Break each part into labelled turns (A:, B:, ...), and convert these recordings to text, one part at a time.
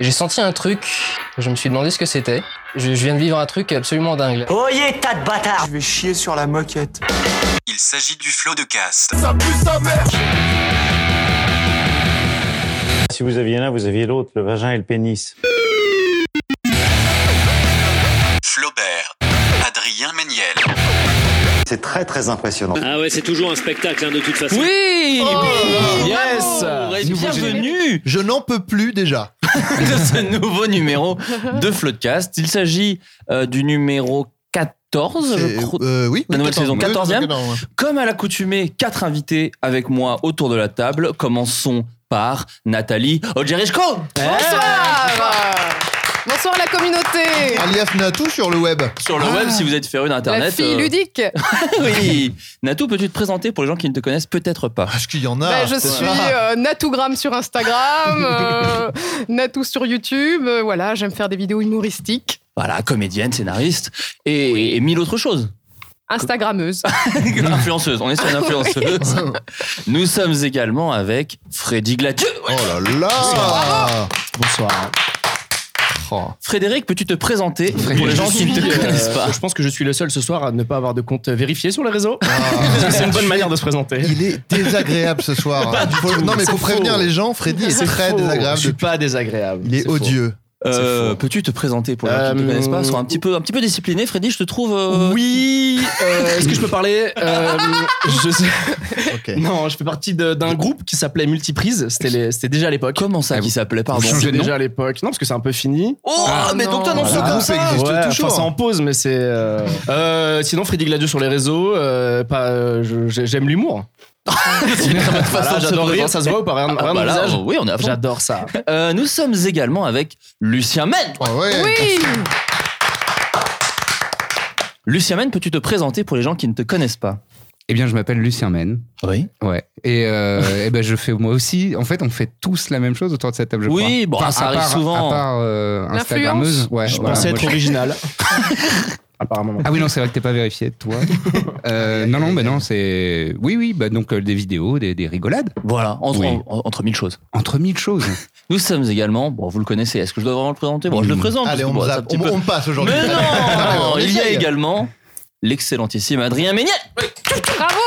A: J'ai senti un truc, je me suis demandé ce que c'était. Je, je viens de vivre un truc absolument dingue.
B: Oyez, tas de bâtards
C: Je vais chier sur la moquette.
D: Il s'agit du flot de cast.
E: Si vous aviez l'un, vous aviez l'autre, le vagin et le pénis.
D: Flaubert. Adrien Méniel.
F: C'est très très impressionnant.
G: Ah ouais, c'est toujours un spectacle hein, de toute façon.
H: Oui
I: Oh,
J: Yes
H: Bienvenue
J: Je n'en peux plus déjà.
H: de ce nouveau numéro de Floodcast. Il s'agit euh, du numéro 14, je
J: C'est-
H: crois.
J: euh, oui,
H: La nouvelle saison, 14e.
J: 14e.
H: Comme à l'accoutumée, quatre invités avec moi autour de la table. Commençons par Nathalie Odjerichko.
K: Bonsoir Bonsoir la communauté
J: Alias Natou sur le web.
H: Sur le web, si vous êtes féru d'internet.
K: Ah. La fille
H: euh,
K: ludique
H: oui. Natou, peux-tu te présenter pour les gens qui ne te connaissent peut-être pas
J: Parce Ah, qu'il y en a.
K: Bah, Je
J: c'est
K: suis
J: ça.
K: euh, Natougram sur Instagram, euh, Natou sur YouTube, euh, voilà, j'aime faire des vidéos humoristiques,
H: Voilà, comédienne, scénariste et, et mille autres choses.
K: Instagrammeuse.
H: influenceuse, on est sur une influenceuse. Nous sommes également avec Freddy Gladieux.
J: Oh là là
I: Bonsoir.
J: Oh.
H: Frédéric, peux-tu te présenter pour les gens qui ne te
I: euh,
H: connaissent pas
I: Je pense que je suis le seul ce soir à ne pas avoir de compte vérifié sur les réseaux.
H: Ah.
I: C'est une bonne manière de se présenter.
J: Il est désagréable ce soir. Faut- non mais
I: C'est
J: faut prévenir
I: faux.
J: les gens, Freddy est,
I: C'est
J: très
I: faux.
J: désagréable.
I: Je suis
J: depuis-
I: pas désagréable.
J: Il est,
I: c'est faux.
J: odieux.
H: Euh,
I: faux.
H: Peux-tu te présenter pour les gens qui ne te
I: Euh,
H: connaissent pas Sois un petit peu, un petit peu discipliné, Freddy, je te trouve. euh,
I: Oui, euh, est-ce que je peux parler Euh, Je sais.
J: Ok.
I: Non, je fais partie de- d'un groupe qui s'appelait Multiprise. C'était les- c'était déjà à l'époque.
H: Comment ça qui s'appelait Pardon.
I: C'était
H: C'est
I: déjà à l'époque. Non, parce que c'est un peu fini.
H: Oh,
K: Ah,
H: mais donc toi non
J: Ce
I: Voilà.
H: seulement
J: groupe existe
I: Ouais,
J: toujours.
I: Enfin, c'est en pause, mais c'est. euh, euh, sinon, Freddy Gladieux sur les réseaux. euh, pas, euh, je- j'ai- j'aime l'humour.
H: c'est une très bonne façon
I: Voilà,
H: de se
I: j'adore rire.
H: présenter.
I: Ça se voit ou pas Rien,
H: Ah,
I: rien
H: bah
I: de
H: là,
I: visage.
H: euh, oui, on est à fond.
I: J'adore ça.
H: Euh, nous sommes également avec Lucien Men.
J: Ah ouais.
K: Oui
H: Lucien Men, peux-tu te présenter pour les gens qui ne te connaissent pas
L: Eh bien, je m'appelle Lucien Men.
H: Oui.
L: Ouais. Et, euh, eh ben, je fais moi aussi. En fait, on fait tous la même chose autour de cette table. Je
H: Oui, bon,
L: crois.
H: ça
L: à
H: arrive
L: part-
H: souvent.
L: À part euh,
K: L'influence.
L: Instagrammeuse. Ouais,
I: Je
L: voilà,
I: pensais
L: moi,
I: être original. Apparemment.
L: je- Ah oui, non, c'est vrai que t'es pas vérifié, toi. Euh, non, non, bah non, c'est. Oui, oui, bah donc euh, des vidéos, des, des rigolades.
H: Voilà, entre,
L: Oui.
H: en- entre mille choses.
L: Entre mille choses.
H: Nous sommes également, bon, vous le connaissez, est-ce que je dois vraiment le présenter Bon, je le
L: Mm.
H: présente.
J: Allez,
H: parce
J: on,
H: que, bon, c'est un
J: zappe.
H: petit
J: On-
H: peu-
J: on passe aujourd'hui.
H: Mais non
J: On
H: Il y a
J: essaye.
H: également l'excellentissime Adrien Méniel.
K: Bravo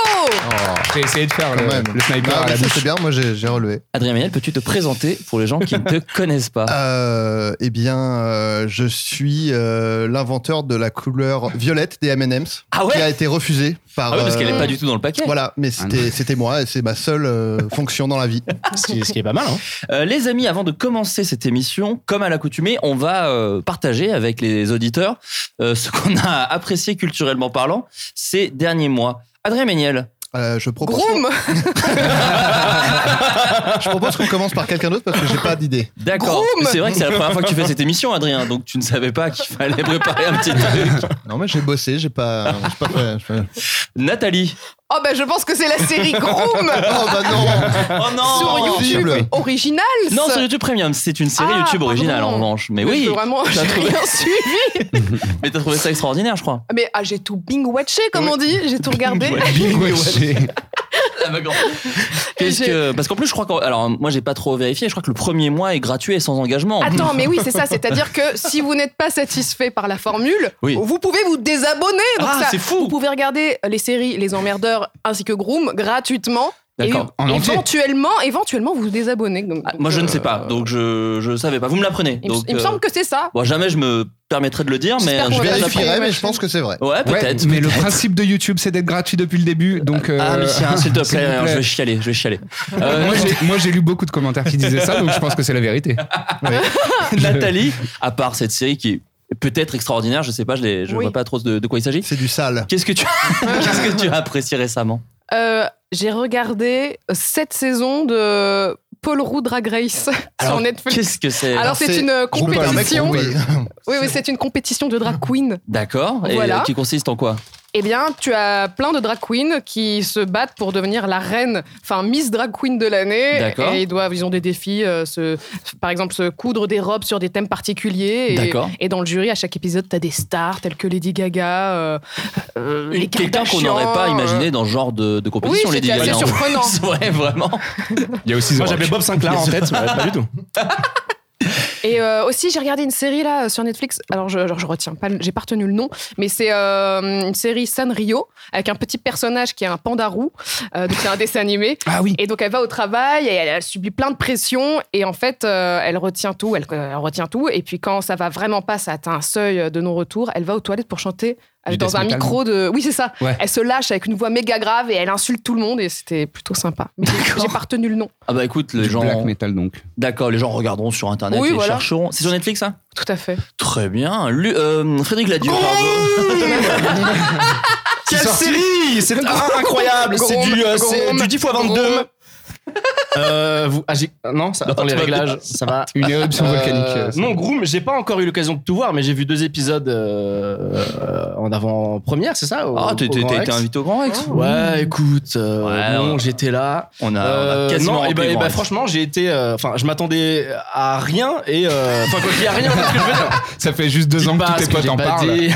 L: J'ai essayé de faire
J: Oh. Quand
L: le,
J: même.
L: le sniper
J: Ah,
L: à
J: mais
L: la
J: ça,
L: bouche.
J: c'est bien, moi j'ai j'ai relevé.
H: Adrien Méniel, peux-tu te présenter pour les gens qui ne te connaissent pas
J: Euh, eh bien, euh, je suis euh, l'inventeur de la couleur violette des M&M's,
H: Ah ouais
J: qui a été refusée par.
H: Ah oui, parce qu'elle
J: euh,
H: n'est pas du tout dans le paquet.
J: Voilà, mais
L: Ah
J: c'était c'était moi et c'est ma seule euh, fonction dans la vie.
I: Ce qui, ce qui est pas mal. Hein.
H: Euh, les amis, avant de commencer cette émission, comme à l'accoutumée, on va euh, partager avec les auditeurs euh, ce qu'on a apprécié culturellement parlant ces derniers mois. Adrien Méniel.
J: Euh, je propose.
K: Groom
J: Je propose qu'on commence par quelqu'un d'autre parce que j'ai pas d'idée.
H: D'accord.
K: Groom
H: C'est vrai que c'est la première fois que tu fais cette émission, Adrien, donc tu ne savais pas qu'il fallait préparer un petit truc.
J: Non, mais j'ai bossé, j'ai pas. j'ai pas fait- j'ai pas-
H: Nathalie.
K: Oh bah je pense que c'est la série Groom
J: Oh bah non
H: Oh
K: Sur
J: Oh,
K: YouTube
J: horrible.
K: originale
H: Non, sur YouTube Premium, c'est une série
K: Ah,
H: YouTube
K: pardon.
H: originale en revanche. Mais oui,
K: Je- Vraiment, j'ai
H: trouvé.
K: rien suivi
H: mais t'as trouvé ça extraordinaire, je crois.
K: Mais ah, j'ai tout bing-watché, comme on dit, j'ai tout regardé.
H: Qu'est-ce
K: J'ai-
H: que parce qu'en plus je crois que alors moi j'ai pas trop vérifié, je crois que le premier mois est gratuit et sans engagement.
K: Attends, mais oui, c'est ça. C'est-à-dire que si vous n'êtes pas satisfait par la formule,
H: Oui.
K: vous pouvez vous désabonner. Donc
H: Ah,
K: ça,
H: c'est fou.
K: Vous pouvez regarder les séries Les Emmerdeurs ainsi que Groom gratuitement. Et
H: D'accord.
L: En entier.
K: éventuellement, éventuellement, vous vous désabonnez. Donc,
H: Ah, moi je ne sais
K: euh,
H: pas, donc je je savais pas. Vous me l'apprenez.
K: Il, me-
H: Donc
K: il me
H: euh,
K: semble que c'est ça.
H: bon, jamais je me permettrai de le dire, mais
K: J'espère
H: je
K: qu'on
J: Je
H: vais
K: l'a
H: vous
K: appris.
H: apprendre.
J: vérifierai, mais je pense que c'est vrai.
H: Ouais, peut-être.
L: Ouais, mais le
H: peut-être.
L: principe de YouTube, c'est d'être gratuit depuis le début. Donc,
H: Ah
L: euh,
H: Lucien, s'il te
L: s'il
H: plaît,
L: vous
H: alors,
L: plaît.
H: je vais chialer, je vais chialer. Euh,
L: moi, j'ai- moi, j'ai lu beaucoup de commentaires qui disaient ça, donc je pense que c'est la vérité.
H: Nathalie, à part cette série qui est peut-être extraordinaire, je sais pas, je, l'ai- je
K: Oui.
H: vois pas trop de, de quoi il s'agit.
J: C'est du sale.
H: Qu'est-ce que tu qu'est-ce que tu as apprécié récemment
K: Euh, J'ai regardé cette saison de Paul Roux Drag Race
H: Alors,
K: sur Netflix.
H: Qu'est-ce que c'est
K: Alors c'est une euh,
J: Je me permets qu'on-
K: compétition. Oui,
J: oui.
K: oui, c'est une compétition de drag queen.
H: D'accord. Et
K: Voilà.
H: euh, qui consiste en quoi
K: Eh bien, tu as plein de drag queens qui se battent pour devenir la reine, enfin Miss Drag Queen de l'année.
H: D'accord.
K: Et ils doivent, ils ont des défis, euh, se- par exemple, se coudre des robes sur des thèmes particuliers. Et,
H: D'accord.
K: et dans le jury, à chaque épisode, tu as des stars telles que Lady Gaga, euh, euh, les
H: Quelqu'un qu'on
K: Kardashians,
H: n'aurait pas
K: euh.
H: imaginé dans ce genre de, de
K: Oui,
H: compétition, les
K: c'était assez surprenant.
H: Ouais, vraiment.
L: Il y a aussi
I: Moi j'avais Bob Sinclair en tête, ouais, pas du tout.
K: Et euh, aussi, j'ai regardé une série là sur Netflix. Alors, je, genre, je retiens pas, le- j'ai pas retenu le nom, mais c'est euh, une série Sanrio avec un petit personnage qui est un panda roux. Euh, donc, c'est un dessin animé.
L: Ah oui.
K: Et donc, elle va au travail et elle, elle subit plein de pression. Et en fait, euh, elle retient tout, elle, elle retient tout. Et puis, quand ça va vraiment pas, ça atteint un seuil de non-retour, elle va aux toilettes pour chanter euh,
L: Du
K: dans
L: death
K: un
L: metal.
K: micro de. Oui, c'est ça.
L: Ouais.
K: Elle se lâche avec une voix méga grave et elle insulte tout le monde. Et c'était plutôt sympa. Mais j'ai- j'ai pas retenu le nom.
H: Ah bah écoute, les
L: Du
H: gens.
L: black metal donc.
H: D'accord, les gens regarderont sur internet
K: Oui,
H: et
K: voilà.
H: chercheront. C'est sur Netflix, ça
K: Tout à fait.
H: Très bien. Lu- euh, Frédéric Ladieu, pardon.
I: Quelle
J: sorti.
I: série C'est Ah, incroyable C'est du, euh, c'est
K: Grom,
I: du 10 fois 22 euh, vous, ah, j'ai- ah, non, ça, attends, les
H: Tout va bien.
I: réglages, ça va.
L: Une éruption volcanique. euh,
I: Euh,
L: c'est-
I: non, Groom, j'ai pas encore eu l'occasion de tout voir, mais j'ai vu deux épisodes euh, euh, en avant-première, c'est ça au-
H: Ah, t'es-
I: au
H: t'es-
I: Grand
H: t'as
I: Rex
H: été invité au Grand Rex
I: Ouais, écoute, euh,
H: Ouais,
I: bon,
H: ouais.
I: j'étais là.
H: on, a, on
I: Euh,
H: a quasiment
I: non, et
H: rempli
I: bah,
H: le Grand Rex.
I: franchement, j'ai été. euh, Enfin, je m'attendais à rien et. euh, Enfin, quand je dis à rien, parce que je veux dire,
L: Ça fait juste deux
I: dis
L: ans
I: pas
L: Ah, que tous
I: ce
L: tes potes
I: j'ai
L: en
I: pas
L: parlent.
I: dit.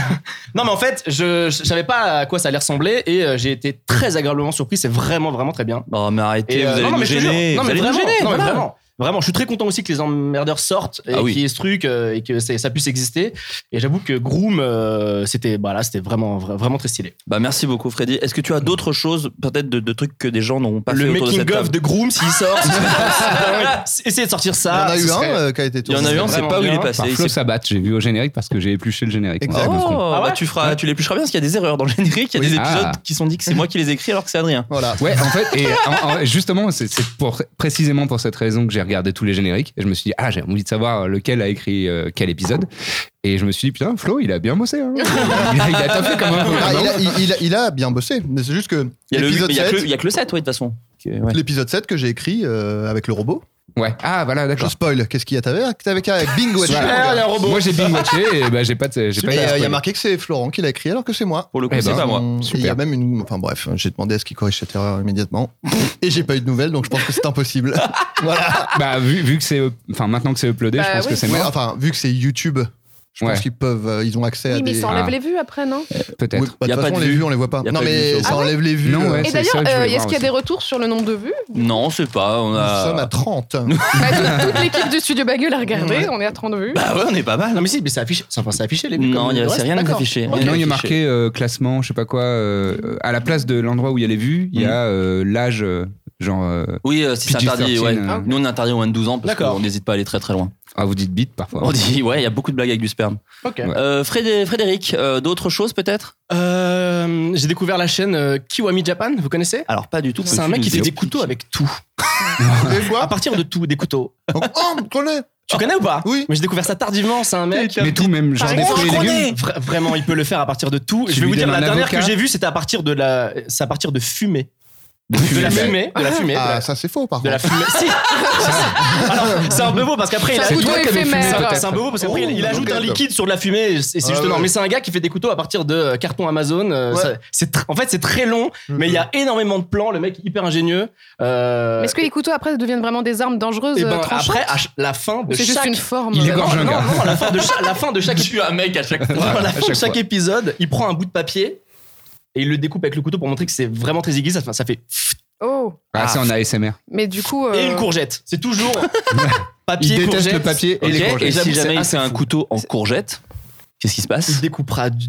I: Non, mais en fait, je, je savais pas à quoi ça allait ressembler et euh, j'ai été très agréablement surpris. C'est vraiment, vraiment très bien.
H: Oh, mais arrêtez,
I: Et, euh,
H: vous allez
I: non, non,
H: nous
I: mais je te
H: gêner.
I: jure, non,
H: vous
I: mais
H: allez nous
I: vraiment,
H: gêner,
I: non, mais
H: voilà.
I: vraiment. Vraiment, je suis très content aussi que les emmerdeurs sortent et
H: Ah oui.
I: qu'il y ait ce truc euh, et que c'est- ça puisse exister. Et j'avoue que Groom, euh, c'était voilà, c'était vraiment, vra- vraiment très stylé.
H: Bah, merci beaucoup, Freddy. Est-ce que tu as d'autres choses, peut-être de, de trucs que des gens n'ont pas fait
I: Mm. Le
H: autour de cette
I: making
H: table
I: of de Groom, s'il sort, ce serait- essayez de
J: Il
I: sortir
J: y en
I: ça.
J: a
I: ce
J: eu un
I: serait-
J: euh, qui a été
H: Il y en a
J: tourné.
H: eu un, c'est
I: vraiment
H: pas où il
I: bien.
H: est passé.
L: Par
H: il
L: Flo
H: s'est-
L: Sabat, j'ai vu au générique parce que j'ai épluché le générique. moi.
J: Exact.
H: Oh,
I: Ah ouais
H: bah, tu feras, tu l'éplucheras bien parce qu'il y a des erreurs dans le générique. Il y
J: Oui.
H: a des épisodes
L: Ah.
H: qui sont dit que c'est moi qui les ai écrits alors que c'est Adrien.
J: Voilà.
L: Ouais,
H: Oh
L: en fait, et en- en- justement, c'est c'est pour, précisément pour cette raison que j'ai regardé tous les génériques. Et je me suis dit, ah, j'ai envie de savoir lequel a écrit euh, quel épisode. Et je me suis dit, putain, Flo, il a bien bossé. hein. Il, a, il a tapé comme un.
J: Ah,
L: non
J: il, a, il- il a- il a bien bossé, mais c'est juste que
H: Il y a, le,
J: l'épisode
H: il y a que le-
J: 7,
H: il y a que le 7, oui, de toute façon.
J: l'épisode 7 que j'ai écrit euh, avec le robot.
L: Ouais. Ah, voilà,
J: Je
L: d'accord.
J: spoil, qu'est-ce qu'il y a T'avais t'avais qu'à avec Bingo
I: Super, il
J: euh,
I: y a un robot.
L: Moi, j'ai bien watché et bah, j'ai pas. de- j'ai
J: Et
L: pas été
J: euh, il y
L: spoilé.
J: a marqué que c'est Florent qui l'a écrit alors que c'est moi.
H: Pour le coup,
L: Eh
H: c'est
L: ben,
H: pas moi.
J: Hum, et Il y a
L: super.
J: même une. Enfin bref, j'ai demandé à ce qu'il corrige cette erreur immédiatement. Et j'ai pas eu de nouvelles, donc je pense que c'est impossible. voilà.
L: Bah, vu, vu que c'est. up- Enfin, maintenant que c'est uploadé,
K: Bah
L: je pense
K: oui.
L: que c'est
J: Ouais,
L: mort.
J: enfin, vu que c'est YouTube, je pense
L: Ouais.
J: qu'ils peuvent. euh, ils ont accès à
K: Oui, mais
J: des.
K: ça enlève
L: Ah.
K: les vues après, non
L: Peut-être.
J: Oui, bah,
H: Y
J: de
H: a
J: toute
H: pas
J: façon,
H: de
J: les
H: vues.
J: vues, on les voit pas.
H: Y a
J: Non,
H: pas de
J: mais
H: vues,
J: ça
K: Ah ouais
J: enlève les vues.
L: Non, ouais.
K: Et
L: C'est ça
K: d'ailleurs,
L: que je voulais
K: euh, est-ce
L: voir
K: qu'il y a
L: aussi.
K: des retours sur le nombre de vues
H: Non, c'est pas. On
J: Nous
H: a.
J: sommes à 30.
K: Bah, toute- Toute l'équipe du Studio Bagueule a regardé, on est à 30 vues.
H: Bah ouais, on est pas mal.
I: Non, mais si, mais c'est affiché. c'est- Enfin, c'est affiché les vues.
H: Non,
I: comme
H: il y a-
I: le
H: c'est
I: reste.
H: rien
I: D'accord.
H: d'affiché.
I: Ok.
L: Non, il y a marqué euh, classement, je sais pas quoi. euh, euh, à la place de l'endroit où il y a les vues, il y a euh, l'âge, euh, genre. euh,
H: Mm. Oui, euh, si c'est
L: PG-13,
H: interdit, ouais.
L: hein.
H: Nous, on est interdit au moins de 12 ans parce
I: D'accord.
H: qu'on n'hésite pas à aller très très loin.
L: ah, vous dites bit parfois.
H: On dit, ouais, il y a beaucoup de blagues avec du sperme.
I: Ok.
L: Ouais.
H: Euh, Frédé- Frédéric, euh, d'autres choses peut-être
I: Euh, j'ai découvert la chaîne euh, Kiwami Japan, vous connaissez
H: Alors, pas du tout.
I: C'est un
H: peux-tu
I: mec qui
H: nous
I: fait des
H: expliquer
I: couteaux avec tout.
J: Des
I: À
J: fois.
I: partir de tout, des couteaux.
J: Donc, oh, on me connaît
I: Tu connais ou pas
J: Oui.
I: Mais j'ai découvert ça tardivement, c'est un mec.
L: Mais tout, même genre
I: Par
L: des
I: exemple,
L: fruits et
I: je
L: légumes.
I: connais. Vra- vraiment, il peut le faire à partir de tout.
L: Tu
I: je vais
L: lui
I: vous dire,
L: donnes
I: la
L: un
I: dernière
L: avocat
I: que j'ai vue, c'était à partir de la, c'est à partir de fumée,
L: De
I: de la
L: fumée.
I: fumée, de la fumée, de
J: Ah,
I: la-
J: ça c'est faux par
I: de la
J: contre.
I: fumée. Si. Alors, c'est un peu beau parce qu'après il
K: C'est un
I: ajoute.
K: couteau
I: C'est
K: éphémère.
I: un- c'est un peu beau parce qu'après
J: Oh,
I: il- il ajoute
J: ok,
I: un
J: d'accord.
I: liquide sur de la fumée. et C'est c'est
J: Ah
I: juste
J: ouais.
I: énorme. Mais c'est un gars qui fait des couteaux à partir de euh, carton Amazon. euh,
J: Ouais.
I: ça- C'est tr- en fait c'est très long,
L: Mm-hmm.
I: mais il y a énormément de plans. Le mec hyper ingénieux. Euh,
K: Mais Est-ce que les couteaux après deviennent vraiment des armes dangereuses
I: et
K: euh,
I: ben,
K: tranchantes
I: après à ch- la fin
K: Ou
I: de
K: C'est juste
I: chaque
K: une forme.
L: Il
K: euh,
L: égorge un
I: non,
L: gars.
I: non, à la fin de chaque, la fin de chaque un mec à chaque fois. la fin
L: à chaque
I: de chaque
L: fois.
I: épisode, il prend un bout de papier et il le découpe avec le couteau pour montrer que c'est vraiment très aiguisé. Ça, ça fait
K: Oh,
L: Ah, c'est en ASMR.
K: mais du coup. euh,
I: et une courgette. C'est toujours
L: Il
I: papier
L: déteste
I: courgette.
L: le papier et
H: Ok,
L: les courgettes.
H: Et si
I: j'avoue,
H: jamais
I: c'est
H: il
I: assez
H: fait un
I: fou.
H: couteau en courgette, qu'est-ce qui se
I: Il
H: passe
I: découpera du-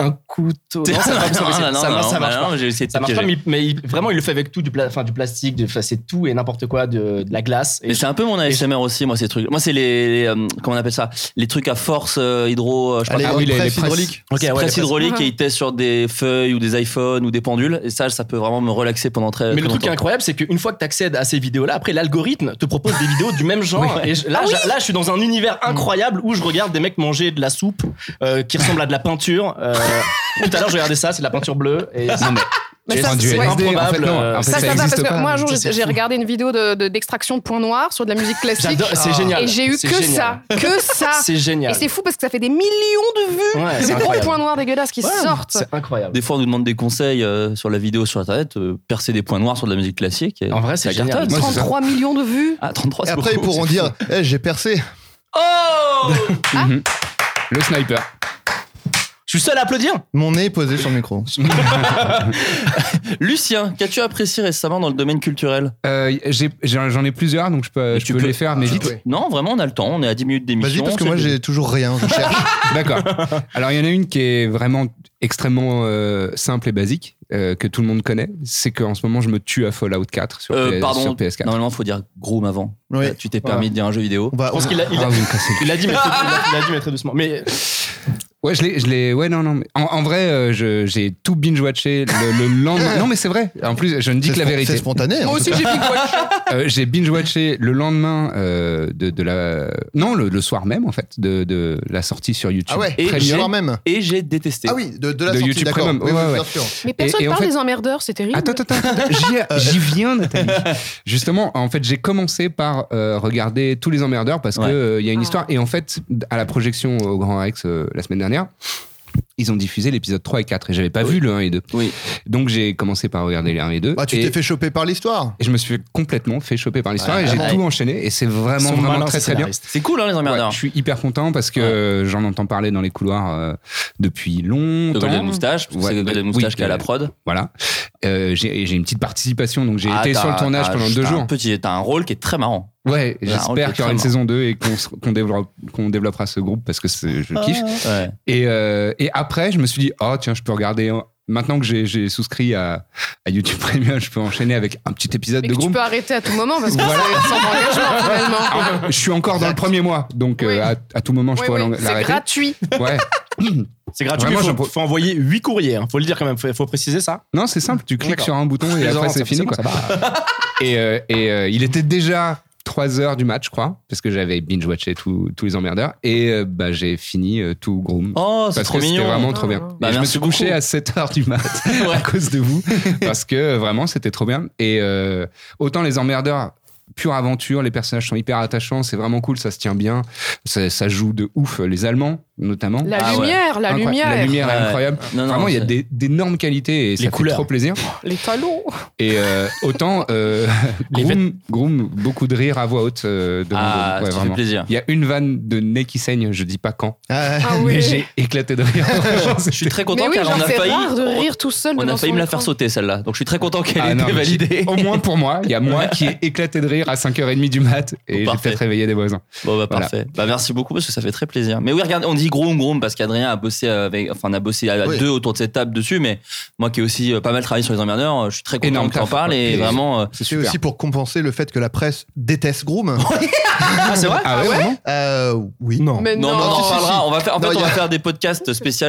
I: un couteau. Ah, Non, ça, marche pas,
H: Non, non, non,
I: ça,
H: non,
I: marche- ça marche
H: bah
I: pas.
H: non, j'ai essayé de
I: Ça
H: te
I: marche pas,
H: piéger.
I: mais, il- mais il- vraiment, il le fait avec tout, du, pla- enfin, du plastique, du- enfin, c'est tout et n'importe quoi, de, de la glace. Et
H: Mais c'est un peu mon ASMR aussi, moi, ces trucs. Moi, c'est les. les, euh, comment on appelle ça Les trucs à force euh, hydro. euh, je sais pas
J: Allez,
H: comment-
L: Ah oui, les-
J: presse
L: les presses.
J: hydraulique.
I: Ok, ouais,
H: presse
I: les
H: hydraulique
K: presses.
H: et ils testent sur des feuilles ou des iPhones ou des pendules. Et ça, ça peut vraiment me relaxer pendant très.
I: Mais le
H: très
I: truc qui est
H: longtemps.
I: incroyable, c'est qu'une fois que tu accèdes à ces vidéos-là, après l'algorithme te propose des vidéos du même genre. Et
K: Ah
I: je- là, je- là, je suis dans un univers incroyable où je regarde des mecs manger de la soupe euh, qui ressemble à de la peinture. Euh, tout à l'heure, je regardais ça, c'est de la peinture bleue. Et c'est-
K: mais
I: j'ai
K: ça,
L: Enfin, du
K: ouais,
I: c'est
L: LSD, en fait,
I: improbable,
L: non.
I: euh,
L: En fait,
K: ça, ça va, parce
L: existe
K: que
L: pas.
K: moi un jour
I: Ça,
K: j'ai
I: c'est
K: j'ai
I: fou.
K: regardé une vidéo de- de- d'extraction de, points noirs sur de la musique classique
I: j'adore-
L: Ah.
I: c'est génial.
K: et j'ai eu que
I: C'est génial.
K: ça, que ça.
I: C'est génial.
K: Et c'est fou parce que ça fait des millions de vues
I: Ouais, c'est
K: de gros
I: incroyable.
K: points noirs dégueulasses qui
I: Ouais,
K: sortent.
I: C'est incroyable.
H: Des fois, on nous demande des conseils euh, sur la vidéo sur internet, euh, percer des points noirs sur de la musique classique. et
I: En vrai, c'est
H: ça cartonne.
I: génial.
L: Moi, c'est ça.
K: 33 millions de vues.
H: Ah, 33
J: Et
H: c'est
J: après, ils
H: beaucoup,
J: pourront
H: c'est
J: dire Eh, j'ai percé.
H: fou. Oh
L: Mhm. Le sniper.
I: Je suis seul à applaudir.
J: Mon nez est posé sur le micro.
H: Lucien, qu'as-tu apprécié récemment dans le domaine culturel
L: Euh, j'ai- j'ai- J'en ai, plusieurs, donc je peux,
H: Mais
L: je
H: tu
L: peux
H: peux-
L: les faire, mais
J: tu
L: vite.
J: peux.
H: Non, vraiment, on a le temps. On est à 10 minutes d'émission.
J: Vas-y, parce que
H: c'est
J: moi
H: le-
J: j'ai toujours rien, je cherche.
L: D'accord.
J: Ah.
L: Alors, il y en a une qui est vraiment extrêmement euh, simple et basique, euh, que tout le monde connaît. C'est qu'en ce moment, je me tue à Fallout 4 sur,
H: Euh,
L: PS,
H: pardon.
L: sur PS4.
H: Normalement, faut dire Groom avant.
J: Oui.
H: Euh, tu t'es
J: Voilà.
H: permis de dire un jeu vidéo.
J: On va,
I: Je pense qu'il a, il
L: Ah,
I: a,
L: vous me cassez le cul.
I: il a dit, mais très- il a- il a dit, mais très doucement. Mais
L: Ouais, je l'ai, je l'ai. Ouais, non, non. mais En, en vrai, euh, je- j'ai tout binge-watché le, le lendemain. Non, mais c'est vrai. En plus, je ne dis
J: c'est
L: que la
J: spon-
L: vérité.
J: C'est spontané. en tout cas.
L: j'ai binge-watché.
H: Ah,
L: Euh, j'ai binge-watché le lendemain euh, de, de la. Non, le, le soir même, en fait, de, de la sortie sur YouTube.
J: Ah ouais,
H: Et
J: le
L: Premium.
J: soir même.
H: Et j'ai détesté.
J: Ah oui, de, de la
L: De
J: sortie,
L: YouTube
J: d'accord.
L: Premium,
J: Oui,
L: ouais,
J: oui,
L: ouais.
J: bien sûr.
K: Mais personne
L: Et- et en
K: parle
L: fait-
K: des emmerdeurs, c'est terrible.
L: Attends, attends, attends, attends. J'y,
J: Euh.
L: j'y viens, Nathalie. Justement, en fait, j'ai commencé par euh, regarder tous les emmerdeurs parce
H: Ouais.
L: que euh, il y a une
K: Ah.
L: histoire. Et en fait, à la projection au Grand Rex euh, la semaine dernière, ils ont diffusé l'épisode 3 et 4 et j'avais pas vu le 1 et 2.
H: Oui.
L: Donc j'ai commencé par regarder les 1 et 2.
J: Bah, tu
L: et,
J: t'es fait choper par l'histoire.
L: et je me suis complètement fait choper par l'histoire
H: Ouais,
L: et j'ai
H: ouais.
L: tout enchaîné et c'est
I: ils
L: vraiment,
I: sont
L: vraiment
I: malins,
L: très
I: ces
L: très bien.
I: scénaristes.
H: C'est cool, hein, les emmerdeurs.
L: Ouais, je suis hyper content parce que
H: Ouais.
L: euh, j'en entends parler dans les couloirs euh, depuis
H: de
L: longtemps.
H: Golden Moustache, parce que
L: Ouais,
H: c'est Golden
L: oui,
H: Moustache qui est à
L: euh,
H: la prod.
L: Voilà. Euh, j'ai j'ai une petite participation, donc j'ai
H: Ah,
L: été
H: t'as-
L: sur le tournage
H: t'as-
L: pendant deux
H: t'as
L: jours.
H: Un petit, t'as un rôle qui est très marrant.
L: Ouais,
H: ok,
L: j'espère qu'il y aura une
H: très
L: saison 2 et qu'on se- qu'on développe- qu'on développera ce groupe parce que c'est- je kiffe.
H: Ouais.
L: Et, euh, et après, je me suis dit, oh tiens, je peux regarder. hein. Maintenant que j'ai- j'ai souscrit à, à YouTube Premium, je peux enchaîner avec un petit épisode
K: Mais
L: de
K: que tu
L: groupe.
K: peux arrêter à tout moment parce que
L: Voilà.
K: c'est sans engagement finalement.
L: Ah, je suis encore dans le premier mois, donc euh,
K: Oui.
L: à, à tout moment, je
K: Oui,
L: pourrais
K: oui,
L: l'en-
K: c'est
L: l'arrêter.
K: gratuit.
L: Ouais.
I: C'est gratuit.
L: Vraiment,
I: il faut,
L: j'en pro-
I: faut envoyer 8 courriers. hein. Faut le dire quand même. Faut, faut préciser ça.
L: Non, c'est simple, tu cliques
I: D'accord.
L: sur un bouton et
I: Les
L: après
I: oranges,
L: c'est
I: ça,
L: fini.
I: c'est bon,
L: Quoi. et euh, et, euh, il était déjà 3 heures du match, je crois, parce que j'avais binge-watché tous tous les emmerdeurs. Et euh, bah, j'ai fini euh, tout Groom.
H: Oh, c'est
L: parce
H: trop
L: que c'était
H: mignon.
L: vraiment trop bien.
K: Ah.
H: Bah,
L: Et je me
H: merci
L: suis couché
H: beaucoup.
L: à 7 heures du mat à cause de vous, parce que euh, vraiment c'était trop bien. Et euh, autant les emmerdeurs, pure aventure, les personnages sont hyper attachants, c'est vraiment cool, ça se tient bien, ça, ça joue de ouf. Les Allemands notamment.
K: La
H: Ah ouais.
K: lumière, la
L: Incroyable.
K: lumière,
L: La lumière
H: Ouais,
L: est
H: ouais.
L: incroyable.
H: Non, non,
L: Vraiment, il y a
H: c'est-
L: des- d'énormes qualités et ça
I: couleurs.
L: fait trop plaisir.
K: les talons.
L: Et euh, autant euh,
I: Les
L: Groom, Groom, beaucoup de rire à voix haute euh, devant
H: Ah,
L: Groom. Ouais,
H: ça fait
L: vraiment.
H: plaisir.
L: Il y a une vanne de nez qui saigne, je dis pas quand.
J: Ah,
K: Ah
L: Mais
K: oui.
L: j'ai éclaté de rire.
H: Je suis très content
K: mais oui,
H: car
K: genre,
H: on a
K: c'est
H: failli.
K: rare de rire tout seul.
H: On
K: devant
H: a failli
K: son
H: me la
K: écran.
H: faire sauter celle-là, donc je suis très content qu'elle
L: Ah
H: ait
L: non,
H: été
L: mais j'ai-
H: validée.
L: Au moins pour moi, il y a moi qui ai éclaté de rire à 5h30 du mat et j'ai
H: Parfait.
L: peut-être réveillé des voisins.
H: Bon bah
L: Voilà.
H: parfait. Bah merci beaucoup parce que ça fait très plaisir. Mais oui, regarde, on dit groom groom parce qu'Adrien a bossé avec, enfin on a bossé à
J: Oui.
H: deux autour de cette table dessus, mais moi qui ai aussi euh, pas mal travaillé sur les emmerdeurs, euh, je suis très content
L: Énorme
H: que t'en
L: taf.
H: parles et
L: Et-
H: vraiment. euh,
J: C'est aussi pour compenser le fait que la presse déteste Groom.
I: Ah, c'est vrai.
L: Ah ouais, vraiment
J: Euh, oui.
I: Non.
K: Mais
H: Non,
K: non,
H: mais on
J: si,
H: en
J: si,
H: reparlera. On va faire, en
J: Non,
H: fait,
J: il
H: on
J: y a-
H: va faire des podcasts spéciaux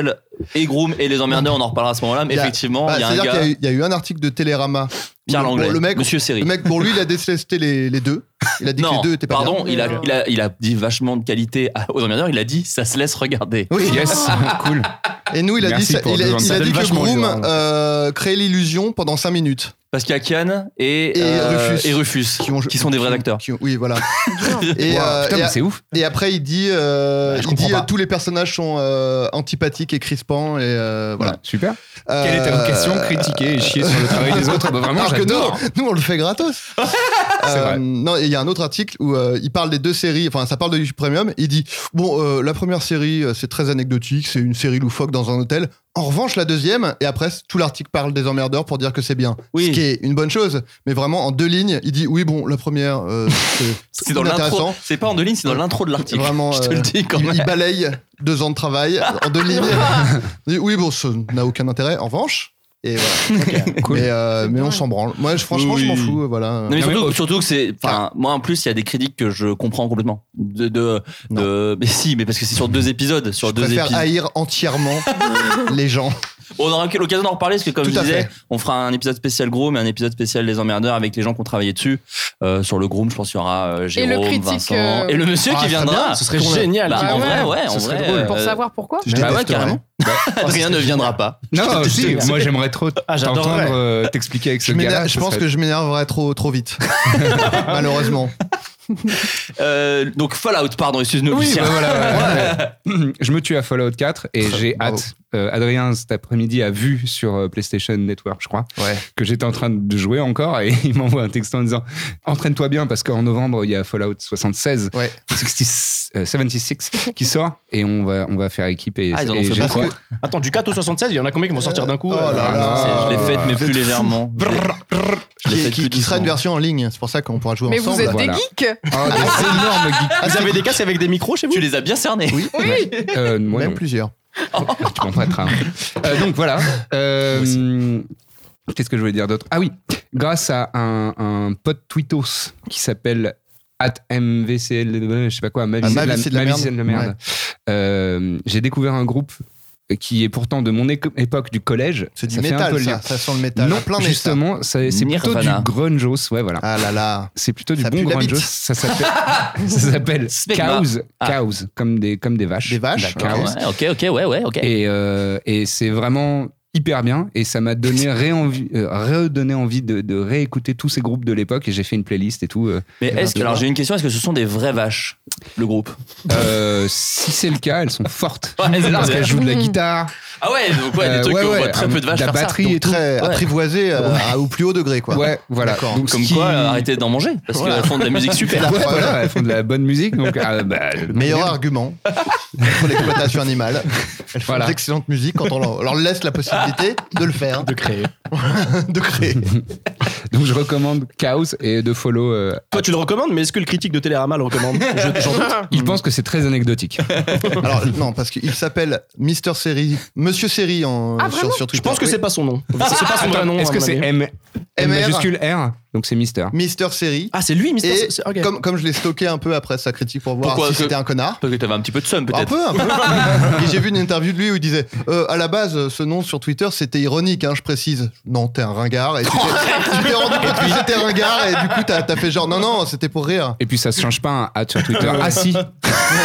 H: et Groom et les emmerdeurs. On en reparlera à ce moment-là. Mais
J: Il y a-
H: effectivement,
J: Bah,
H: il y a un
J: C'est-à-dire qu'il y
H: gars,
J: a eu- il y, a eu un article de Télérama.
H: Pierre
J: Bon,
H: Langlais,
J: le mec-
H: Monsieur Seri.
J: Le mec, pour lui, il a détesté les, les deux. Il a dit que
H: Non,
J: les deux étaient pas
H: pardon,
K: bien.
H: il a,
K: Non.
H: il, a, il a dit vachement de qualité à- aux emmerdeurs. Il a dit ça se laisse regarder. Ah,
J: bien. Oui.
L: Yes, cool.
J: Et nous, il a
L: Merci
J: dit, ça-
L: pour
J: il a-
L: deux ans.
J: il
L: Ça
J: a
L: donne
J: dit que
L: vachement
J: Groom
L: envie, hein.
J: euh, crée l'illusion pendant 5 minutes.
H: Parce qu'il y a Kian et,
J: Et
H: euh,
J: Rufus.
H: et Rufus, qui,
J: ont-
H: sont des vrais acteurs.
J: qui ont- oui, voilà. et,
L: Wow,
J: euh,
L: putain,
J: et
L: mais
J: a-
L: c'est ouf. Bah,
J: et après, il dit, euh,
I: Ouais, je
J: il dit
I: comprends pas.
J: euh, tous les personnages sont euh, antipathiques et crispants. Et, euh, voilà.
L: Voilà, super.
J: Euh,
L: Quelle est ta vocation Critiquer et chier sur le travail des autres Bah, Vraiment,
J: Alors que nous,
L: j'adore.
J: nous, on le fait gratos. Euh,
L: vrai.
J: non, et il y a un autre article où euh, il parle des deux séries, enfin ça parle de YouTube Premium, il dit bon euh, la première série euh, c'est très anecdotique, c'est une série loufoque dans un hôtel. En revanche la deuxième et après tout l'article parle des emmerdeurs pour dire que c'est bien,
H: Oui.
J: ce qui est une bonne chose, mais vraiment en deux lignes, il dit oui bon la première euh, c'est
H: C'est dans l'intro.
J: intéressant.
H: C'est pas en deux lignes, c'est dans l'intro de l'article.
J: Vraiment,
H: je te le
J: euh,
H: dis quand
J: Il,
H: même.
J: il balaye deux ans de travail en deux lignes. Il dit, oui, bon, ça n'a aucun intérêt. En revanche, et voilà.
L: Cool.
J: Mais, euh, mais on
K: dingue.
J: s'en branle. Moi, je, franchement, je m'en
H: Oui.
J: fous. Voilà.
H: Non, mais
L: Non,
H: surtout,
L: mais-
H: surtout que c'est.
J: Ah.
H: Enfin, moi en plus, il y a des critiques que je comprends complètement. De, de,
J: Non.
H: de- mais si, mais parce que c'est sur deux épisodes, sur
J: je
H: deux
J: préfère
H: épisodes.
J: haïr entièrement les gens.
H: On aura l'occasion d'en reparler parce que comme
J: Tout
H: je
J: à
H: disais,
J: fait.
H: on fera un épisode spécial Groom et un épisode spécial Les Emmerdeurs avec les gens qui ont travaillé dessus. Euh, sur le Groom, je pense qu'il y aura euh,
K: le
H: Jérôme,
K: critique,
H: Vincent
K: euh,
H: et le monsieur qui viendra.
I: ce serait
H: Qu'on-
I: génial.
H: Bah,
K: Ah
H: en
K: ouais.
H: vrai, ouais,
L: Ce
H: en
L: serait
H: vrai.
L: drôle.
K: Pour
H: euh,
K: savoir pourquoi.
J: Je
H: bah ouais,
J: détesterais.
H: carrément.
J: Oh,
H: Rien ne viendra pas.
L: Non,
I: te-
L: si,
I: je te-
L: moi j'aimerais trop
I: Ah, j'adorerais.
L: t'entendre euh, t'expliquer avec ce
J: Je, m'énerve-
L: gars.
J: je pense que je m'énerverais trop, trop vite. Malheureusement.
H: Euh, donc Fallout, pardon, excuse-nous,
L: Oui,
H: Lucien.
L: bah voilà. Ouais. Je me tue à Fallout 4 et
J: Très-
L: j'ai
J: bravo.
L: hâte. Euh, Adrien, cet après-midi, a vu sur euh, PlayStation Network, je crois,
A: Ouais.
L: que j'étais en train de jouer encore et il m'envoie un texte en disant Entraîne-toi bien parce qu'en novembre, il y a Fallout 76,
J: Ouais.
L: 66, euh, 76 qui sort et on va, on va faire équipe. Et,
H: Ah, ils en ont
L: et
H: fait
L: j'ai
J: beaucoup.
L: quoi
I: Attends, du 4 au 76, il y en a combien qui vont sortir d'un coup
J: Oh
I: euh,
J: là là.
H: Je l'ai
L: Ah,
H: faite, mais plus légèrement. Je l'ai- Je l'ai
J: Euh, Qui,
H: faite
J: qui-
H: plus
J: qui sera une
H: doucement.
J: version en ligne, c'est pour ça qu'on pourra jouer
K: Mais
J: ensemble. Ah,
K: vous êtes
L: Voilà.
K: des geeks
L: Oh, des énormes geeks.
I: Vous avez des casques avec des micros chez vous
H: Tu les as bien cernés.
J: Oui,
L: Euh, moi,
J: même
L: non.
J: plusieurs.
L: tu m'en prêteras. hein. Euh, donc voilà. Euh, Qu'est-ce que je voulais dire d'autre Ah oui, grâce à un, un pote Twitos qui s'appelle at MVCL, je sais pas quoi, ma vie,
J: Ah,
L: c'est
J: ma
L: de la,
J: vie, c'est de la
L: ma vie,
J: merde.
L: c'est de la merde.
J: Ouais.
L: Euh, J'ai découvert un groupe qui est pourtant de mon éco- époque du collège.
J: C'est du
L: Ça fait un peu
J: métal,
L: le
J: ça.
L: lien.
J: Ça sent le métal.
L: Non,
J: à plein nez, ça.
L: justement, ça- c'est plutôt du
H: Nirvana.
L: grungeos, ouais voilà.
J: Ah là là.
L: C'est plutôt du
J: Ça
L: bon
J: pue la bite.
L: grungeos. Ça s'appelle, ça s'appelle
H: Smegma.
L: cows,
H: Ah.
L: cows, comme des comme des vaches.
J: Des vaches,
L: La cows.
J: ok.
H: Ouais, ok, ok, ouais, ouais, ok.
L: Et, euh, et c'est vraiment hyper bien. Et ça m'a donné réenvi- euh, redonné envie de, de réécouter tous ces groupes de l'époque. Et j'ai fait une playlist et tout. euh.
H: mais est-ce que,
L: Voilà.
H: alors j'ai une question, est-ce que ce sont des vraies vaches, le groupe
L: Euh, si c'est le cas, elles sont fortes.
H: Ouais, c'est
L: Parce
H: ça.
L: qu'elles jouent de la
J: Mm.
L: guitare.
H: Ah ouais, donc ouais, des
L: Euh,
H: trucs
L: ouais,
H: qu'on
L: ouais,
H: voit très
L: euh,
H: peu de vaches
L: de la
H: faire ça.
L: batterie
H: Donc,
L: et tout.
J: Très
H: Ouais.
J: apprivoisé euh, à- au plus haut degré, quoi.
L: Ouais, voilà.
J: D'accord.
L: Donc, ce
H: Comme
L: qui-
H: quoi, euh, arrêtez d'en manger, parce qu'elles font de la musique super.
L: Ouais, voilà, elles font de la bonne musique. Donc, ah, bah,
J: Le meilleur argument pour l'exploitation animale. Elles font
L: Voilà.
J: d'excellente musique quand on leur- leur laisse la possibilité de le faire,
I: de créer.
J: de créer.
L: Donc, je recommande Chaos et de follow. euh,
I: Toi, tu le recommandes, mais est-ce que le critique de Télérama le recommande Je- j'en doute.
L: il pense que c'est très anecdotique.
J: Hmm. Alors non, parce qu'il s'appelle Mister Série, Monsieur Série en
K: Ah,
J: sur,
K: vraiment
J: sur Twitter.
I: Je pense que
J: Oui.
I: c'est pas son nom. C'est pas son vrai nom. hein,
L: Est-ce
I: à
L: que
I: mon
L: c'est
I: avis.
L: M, M
J: MR?
L: majuscule R Donc, c'est Mister.
J: Mister Série.
I: Ah, c'est lui, Mister.
J: Et
I: c'est- ok.
J: Comme, comme je l'ai stocké un peu après sa critique pour voir
H: Pourquoi
J: si
H: que-
J: c'était un connard.
H: Peut-être que t'avais un petit peu de somme,
J: Un
H: peut-être.
J: peu, un peu. Et j'ai vu une interview de lui où il disait euh, à la base, ce nom sur Twitter, c'était ironique, hein, je précise. Non, t'es un ringard. Et tu t'es- tu t'es rendu compte que c'était ringard et du coup, t'as t'as fait genre non, non, c'était pour rire.
L: Et puis ça se change pas un hat sur Twitter. ah si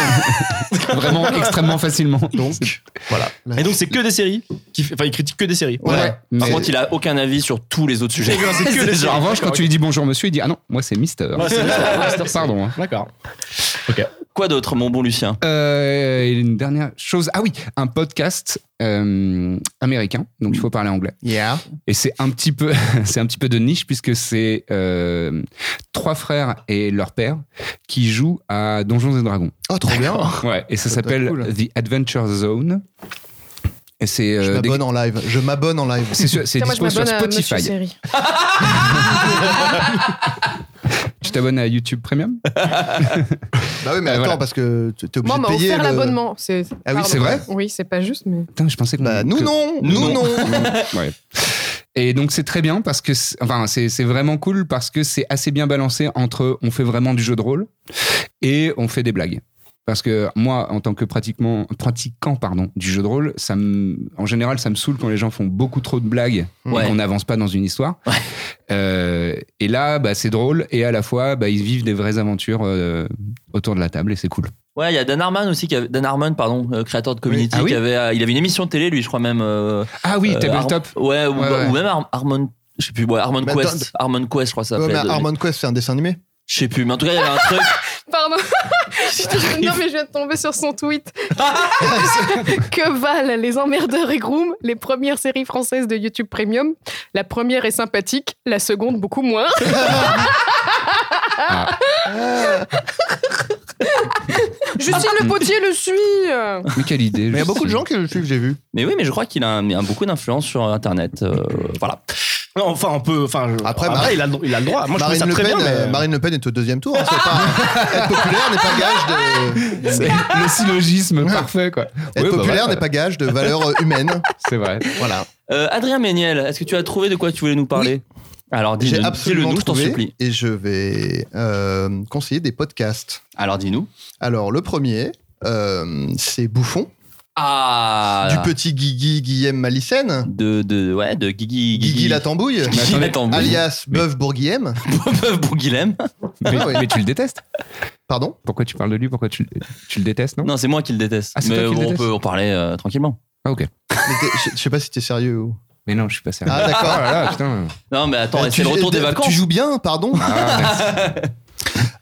L: Vraiment extrêmement facilement.
I: Donc, voilà. Et donc, c'est que des séries. qui fait- Enfin, il critique que des séries.
J: Ouais.
H: Par
L: Mais-
H: contre, il a aucun avis sur tous les autres sujets.
I: C'est que les
L: en revanche, quand tu lui dis bonjour monsieur, il dit Ah non, moi c'est Mister.
I: Ouais, c'est Mister.
L: Pardon. hein.
I: D'accord.
H: Quoi d'autre, mon bon Lucien
L: Euh, et une dernière chose. Ah oui, un podcast euh, américain, donc il faut parler anglais.
J: Yeah.
L: Et c'est un petit peu, c'est un petit peu de niche puisque c'est euh, trois frères et leur père qui jouent à Donjons et Dragons.
J: Oh, trop bien.
L: Ouais. Et ça
J: Ça doit être
L: s'appelle
J: cool.
L: The Adventure Zone. Et c'est
J: Je
L: euh, des-
J: m'abonne en live. Je m'abonne en live.
L: c'est sur- c'est
K: Tiens, moi, je
L: dispo sur
K: m'abonne à Monsieur
L: Spotify.
K: Série.
L: Tu t'abonnes à YouTube Premium
J: Bah oui, mais
L: Euh,
J: attends,
L: voilà.
J: parce que t'es t'es
K: Moi,
J: obligé
K: on m'a
J: de payer.
K: offert
J: le-
K: l'abonnement. c'est-
J: Ah oui,
K: pardon.
L: c'est vrai
K: Oui, c'est pas juste, mais.
L: Putain, je pensais qu'on.
J: Bah, nous
L: que-
J: non,
L: Nous,
J: nous
L: non.
J: non.
L: Ouais. Et donc c'est très bien parce que, c'est- enfin, c'est c'est vraiment cool parce que c'est assez bien balancé entre on fait vraiment du jeu de rôle et on fait des blagues. Parce que moi, en tant que pratiquement, pratiquant pardon, du jeu de rôle, ça me, en général, ça me saoule quand les gens font beaucoup trop de blagues
H: Ouais.
L: et qu'on n'avance pas dans une histoire. Euh, et là, bah, c'est drôle et à la fois, bah, ils vivent des vraies aventures euh, autour de la table et c'est cool.
H: Ouais, il y a Dan Harmon aussi, qui avait- Dan Harmon, pardon, euh, créateur de Community,
L: Ah oui
H: qui avait, euh, il avait une émission de télé, lui, je crois même. euh,
L: Ah oui,
H: euh,
L: tabletop.
H: Har- Ouais, ou,
L: Ouais, ouais.
H: ou même Har- Harmon. Je sais plus, ouais, Harmon
J: Mais
H: Quest. Harmon Quest, je crois que ça
J: Bah, Ouais, mais
H: s'appelait.
J: Harmon Quest, c'est un dessin animé.
H: Je sais plus, mais en tout cas, il y avait un truc.
K: Pardon. non, mais je viens de tomber sur son tweet. que valent les emmerdeurs et groom, les premières séries françaises de YouTube Premium La première est sympathique, la seconde beaucoup moins.
L: Ah.
K: Justine Le Potier le suit.
L: Mais quelle
J: Mais
L: idée.
J: il y a
L: je
J: beaucoup de
L: sais.
J: gens qui le suivent, j'ai vu.
H: Mais oui, mais je crois qu'il a un- un beaucoup d'influence sur Internet. euh, voilà.
I: Non, enfin, on peut. Enfin, je-
J: Après, Mar-
I: Ah, bah, il, a, le dro- il a le droit. Moi, je
J: Marine,
I: trouve
J: le
I: ça très
J: Pen,
I: bien.
J: euh,
I: mais-
J: Marine Le Pen est au deuxième tour. hein, c'est pas- être populaire n'est pas gage de.
L: C'est le syllogisme parfait, quoi.
J: Être
L: Ouais, bah
J: populaire
L: voilà.
J: n'est pas gage de valeur euh, humaine.
L: C'est vrai.
J: Voilà.
H: Euh, Adrien Méniel, est-ce que tu as trouvé de quoi tu voulais nous parler Alors, dis-le
J: J'ai
H: dis-le
J: absolument
H: nous, je t'en
J: trouvé
H: supplie.
J: et je vais euh, conseiller des podcasts.
H: Alors, dis-nous.
J: Alors le premier, euh, c'est Bouffon
H: Ah
J: du petit Guigui Guillaume Malicène,
H: de, de, ouais, de Guigui.
J: Guigui la tambouille,
H: Guigui la tambouille.
J: alias Bœuf Bourguillem.
H: Pauvre Bourguilhem.
L: Mais,
J: Ah oui.
L: mais tu le détestes
J: Pardon.
L: Pourquoi tu parles de lui Pourquoi tu, tu le détestes, non,
H: Non, c'est moi qui le déteste.
L: Ah, c'est
H: mais
L: toi qui le
H: bon, on
L: détestes
H: peut en parler euh, tranquillement.
L: Ah, ok.
J: Mais t'es- Je je sais pas si t'es sérieux ou.
L: Mais non, je suis pas sérieux.
J: Ah
L: Oh
J: d'accord.
L: là là, putain.
H: Non, mais attends,
J: Euh,
H: c'est
J: tu-
H: le retour des
J: euh,
H: vacances.
J: Tu joues bien, pardon.
L: Ah, merci.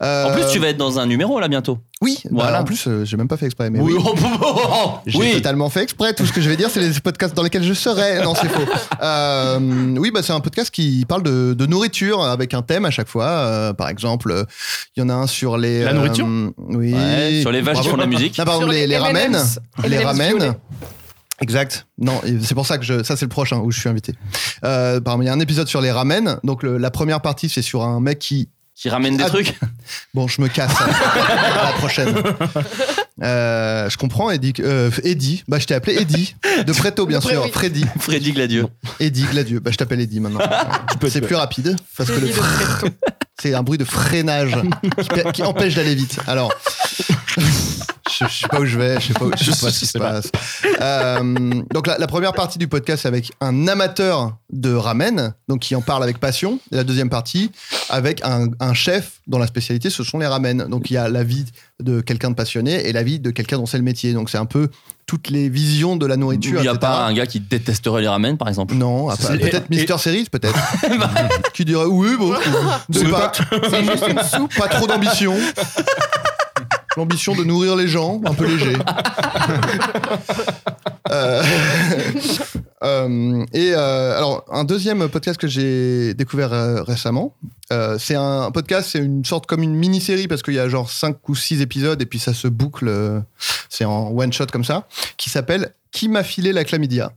J: Euh,
H: En plus, tu vas être dans un numéro là bientôt.
J: Oui, bah,
H: Voilà.
J: en plus, euh, j'ai même pas fait exprès. Mais oui.
H: oh, oh, oh, oh.
J: J'ai
H: Oui.
J: totalement fait exprès. Tout ce que je vais dire, c'est les podcasts dans lesquels je serai. Non, c'est faux. Euh, oui, bah, c'est un podcast qui parle de, de nourriture avec un thème à chaque fois. Euh, par exemple, euh, il y en a un sur les.
I: La
J: euh,
I: nourriture
J: Oui.
H: Ouais, sur les vaches qui
J: Bravo.
H: font de la musique.
J: Non, pardon,
K: Sur
J: les,
K: les
J: les ramen.
K: M&M's. Et les
J: Les ramen.
K: violets.
J: Exact. Non, et c'est pour ça que je, ça c'est le prochain où je suis invité. Euh, pardon, il y a un épisode sur les ramen. Donc le- la première partie c'est sur un mec qui
H: Qui ramène des
J: Ah,
H: trucs.
J: Bon, je me casse. hein. à la prochaine. Euh, je comprends, Eddie. euh, Eddie. Bah, je t'ai appelé Eddie. De Preto, bien
K: De
J: sûr.
K: près, oui.
J: Freddy.
H: Freddy Gladieux.
J: Eddie Gladieux. Bah, je t'appelle Eddie maintenant. c'est plus rapide. Parce que le
K: Eddie de
J: fre- c'est un bruit de freinage qui, pe- qui empêche d'aller vite. Alors. Je, je sais pas où je vais, je sais pas, où, je sais pas ce qui se passe. Euh, donc la, la première partie du podcast c'est avec un amateur de ramen, donc qui en parle avec passion. Et la deuxième partie avec un, un chef dont la spécialité ce sont les ramen. Donc il y a la vie de quelqu'un de passionné et la vie de quelqu'un dont c'est le métier. Donc c'est un peu toutes les visions de la
H: Il
J: nourriture.
H: n'y a
J: etc.
H: pas un gars qui détesterait les ramen, par exemple.
J: Non, à part-
I: C'est-
J: peut-être
I: et-
J: Mister Series, peut-être. qui dirait oui, bon, je sais pas,
K: C'est juste une soupe.
J: pas trop d'ambition. L'ambition de nourrir les gens, un peu léger. Euh, euh, et euh, alors, un deuxième podcast que j'ai découvert euh, récemment, euh, c'est un podcast, c'est une sorte comme une mini-série parce qu'il y a genre 5 ou 6 épisodes et puis ça se boucle, euh, c'est en one-shot comme ça, qui s'appelle Qui m'a filé la chlamydia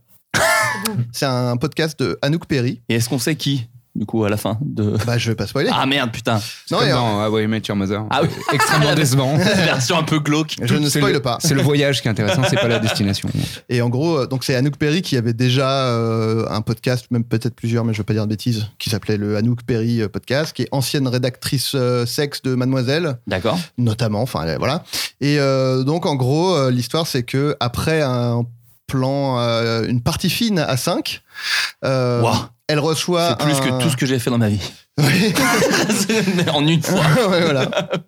J: C'est un podcast de Anouk Perry.
H: Et est-ce qu'on sait qui, du coup, à la fin de.
J: Bah, je vais pas spoiler.
H: Ah merde, putain.
J: non,
L: Comme
J: et, euh,
L: dans How I Met Your Mother.
H: Ah oui.
L: Extrêmement décevant.
H: Version un peu glauque.
J: je ne
L: C'est
J: spoil
L: le-
J: pas.
L: C'est le voyage qui est intéressant, c'est pas la destination.
J: Et en gros, euh, donc c'est Anouk Perry qui avait déjà euh, un podcast, même peut-être plusieurs, mais je veux pas dire de bêtises, qui s'appelait le Anouk Perry euh, podcast, qui est ancienne rédactrice euh, sexe de Mademoiselle,
H: D'accord.
J: notamment. Enfin elle- voilà. Et euh, donc en gros, euh, l'histoire c'est que après un plan, euh, une partie fine à 5
H: Wow.
J: elle reçoit
H: C'est plus que tout ce que j'ai fait dans ma vie. en une fois.
J: Ouais, voilà.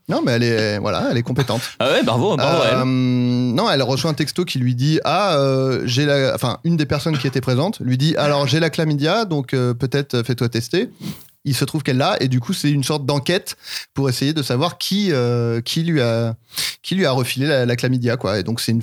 J: Non, mais elle est, voilà, elle est compétente.
H: Ah ouais, bravo, bravo à
J: Euh,
H: elle.
J: Non, elle reçoit un texto qui lui dit ah euh, j'ai la, enfin une des personnes qui était présente lui dit alors j'ai la chlamydia donc euh, peut-être euh, fais-toi tester. Il se trouve qu'elle l'a et du coup c'est une sorte d'enquête pour essayer de savoir qui euh, qui lui a qui lui a refilé la, la chlamydia quoi et donc c'est une,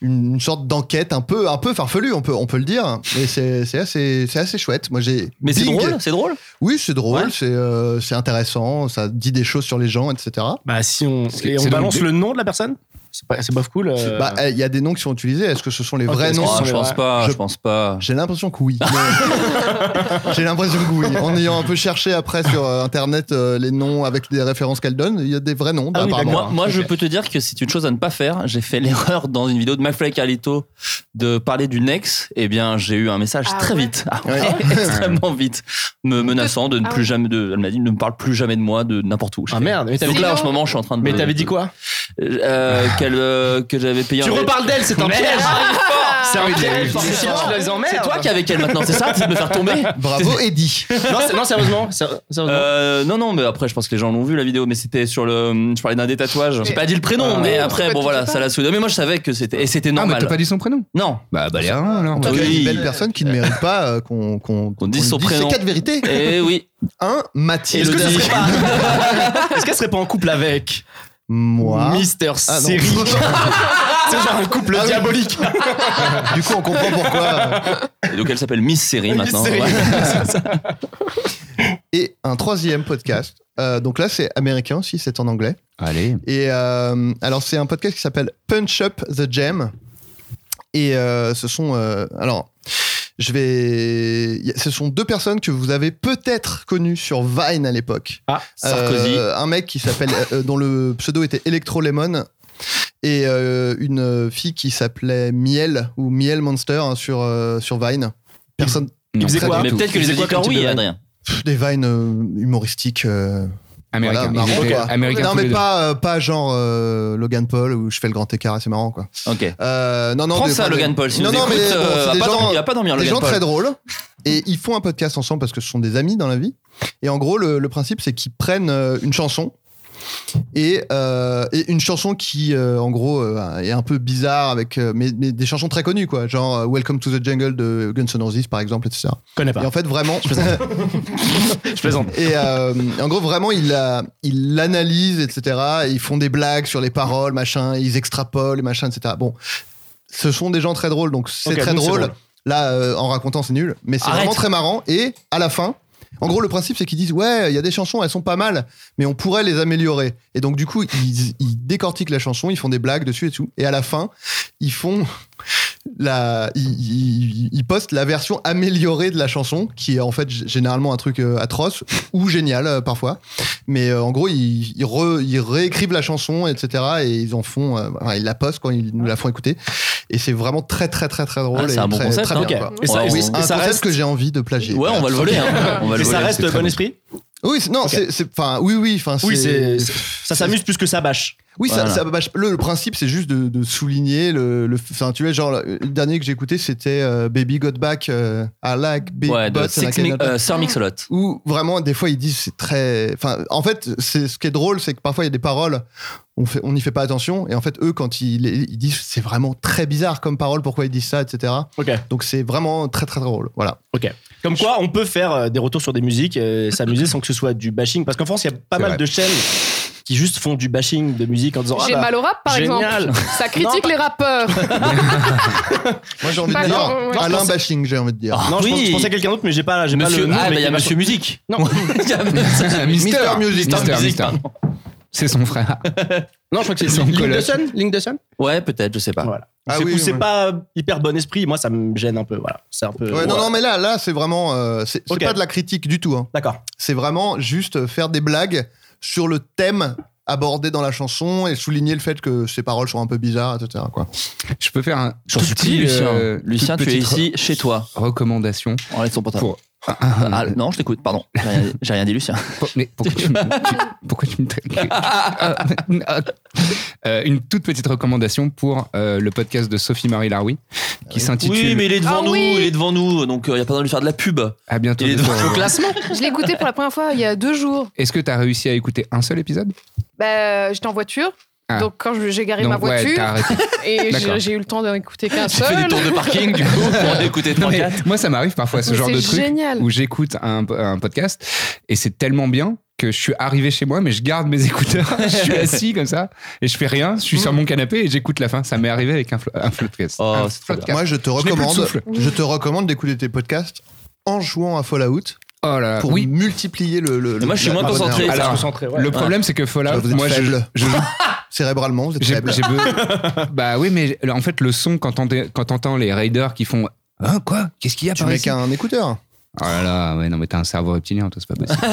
J: une sorte d'enquête un peu un peu farfelue on peut on peut le dire hein. mais c'est c'est assez c'est assez chouette moi j'ai
H: Mais c'est
J: Bing.
H: drôle, c'est drôle.
J: oui c'est drôle
H: Ouais.
J: c'est euh, c'est intéressant ça dit des choses sur les gens etc
I: Bah, si on,
L: C'est-
I: et on
L: c'est donc
I: balance
L: des-
I: le nom de la personne C'est pas, c'est pas cool. euh,
J: Bah, il y a des noms qui sont utilisés. Est-ce que ce sont les
I: Ok,
J: vrais
I: est-ce
J: noms
I: que
H: Oh,
I: c'est
H: je
I: vrai.
H: pense pas, je
J: Je-
H: pense pas.
J: J'ai l'impression que oui. Mais- J'ai l'impression que oui. En ayant un peu cherché après sur euh, internet euh, les noms avec des références qu'elle donne, il y a des vrais noms.
I: Ah oui,
J: apparemment.
H: Moi,
I: d'accord.
H: moi, je
I: Ok.
H: peux te dire que c'est une chose à ne pas faire. J'ai fait l'erreur dans une vidéo de McFly et Carlito de parler d'une ex. Eh bien, j'ai eu un message
K: Ah
H: très
K: ouais
H: vite, Ah ouais, extrêmement vite, me menaçant de ne
K: Ah
H: plus
K: ouais.
H: jamais de. Elle m'a dit ne me parle plus jamais de moi, de n'importe où. Je
I: Ah
H: fais-
I: merde, mais t'avais
H: Donc
I: dit,
H: là, en
K: Sinon-
H: ce moment, je suis en train de.
I: mais t'avais dit quoi
H: Euh, qu'elle, euh, que j'avais payé.
I: Tu
H: un-
I: reparles d'elle, c'est un
H: Merde.
I: piège C'est un
L: Ah,
I: piège
L: oui,
I: C'est toi qui les
H: C'est
I: emmerdes.
H: toi qui es avec elle maintenant, c'est ça Tu veux me faire tomber
J: Bravo Eddie.
I: Non, c'est- non, sérieusement. ser- sérieusement.
H: Euh, non, non, mais après, je pense que les gens l'ont vu la vidéo, mais c'était sur le. Je parlais d'un des tatouages. J'ai pas dit le prénom,
I: Ah,
H: mais
K: ouais.
H: après, bon
K: Tu
H: voilà,
K: sais pas.
H: ça l'a soudé. Mais moi, je savais que c'était. Et c'était
L: Ah, mais
H: normal.
L: t'as pas dit son prénom
H: Non.
L: Bah, bah, les
I: Ah,
L: reins, alors.
J: Donc, elle est
H: Oui.
J: une belle personne qui ne mérite pas euh, qu'on qu'on
H: Qu'on dise son
J: lui
H: prénom.
J: Ces quatre vérités.
H: Et oui.
J: Un Mathilde.
I: Est-ce que ce
H: Elodie.
I: serait pas- Est-ce qu'elle serait pas en couple avec
J: Moi.
I: Mister
J: Ah, non.
I: Série C'est genre un couple
J: Ah oui.
I: diabolique.
J: du coup, on comprend pourquoi.
H: Et donc, elle s'appelle Miss Série maintenant.
I: Série.
H: Ouais.
J: Et un troisième podcast. Euh, donc là, c'est américain aussi, c'est en anglais.
L: Allez.
J: Et euh, alors, c'est un podcast qui s'appelle Punch Up the Jam. Et euh, ce sont. euh, alors, je vais. y a- Ce sont deux personnes que vous avez peut-être connues sur Vine à l'époque.
I: Ah,
H: Sarkozy.
J: Euh, un mec qui s'appelle. euh, dont le pseudo était Electro Lemon. Et euh, une euh, fille qui s'appelait Miel ou Miel Monster hein, sur, euh, sur Vine. Personne.
L: Non,
I: faisait
L: pas
I: quoi
L: du
H: Mais
L: tout.
H: peut-être que
I: Tu
H: les
I: faisais quoi
H: écouteurs,
I: comme type
H: oui,
I: de vanne
H: Adrien.
J: Pff, Des Vines euh, humoristiques. euh,
L: Américain.
J: Voilà,
L: Il
J: marrant,
L: était
J: quoi.
L: américain
J: non,
L: tous
J: mais
L: les deux.
J: pas, euh, pas genre euh, Logan Paul où je fais le grand écart et c'est marrant quoi.
H: Ok.
J: Euh, non, non,
H: Prends
J: des-
H: ça,
J: enfin, des-
H: Logan Paul. Si
J: non,
H: nous
J: non, mais
H: écoute,
J: bon,
H: euh,
J: c'est des
H: va pas
J: gens-
H: dormir- il va pas dormir,
J: des
H: Logan
J: gens
H: Paul.
J: très drôles et ils font un podcast ensemble parce que ce sont des amis dans la vie. Et en gros, le, le principe, c'est qu'ils prennent euh, une chanson et, euh, et une chanson qui euh, en gros euh, est un peu bizarre avec euh, mais, mais des chansons très connues quoi genre euh, Welcome to the Jungle de Guns N' Roses par exemple etc
I: Je connais
J: et
I: pas.
J: en fait vraiment
I: Je plaisante.
J: et euh, en gros vraiment ils la- ils l'analysent etc et ils font des blagues sur les paroles machin ils extrapolent machin etc bon ce sont des gens très drôles donc c'est
I: Ok,
J: très
I: donc c'est
J: drôle.
I: drôle.
J: là euh, en racontant c'est nul mais c'est
I: Arrête.
J: vraiment très marrant et à la fin en gros, le principe, c'est qu'ils disent ouais, il y a des chansons, elles sont pas mal, mais on pourrait les améliorer. Et donc, du coup, ils, ils décortiquent la chanson, ils font des blagues dessus et tout. Et à la fin, ils font la, ils, ils- ils postent la version améliorée de la chanson, qui est en fait g- généralement un truc euh, atroce ou génial euh, parfois. Mais euh, en gros, ils, ils, re- ils réécrivent la chanson, etc. Et ils en font, euh, enfin, ils la postent quand ils nous la font écouter. Et c'est vraiment très, très, très, très drôle.
H: Ah, c'est
J: et
H: un bon
J: très,
H: concept,
J: très
H: hein,
J: bien,
I: ok.
J: quoi.
I: Et ça-
J: Ouais,
I: et
J: oui,
I: ça-
J: un
I: et ça
J: concept
I: reste-
J: que j'ai envie de plagier.
H: Ouais, on va le voler. hein. On va le
I: Et ça
H: voler.
I: reste
L: c'est
I: bon
L: très bon.
I: esprit
J: Oui, c'est- non,
I: Ok.
J: c'est- c'est, enfin, oui, oui, enfin,
I: Oui, c'est- c'est- ça s'amuse plus que ça bâche.
J: oui, ça,
H: Voilà.
J: ça- bah, je- le, le principe, c'est juste de, de souligner le, le- enfin, tu vois, genre, le le dernier que j'ai écouté, c'était euh, Baby Got Back, euh, I like Big
H: Ouais, de
J: Butts and I
H: Six
J: Cannot
H: Mi-
J: Back.
H: euh, Sir Mix-a-Lot.
J: Où vraiment, des fois, ils disent c'est très. Enfin, en fait, c'est ce qui est drôle, c'est que parfois il y a des paroles, on fait, on n'y fait pas attention, et en fait, eux, quand ils, ils disent, c'est vraiment très bizarre comme parole, pourquoi ils disent ça, etc.
I: Ok.
J: Donc c'est vraiment très très drôle, voilà.
I: Comme quoi, on peut faire euh, des retours sur des musiques, euh, s'amuser sans que ce soit du bashing. Parce qu'en France, il y a pas
L: C'est
I: mal
L: vrai.
I: de chaînes qui juste font du bashing de musique en disant Ah
K: J'ai
I: bah,
K: mal au rap, par exemple.
I: génial.
K: Ça critique
I: Non.
K: les rappeurs.
J: Moi, j'ai envie
K: Pas
J: de dire
K: grand-
J: euh,
K: ouais.
J: Alain Bashing, j'ai envie de dire.
I: Non, je,
H: Oui.
I: pense- je pensais à quelqu'un d'autre, mais j'ai pas, j'ai pas le
H: Monsieur,
I: nom.
H: ah, bah, il
I: mais
H: y a
I: qui m'a-
H: Monsieur Musique.
I: Non.
H: Il y a Monsieur-
L: Mister
J: Music.
L: Mister
H: Mister Music,
L: Mister. C'est son frère.
I: Non, je crois que c'est
L: Son
I: Link
L: coloc.
I: de Sun. Link de Sun.
H: Ouais, peut-être, je sais pas.
I: Voilà.
J: Ah
I: c'est
J: oui,
I: ou c'est
J: ouais.
I: pas hyper bon esprit. Moi, ça me gêne un peu. Voilà. C'est un
H: Euh,
I: peu.
J: Ouais, Non,
I: Ouais.
J: non, mais là, là, c'est vraiment, euh, c'est c'est
I: Ok.
J: pas de la critique du tout. hein.
I: D'accord.
J: C'est vraiment juste faire des blagues sur le thème abordé dans la chanson et souligner le fait que ces paroles sont un peu bizarres, etc. Quoi.
L: Je peux faire un
H: J'en
L: tout
H: suis
L: petit,
H: Lucien.
L: euh,
H: Lucien,
L: toute
H: tu es
L: petite
H: ici, chez toi.
L: re- recommandation.
H: On laisse ton pantalon.
L: Pour- Ah,
H: Ah, non, je t'écoute, pardon. J'ai rien- J'ai rien dit, Lucien.
L: Pour- mais pourquoi tu, me- tu- pourquoi tu me traites- Ah, ah, Euh, Une toute petite recommandation pour euh, le podcast de Sophie-Marie Laroui qui s'intitule
H: Euh, Oui, mais il est devant
K: Ah
H: nous,
K: oui.
H: il est devant nous, donc il n'y a pas besoin de lui faire de la pub.
L: À bientôt.
H: Il est
L: les
H: devant
L: heures.
H: au classement.
K: Je l'ai écouté pour la première fois il y a deux jours.
L: Est-ce que tu as réussi à écouter un seul épisode
K: Bah, j'étais en voiture.
L: Ah.
K: Donc, quand je- j'ai garé
L: Non,
K: ma
L: ouais,
K: voiture
L: t'as arrêté.
K: et
L: D'accord.
K: j'ai j'ai eu le temps d'en écouter qu'un
H: Tu fais
K: seul,
H: des tours de parking, du coup, pour écouter
L: Non, mais
H: 3-4.
L: moi, ça m'arrive parfois ce
K: Mais
L: genre
K: c'est
L: de truc
K: génial.
L: où j'écoute un, un podcast et c'est tellement bien que je suis arrivé chez moi, mais je garde mes écouteurs. je suis assis comme ça et je fais rien. Je suis sur mon canapé et j'écoute la fin. Ça m'est arrivé avec un, flo- un podcast.
H: Oh,
L: Un
H: c'est trop
L: podcast.
J: Moi, je te
L: n'ai plus de
J: recommande,
L: souffle.
J: je te recommande d'écouter tes podcasts en jouant à Fallout
L: Oh là là.
J: pour
L: oui.
J: multiplier le. le-
H: moi,
J: le-
H: je suis
J: la-
H: moins
J: la bonne
H: concentré.
J: heure.
L: Alors, le problème, c'est que Fallout,
J: Vous êtes
L: moi, je-
J: faible.
L: je joue
J: cérébralement, vous êtes
L: J'ai-
J: faible.
L: j'ai be- bah oui, mais en fait, le son, quand t'entends quand t'entends les raiders qui font Hein, quoi Qu'est-ce qu'il y a
J: Tu
L: par
J: mets
L: ici
J: qu'un écouteur.
L: Oh là là, ouais, non, mais t'as un cerveau reptilien, toi, c'est pas possible.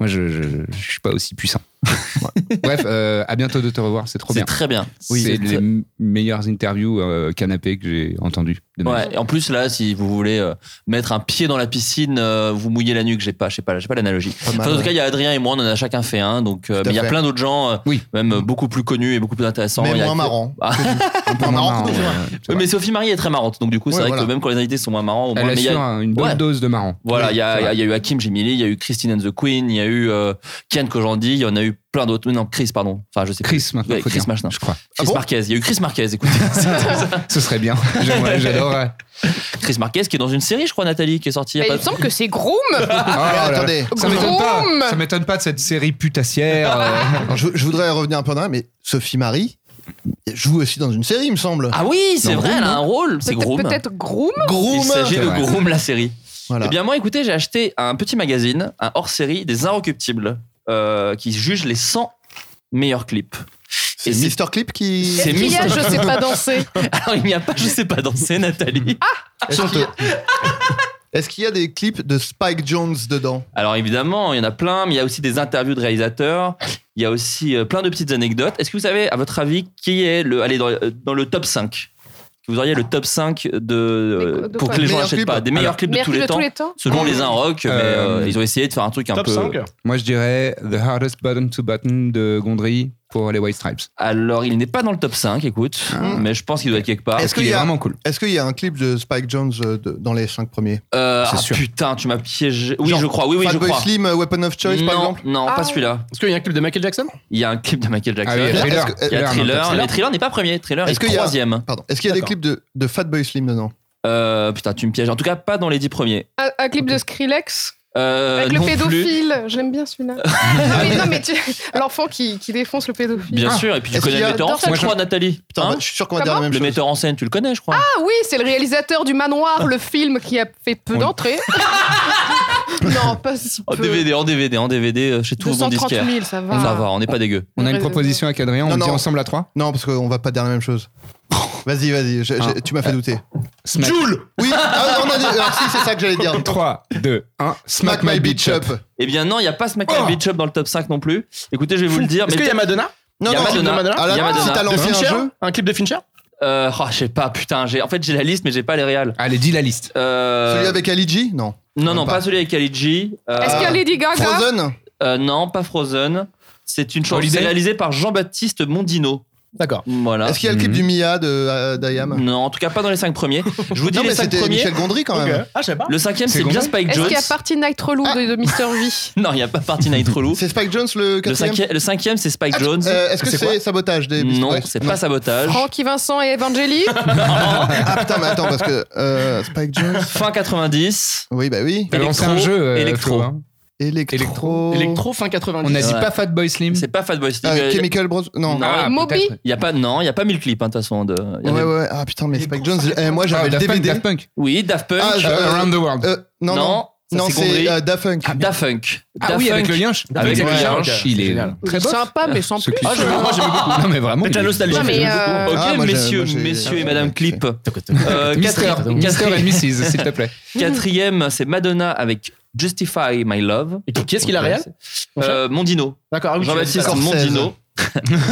L: Moi, je, je, je suis pas aussi puissant. Ouais. Bref, euh, à bientôt de te revoir, c'est trop
H: C'est
L: bien.
H: très bien.
L: c'est
H: C'est
L: les
H: très-
L: m- meilleures interviews euh, canapé que j'ai entendues. de ma vie.
H: Ouais, et en plus là, si vous voulez euh, mettre un pied dans la piscine, euh, vous mouillez la nuque. J'ai pas, j'ai pas, j'ai pas l'analogie.
J: Pas mal.
H: Enfin, en tout cas, il y a Adrien et moi, on en a chacun fait un. Donc, euh,
J: Tout à
H: mais il y a
J: fait.
H: plein d'autres gens, euh,
L: Oui.
H: même euh, beaucoup plus connus et beaucoup plus intéressants.
J: mais
H: Il y a
J: moins
H: que-
J: marrant.
H: Ah.
J: Un peu
L: Moins
J: marrant.
L: marrant,
J: que toi.
L: ouais, c'est
H: Oui,
L: vrai.
H: mais Sophie Marie est très marrante, donc du coup, c'est
J: Ouais,
H: vrai
J: voilà.
H: que même quand les invités sont moins marrants, au moins,
L: Elle
H: mais il y a-
L: assure hein, une bonne
H: Ouais.
L: dose de marrant.
H: Voilà, il y, a-
L: c'est vrai.
H: il y a eu Hakim Jemili, il y a eu Christine and the Queen, il y a eu euh, Ken Kojandi, il y en a eu plein d'autres. Non, Chris, pardon. Enfin, je sais plus.
L: Chris, maintenant,
H: Ouais,
L: faut
H: Chris
L: dire,
H: machin.
L: je crois.
H: Chris
J: bon
H: Marquez. Il y a eu Chris Marquez, écoutez.
L: Ce serait bien. J'aimerais- J'adorerais.
H: Chris Marquez qui est dans une série, je crois, Nathalie, qui est sortie il y
K: Mais
H: a
K: Bah, il
H: pas Ah,
K: me semble que c'est Groom.
L: Oh là là.
J: attendez.
L: Ça m'étonne
K: Groom
L: pas. Ça m'étonne pas de cette série putassière. euh,
J: Alors, je, je voudrais revenir un peu en arrière, mais Sophie Marie joue aussi dans une série, il me semble.
H: Ah oui, c'est
J: Dans
H: vrai, elle a un rôle, c'est
K: Peut-être-
H: Groom.
K: Peut-être Groom.
H: Il s'agit
L: C'est
H: de
L: vrai.
H: Groom, la série.
J: Voilà.
H: Eh bien, moi, écoutez, j'ai acheté un petit magazine, un hors-série des Inrecuptibles, euh, qui juge les 100 meilleurs clips.
J: C'est
H: Et c'est-
J: Mister Clip qui.
H: C'est
K: Est-ce qu'il y a
H: Miss-
K: Je sais pas danser Ah
H: Alors, il n'y a pas Je sais pas danser, Nathalie.
J: Est-ce qu'il y a- Est-ce qu'il y a des clips de Spike Jones dedans
H: Alors évidemment, il y en a plein, mais il y a aussi des interviews de réalisateurs, il y a aussi euh, plein de petites anecdotes. Est-ce que vous savez, à votre avis, qui est le, allez, dans, euh, dans le top 5 Que Vous auriez le top 5 de, euh,
K: Mais de
H: pour
K: quoi
H: que les gens
J: Meilleurs
H: n'achètent
J: clips
H: pas, des meilleurs clips de
K: Merde
H: tous les temps. Selon
J: Mmh.
H: les un rock, mais
L: Euh,
H: euh, ils ont essayé de faire un truc un
I: Top
H: peu.
I: 5.
L: Moi, je dirais The Hardest Button to Button de Gondry. pour les White Stripes.
H: Alors, il n'est pas dans le top 5, écoute, mais je pense qu'il doit être quelque part.
J: Mmh. Est-ce
L: Parce qu'il
J: qu'il
L: est
J: y a-
L: vraiment cool.
J: Est-ce qu'il y a un clip de Spike Jones euh, de- dans les 5 premiers
H: Euh,
L: C'est
H: ah,
L: sûr.
H: putain, tu m'as piégé. Oui,
J: Genre,
H: je crois. Oui, oui, je
J: Fatboy
H: crois.
J: Slim, euh, Weapon of Choice,
H: non,
J: par exemple
H: non,
K: Ah
H: pas
K: ouais.
H: celui-là.
I: Est-ce qu'il y a un clip de Michael Jackson
H: Il y a un clip de Michael
L: Ah
H: Jackson.
L: oui, il y a
J: Est-ce
L: Thriller.
J: que-
H: il y a
L: Thriller, non,
H: Thriller.
L: Thriller.
H: Le Thriller n'est pas premier. Thriller est,
J: Est-ce qu'il y a-
H: troisième.
J: Pardon. Est-ce qu'il y a des clips de, de Fatboy Slim dedans
H: Euh, putain, tu me pièges. En tout cas, pas dans les dix premiers.
K: Un, un clip de Skrillex
H: Euh,
K: avec
H: non
K: le
H: plus.
K: pédophile. J'aime bien celui-là. mais non, mais tu... l'enfant qui, qui défonce le pédophile.
H: Bien sûr, et puis tu
J: Est-ce
H: connais
J: qu'il y
H: le
J: a-
H: metteur en
K: Dans
H: scène,
K: cette-
H: je crois, Nathalie.
J: Putain,
H: Hein
J: bah, je suis sûr qu'on va dire
K: Comment
J: la même
H: le
J: chose.
H: metteur en scène, tu le connais, je crois.
K: Ah oui, c'est le réalisateur du Manoir, le film qui a fait peu
L: Oui.
K: d'entrées. non, pas si
H: en
K: peu.
H: DVD, en DVD, en DVD, euh, chez tout le bon
K: 230
H: disquaire.
K: 000, ça va.
H: Ça va, on n'est pas dégueu.
L: On a une
K: Ouais,
L: proposition avec Adrien, on
J: Non,
L: le dit
J: non.
L: ensemble à trois.
J: Non, parce qu'on va pas dire la même chose. Vas-y, vas-y, je- je- tu m'as fait douter.
L: Ah. Euh, Smack.
J: Oui, ah, on a dit. alors, si, c'est ça que j'allais dire.
L: 3, 2, 1,
J: Smack my bitch up.
H: Eh bien, non, il n'y a pas Smack My
L: Oh.
H: Bitch Up dans le top 5 non plus. Écoutez, je vais vous le dire.
I: Est-ce qu'il y a Madonna
J: Non,
H: Il y a
J: non,
H: Madonna,
J: Ah, là,
H: il y a
J: Si
H: Madonna.
J: t'as
I: De
J: lancé un
I: Fincher
J: jeu,
I: Un clip de Fincher
H: Euh, oh, je sais pas, putain. j'ai- En fait, j'ai la liste, mais j'ai pas les réals.
L: Allez, dis la liste.
H: Euh,
J: celui avec Ali G Non.
H: Non, non,
J: Même pas.
H: pas. celui avec Kalidji. Euh,
K: Est-ce qu'il y a Lady Gaga
J: Frozen
H: euh, Non, pas Frozen. C'est une chanson
L: Holiday
H: c'est réalisée par Jean-Baptiste Mondino.
I: D'accord.
H: Voilà. Mm.
J: Est-ce qu'il y a le clip
L: Mhm.
J: du Mia de euh, d'Ayam
H: Non, en tout cas pas dans les 5 premiers. Je vous dis
J: Non,
H: les
J: mais
H: 5
J: c'était
H: premiers.
J: Michel Gondry quand même.
I: Ah, je sais pas.
H: Le cinquième,
L: C'est Ah.
H: c'est bien
L: Gondry
H: Spike
K: Est-ce
H: Jones.
K: qu'il y a Party Night Relou de, de Mr. V
H: Non, il n'y a pas Party Night Relou.
J: C'est Spike Jones le
H: Le
J: quatrième
H: cinquième, le cinquième, c'est Spike
J: Ah,
H: Jones.
J: euh, Est-ce que
I: C'est
J: c'est
I: quoi
J: sabotage des Beastie
H: non,
J: Boys
H: c'est pas sabotage.
K: Francky Euh, Vincent et Evangeli
J: Ah putain, mais attends, parce que euh, Spike Jones.
H: Fin 90.
J: Oui, bah oui.
L: T'as lancé
H: Electro,
L: un jeu, euh,
H: Electro.
L: Flo, hein.
J: Electro.
I: Electro fin
L: On
I: 90.
L: a dit
H: Ouais.
L: pas Fatboy Slim.
H: C'est pas Fatboy Slim.
J: Euh,
H: Il y a-
J: Chemical Bros. Non.
H: Non,
L: Ah,
K: Moby.
L: peut-être.
H: il y a pas, non, il n'y a pas mille clips, hein, de toute façon. de- il y
J: Ouais,
H: avait-
J: ouais, ouais. Ah putain, mais Spike Jones. eh, moi
L: Ah,
J: j'avais le
L: Daft Punk,
J: DVD.
L: Daft Punk.
H: Oui, Daft Punk.
J: Ah, je-
L: Euh, Around the World.
J: Euh, non, non.
H: non, ça,
J: Non, c'est
H: Gondry.
J: euh, Daft Punk.
H: Daft Punk.
L: Ah oui,
H: Daft
L: avec
H: Punk.
L: le yinche.
H: Avec
L: Avec
H: le
L: le
H: yinche.
L: yinche, il est
I: Génial.
L: très beau.
K: Sympa, mais sans
L: Ce
K: plus.
L: clip.
H: Ah, j'aime- moi, j'aime
L: Non, mais vraiment.
I: Peut-être
L: il
I: la
L: est-
I: nostalgie.
K: Non, mais, euh,
H: Ok,
J: Ah, moi, j'ai-
H: messieurs,
J: moi, j'ai-
H: messieurs et
J: Ah,
H: madame
J: ok.
H: Clip. Euh,
L: Mister,
H: quatri-
L: Mister
H: quatri-
L: and Mrs, s'il te plaît.
H: Quatrième, c'est Madonna avec Justify My Love.
I: Et qui qui est-ce qu'il a réel
H: Euh, Mondino.
I: D'accord, ah oui, tu l'as dit
H: Jean-Baptiste
I: ça.
J: Scorsese.
H: Mondino.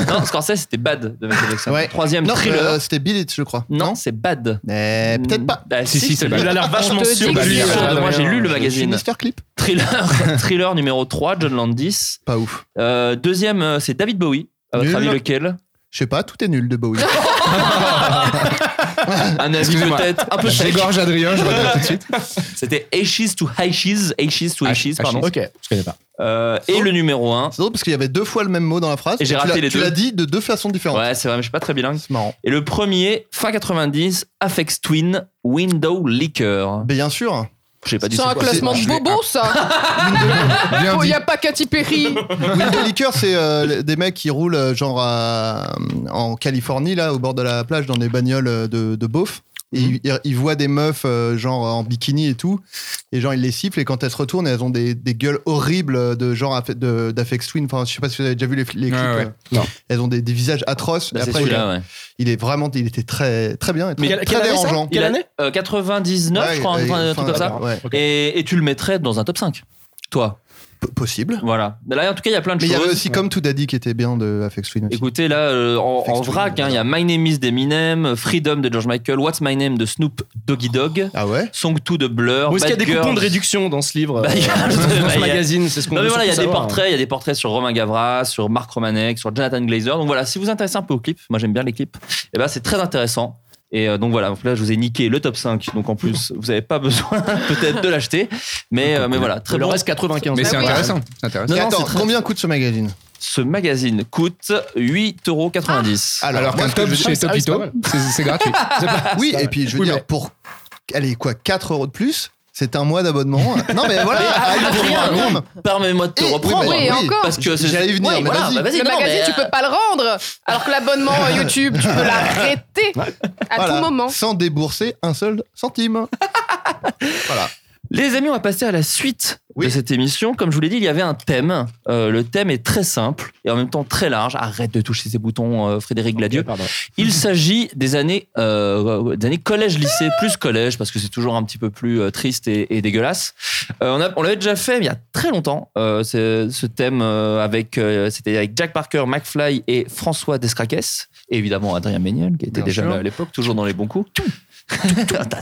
H: non, Scorsese, c'était Bad de Michael Jackson.
J: Ouais.
H: Troisième,
J: Non,
H: Thriller.
J: euh, c'était Bill It, je crois.
H: non, c'est Bad.
J: Mais peut-être pas. Bah,
H: Ah,
L: Si, si, c'est
H: celui-là.
I: Il a l'air vachement
K: te
I: sûr
K: dit
I: de
K: que
I: lui.
K: c'est
I: euh,
K: sûr
H: de moi, j'ai lu le
I: euh,
J: Je suis
H: magazine.
J: Mister Clip.
H: Thriller, thriller numéro 3, John Landis.
J: Pas ouf.
H: Euh, deuxième, euh, c'est David Bowie. À votre
J: Nul.
H: avis, lequel
J: Je sais pas, tout est nul de Bowie.
H: Un avis
L: Excusez-moi.
H: peut-être un peu sec.
L: J'égorge Adrien, je reviens tout de suite.
H: C'était Ashes to Ashes, Ashes to
L: Ah,
H: Ashes, pardon.
I: Ok, je connais pas.
H: Euh, et le numéro 1.
J: C'est drôle parce qu'il y avait deux fois le même mot dans la phrase.
H: Et j'ai
J: tu
H: raté
J: l'as-
H: les
J: Tu
H: deux.
J: l'as dit de deux façons différentes.
H: Ouais, c'est vrai, mais je suis pas très bilingue.
J: C'est marrant.
H: Et le premier, fin 90, Afex Twin, Window Liquor.
J: Bien sûr.
H: J'ai pas dit
K: C'est un
H: ça.
K: classement
L: C'est-
K: de
L: je l'ai-
K: bobo, ça
L: Bien
K: Il
L: dit.
K: n'y a pas Katy Perry
J: Window Liquor, c'est euh, les- des mecs qui roulent euh, genre à- euh, en Californie, là, au bord de la plage, dans des bagnoles euh, de, de beauf. Et
H: Mhm.
J: ils- ils, ils voient des meufs, euh, genre en bikini et tout. Et genre, ils les sifflent. Et quand elles se retournent, elles ont des, des gueules horribles de genre affe- de- d'Afex Twin. Enfin, je sais pas si vous avez déjà vu les, les clips.
L: Ouais, ouais.
J: euh,
L: Non.
J: Elles ont des, des visages atroces.
H: Bah,
J: Et
H: c'est
J: après, il,
H: celui-là, ouais.
J: il est vraiment, il était très, très bien. Et
I: Mais
J: très,
I: quelle-
J: très
I: quelle année, ça
J: dérangeant.
I: Quelle
H: Il a-
I: année
H: euh, 99, je
J: Ouais,
H: crois, un
J: et-
H: truc
J: enfin,
H: comme ça.
J: ouais.
I: Ok.
H: Et, et tu le mettrais dans un top 5. Toi,
J: P- Possible.
H: voilà. Mais Là, en tout cas, il y a plein de
J: Mais il y
H: choses.
J: avait aussi Comme tout Daddy qui était bien de Afex Twin. aussi.
H: Écoutez, là, euh, en, en vrac, hein, il y a My Name is d'Eminem, Freedom de George Michael, What's My Name de Snoop Doggy Dog,
J: Ah ouais
H: Song 2 de Blur.
I: Ou est-ce qu'il y a
H: Bad
I: des coupons
H: Girls.
I: de réduction dans ce livre
H: Bah, il y a-
I: euh, Dans
H: bah, il
I: ce
H: y a-
I: magazine, c'est ce qu'on
H: Non mais
I: veut
H: voilà, il y a
I: surtout
H: des
I: savoir.
H: portraits, il y a des portraits sur Romain Gavras, sur Marc Romanek, sur Jonathan Glazer. Donc voilà, si vous vous intéressez un peu aux clips, moi j'aime bien les clips, et ben c'est très intéressant. Et euh, donc voilà, donc là je vous ai niqué le top 5, donc en plus vous n'avez pas besoin peut-être de l'acheter, mais, euh, mais voilà, très
I: Le
H: bon.
I: reste 95.
L: Mais c'est
K: oui.
L: intéressant. c'est intéressant.
H: Bah Non,
J: Et
H: non,
J: attends,
H: c'est très-
J: combien coûte ce magazine
H: Ce magazine coûte 8,90€.
J: Alors,
L: Alors
J: moi,
L: qu'un
J: ce que
L: top
J: je-
L: chez
I: ah oui, c'est
L: Topito,
I: pas mal.
L: c'est c'est gratuit.
J: Oui, et puis je veux
I: Oui,
J: dire,
I: mais-
J: pour. Allez, quoi, 4 euros de plus C'est un mois d'abonnement. Non, mais voilà, ah, allez, pour
H: rien.
J: un minimum.
H: Permets-moi de te
J: Eh, oui, mais-
H: reprendre.
K: Oui,
J: oui,
K: encore
H: Parce que c'est-
J: J'allais y venir,
H: Ouais,
J: mais
H: voilà,
J: vas-y.
H: bah,
K: Le
H: non,
K: magazine,
H: mais,
K: tu peux pas le rendre Alors que l'abonnement euh, YouTube, tu peux l'arrêter
H: euh,
K: à
J: Voilà,
K: tout moment.
J: Sans débourser un seul centime. voilà.
H: Les amis, on va passer à la suite
J: Oui.
H: de cette émission. Comme je vous l'ai dit, il y avait un thème. Euh, le thème est très simple et en même temps très large. Arrête de toucher ces boutons, euh, Frédéric Gladieux.
I: Pardon.
H: Il s'agit des années, euh, des années collège-lycée, plus collège, parce que c'est toujours un petit peu plus euh, triste et, et dégueulasse. Euh, on a- on l'avait déjà fait mais il y a très longtemps, euh, ce, ce thème euh, avec, euh, c'était avec Jack Parker, McFly et François Descraques, Et évidemment, Adrien Méniel, qui était
L: Bien
H: déjà
L: sûr.
H: là à l'époque, toujours dans les bons coups.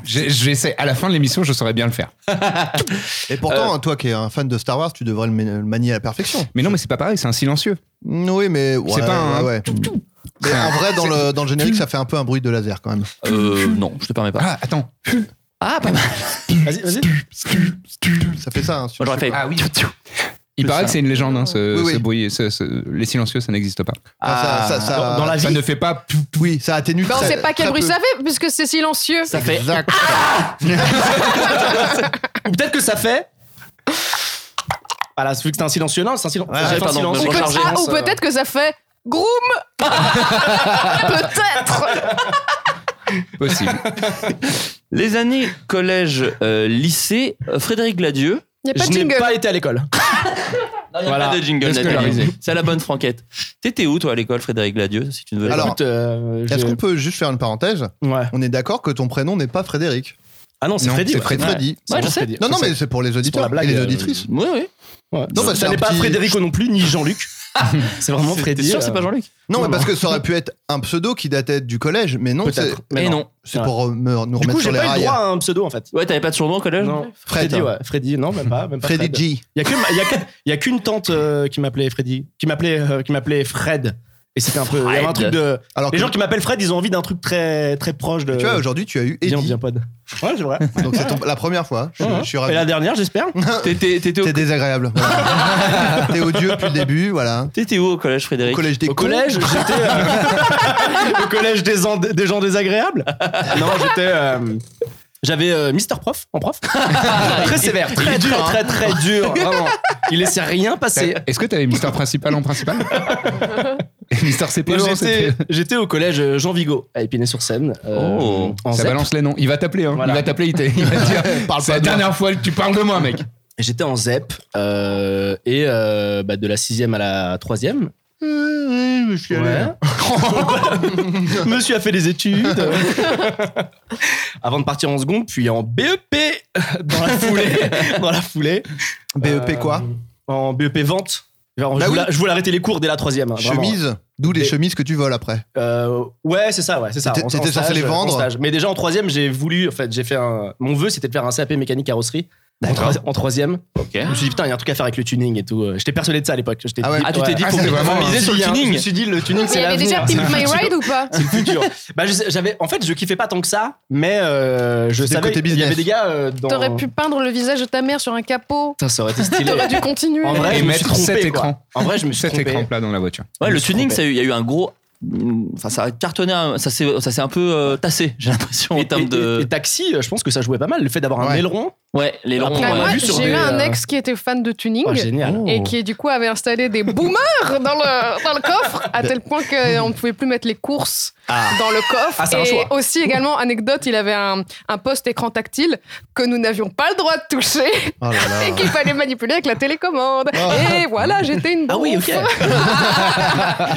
L: J'ai- J'essaie, à la fin de l'émission, je saurais bien le faire.
J: Et
H: Euh.
J: pourtant, toi qui es un fan de Star Wars, tu devrais le ma- le manier à la perfection.
L: Mais non, mais c'est pas pareil, c'est un silencieux.
J: Mm, Oui, mais. ouais,
L: pas un-
J: ouais, ouais. Mais en vrai, dans le, dans le générique, ça fait un peu un bruit de laser quand même.
H: Euh, non, je te permets pas.
L: Ah, attends.
H: Ah, pas mal.
I: Vas-y, vas-y.
J: Ça fait ça. hein, sur-
H: Moi, j'aurais fait.
L: Ah oui. Il paraît
H: ça.
L: que c'est une légende, hein, ce,
J: Oui, oui.
L: ce bruit. ce- ce- les silencieux, ça n'existe pas.
J: Ah, ça- ça- ça-
I: Dans, dans la
L: Ça
I: vie.
L: ne fait pas.
J: Oui, ça atténue.
K: Bah, on
J: très-
K: sait pas quel
J: très
K: bruit
J: peu.
K: ça fait, puisque c'est silencieux. Ah,
I: Ça fait.
J: Exact.
I: Ou peut-être que ça fait. Voilà, vu que c'est un silencieux, non, c'est un silencieux.
H: ouais, pardon,
I: silence.
H: mais
K: Ou
H: bon,
K: que-
H: recharger,
K: ah, ou
I: ça-
K: peut-être que ça fait groom. peut-être.
L: Possible.
H: Les années collège, euh, lycée, euh, Frédéric Gladieux.
K: Il n'y a pas
I: Je
K: de
I: n'ai
K: jingle.
I: pas été à l'école.
H: Il y a
I: Voilà.
H: pas de jingle,
I: Déscolarisé.
H: Nathalie. C'est à la bonne franquette. T'étais où, toi, à l'école, Frédéric Gladieux, si tu ne veux
J: Alors,
I: Bah, Écoute, euh,
J: Est-ce
I: j'ai-
J: qu'on peut juste faire une parenthèse
I: Ouais.
J: On est d'accord que ton prénom n'est pas Frédéric.
I: Ah non, c'est
L: Non,
I: Freddy.
L: c'est
I: ouais.
L: Freddy.
I: Ouais.
J: Freddy.
I: Ouais, je sais.
J: Non, non,
I: Je sais.
J: mais c'est pour les
I: pour
J: auditeurs
I: la blague,
J: et les
I: euh,
J: auditrices.
H: Oui, oui.
I: Ouais.
J: Non, bah, c'est
I: ça
J: un
I: n'est pas
J: petit- Ah,
I: Frédérico non plus, ni Jean-Luc. c'est vraiment Freddy.
H: T'es sûr que
I: euh,
H: c'est pas Jean-Luc
J: Non, mais
I: Non,
J: parce
I: non.
J: que ça aurait pu être un pseudo qui datait du collège, mais non, c'est
I: Peut-être. Mais
H: Eh
I: non.
H: non.
J: c'est
I: Ouais.
J: pour euh, me- nous
I: Du
J: remettre
I: coup,
J: sur
I: j'ai
J: les
I: pas eu le
J: rails.
I: droit à un pseudo en fait.
H: Ouais, t'avais pas de surnom au collège
I: Non.
J: Fred.
I: Freddy, ouais. Freddy, non, même pas. Même pas
J: Freddy
I: Fred.
J: G.
I: Il y a que ma- il y a que- il y a qu'une tante euh, qui m'appelait Freddy, qui m'appelait euh, qui m'appelait Fred. Et c'était un peu il y avait un
H: Fred.
I: truc de
J: Alors
I: les
J: que-
I: gens qui m'appellent Fred, ils ont envie d'un truc très très proche de
J: tu vois, aujourd'hui, tu as eu
I: Viens,
J: Eddie.
I: viens, pod. Ouais, c'est vrai.
J: Donc c'est ton- la première fois. Je,
I: Ouais,
J: je suis
I: ouais.
J: ravi.
I: Et la dernière, j'espère.
H: T'étais t'étais au,
J: T'es désagréable. Voilà. T'es odieux depuis le début, voilà.
H: t'étais où au collège,
J: Au
H: Frédéric
J: collège des
I: Au
J: cons.
I: collège, j'étais euh, au collège des, en- des gens désagréables.
J: Ah,
I: Non, j'étais euh, j'avais euh, Mister Prof en prof. très sévère, très dur,
L: hein.
I: hein. très très dur, vraiment. Il laissait rien passer.
L: Est-ce que t'avais Mister Principal en principal Et Mister
I: Moi,
L: CPE en
I: j'étais-
L: CPE?
I: J'étais au collège euh, Jean Vigo à Épinay-sur-Seine. euh,
H: Oh.
I: en
L: Ça
I: ZEP.
L: balance les noms. Il va t'appeler, hein.
I: Voilà.
L: Il va t'appeler, il, t'a- il va te dire.
J: Parle pas
L: C'est la
J: de moi.
L: dernière fois que tu parles de moi, mec.
I: Et J'étais en ZEP euh, et euh, bah, de la 6 à la 3 Monsieur a fait des études. Avant de partir en seconde, puis en BEP dans la foulée. dans la foulée.
L: E
J: BEP quoi
I: Euh, En BEP vente. Genre,
J: Bah
I: je, voulais,
J: oui.
I: je voulais arrêter les cours dès la troisième. hein, vraiment.
J: Chemise. D'où les
I: Des-
J: chemises que tu voles après.
I: Euh, ouais, c'est ça, ouais, c'est ça.
J: T'étais-
I: En- en
J: t'étais censé
I: stage,
J: les
I: en
J: vendre
I: stage. Mais déjà en troisième, j'ai voulu, en fait, j'ai fait un. Mon vœu, c'était de faire un CAP mécanique carrosserie. En troi- En troisième.
H: Ok.
I: Je me suis dit, putain, il y a un truc à faire avec le tuning et tout. euh. J'étais persuadé de ça à l'époque. J'étais
J: Ah ouais.
H: Ah, tu t'es dit,
L: Ah,
H: faut
L: c'est
H: que-
L: vraiment
H: faut miser
L: un
H: sur le
I: Je
H: tuning.
I: me suis dit, le tuning,
K: Mais il
I: c'est
K: y avait
I: l'avenir.
K: déjà Pimp My Ride ou pas
I: C'est le futur. bah, je sais- j'avais, en fait, je kiffais pas tant que ça, mais euh, je
J: C'était
I: savais
J: côté
I: qu'il y
J: business.
I: avait des gars euh, dans.
K: T'aurais pu peindre le visage de ta mère sur un capot.
I: Putain, ça aurait été stylé.
K: T'aurais dû continuer.
I: En vrai,
L: Et
I: je me suis
L: mettre
I: trompé.
L: sept
I: quoi.
L: écrans.
I: En vrai, je me suis
L: Cet
I: trompé.
L: écran plat dans la voiture.
H: Ouais,
I: Je me
H: le
I: suis
H: tuning,
I: trompé.
H: ça a eu- il y a eu un gros. mm, Enfin, ça a cartonné, un- ça s'est ça s'est un peu euh, tassé, j'ai l'impression, en
I: Et,
H: termes
I: et- et-
H: de.
I: et taxi, euh, je pense que ça jouait pas mal. Le fait d'avoir un
J: Ouais.
I: aileron,
H: Ouais, les
I: Après,
H: ronds.
K: Bah,
I: on
K: moi,
I: l'a vu sur
K: j'ai eu
I: des,
K: un
I: euh,
K: ex qui était fan de tuning.
I: oh, génial.
K: et qui du coup avait installé des boomers dans le, dans le coffre, à tel point qu'on ne pouvait plus mettre les courses dans le coffre.
I: Ah, c'est un
K: et
I: choix.
K: aussi également, anecdote, il avait un, un poste écran tactile que nous n'avions pas le droit de toucher
J: Oh là là.
K: et qu'il fallait manipuler avec la télécommande. Et voilà, j'étais une
I: Oh. Ah oui,
K: bouffe.
I: ok.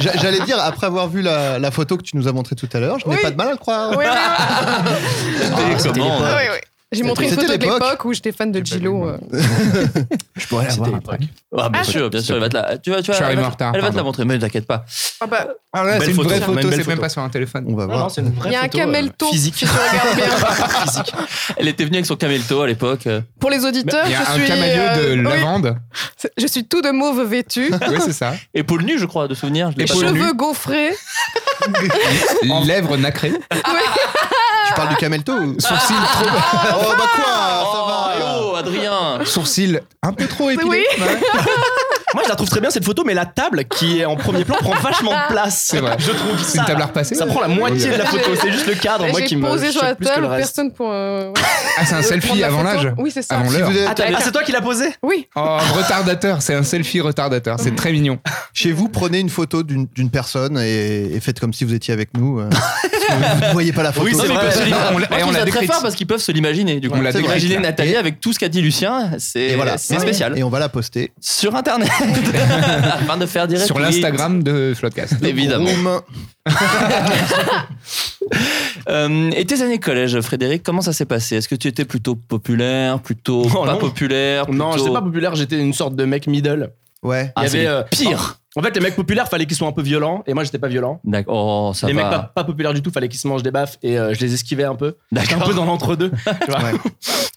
J: J'a- J'allais dire, après avoir vu la, la photo que tu nous as montrée tout à l'heure, je n'ai
K: Oui.
J: pas de mal à le croire.
K: Oui, oui,
H: C'était comment
K: oui,
H: euh,
K: oui, oui. J'ai montré une
J: C'était
K: photo de
J: l'époque.
K: l'époque où j'étais fan de Gilo. euh.
J: Je pourrais l'avoir après.
H: Ah, bien
K: Ah,
H: sûr, bien sûr. Elle va te la, tu vas, tu vas,
L: Je suis
H: elle
L: arrivé
H: va-
L: en retard,
H: Elle va te la
L: pardon.
H: montrer, mais t'inquiète pas.
K: Ah bah,
L: Ah là,
I: Belle
L: c'est une
I: photo.
L: vraie
I: Même
L: photo,
I: belle
L: c'est même
I: photo.
L: pas sur un téléphone.
J: On va voir.
I: c'est une vraie
K: il y a un
I: photo, euh,
K: camelto.
I: physique.
K: Si tu regardes bien.
I: Physique.
H: Elle était venue avec son camelto à l'époque. euh,
I: Bah,
K: Pour les auditeurs,
L: Bah, Il y a
K: je
L: un
K: suis.
L: camaillot
K: euh,
L: de
K: oui,
L: lavande.
K: c'est- je suis tout de mauve vêtu,
L: Oui, c'est ça.
H: Épaule nue, je crois, de souvenir. Je l'ai pas
L: Épaule
H: vu.
K: cheveux gaufrés.
L: Lèvres nacrées.
K: Oui.
J: Tu parles du camelto ou-
L: Sourcils
K: Ah.
L: trop,
J: Oh bah quoi Ça
H: Oh, eh
J: va
H: oh, Adrien
L: sourcils un peu trop épilés.
K: Oui.
L: Ouais.
I: Moi, je la trouve très bien cette photo, mais la table qui est en premier plan prend vachement de place.
L: C'est vrai.
I: Je trouve
L: C'est une
I: ça.
L: table à repasser.
I: Ça prend la moitié de la photo. C'est juste le cadre, moi, qui
K: J'ai
I: me.
K: posé sur la
I: choque plus que le
K: table,
I: reste.
K: personne pour. euh, ouais,
L: Ah, c'est un
K: euh, prendre
L: selfie
K: la
L: avant
K: photo.
L: l'âge.
K: Oui, c'est ça.
L: Avant
J: Si
L: l'heure.
J: vous êtes-
I: Ah, t'as- ah, c'est toi qui l'as posé
K: Oui.
L: Oh, retardateur, c'est un selfie retardateur. C'est très mignon.
J: Chez vous, prenez une photo d'une d'une personne et, et faites comme si vous étiez avec nous. euh, parce que vous ne voyez pas la photo.
H: Non, mais
L: vrai.
H: ils peuvent se l'im-
L: On
H: Moi,
L: l'a-
H: je
L: et on
H: trouve
L: l'a
H: ça très
L: décrite.
H: fort parce qu'ils peuvent se l'imaginer. Du coup,
L: On l'a
H: Se
L: décrite,
H: imaginer
L: là.
H: Nathalie avec tout ce qu'a dit Lucien,
J: Et
H: c'est
J: voilà.
H: c'est spécial.
J: Et on va la poster.
H: Sur Internet, afin de faire direct
L: Sur l'Instagram de Floodcast.
H: Évidemment.
J: Room.
H: Euh, et tes années de collège, Frédéric, comment ça s'est passé Est-ce que tu étais plutôt populaire, plutôt
I: Oh,
H: pas
I: non.
H: populaire
I: Non,
H: plutôt-
I: j'étais pas populaire, j'étais une sorte de mec middle.
J: Ouais.
H: Ah,
I: il y
H: c'est
I: avait
H: les
I: euh,
H: pires.
I: En fait, les mecs populaires, fallait qu'ils soient un peu violents, et moi, j'étais pas violent.
H: D'accord. Oh, ça
I: les
H: va.
I: mecs pas, pas populaires du tout, fallait qu'ils se mangent des baffes, et euh, je les esquivais un peu. J'étais un
H: D'accord.
I: peu dans l'entre-deux. tu vois.
J: Ouais.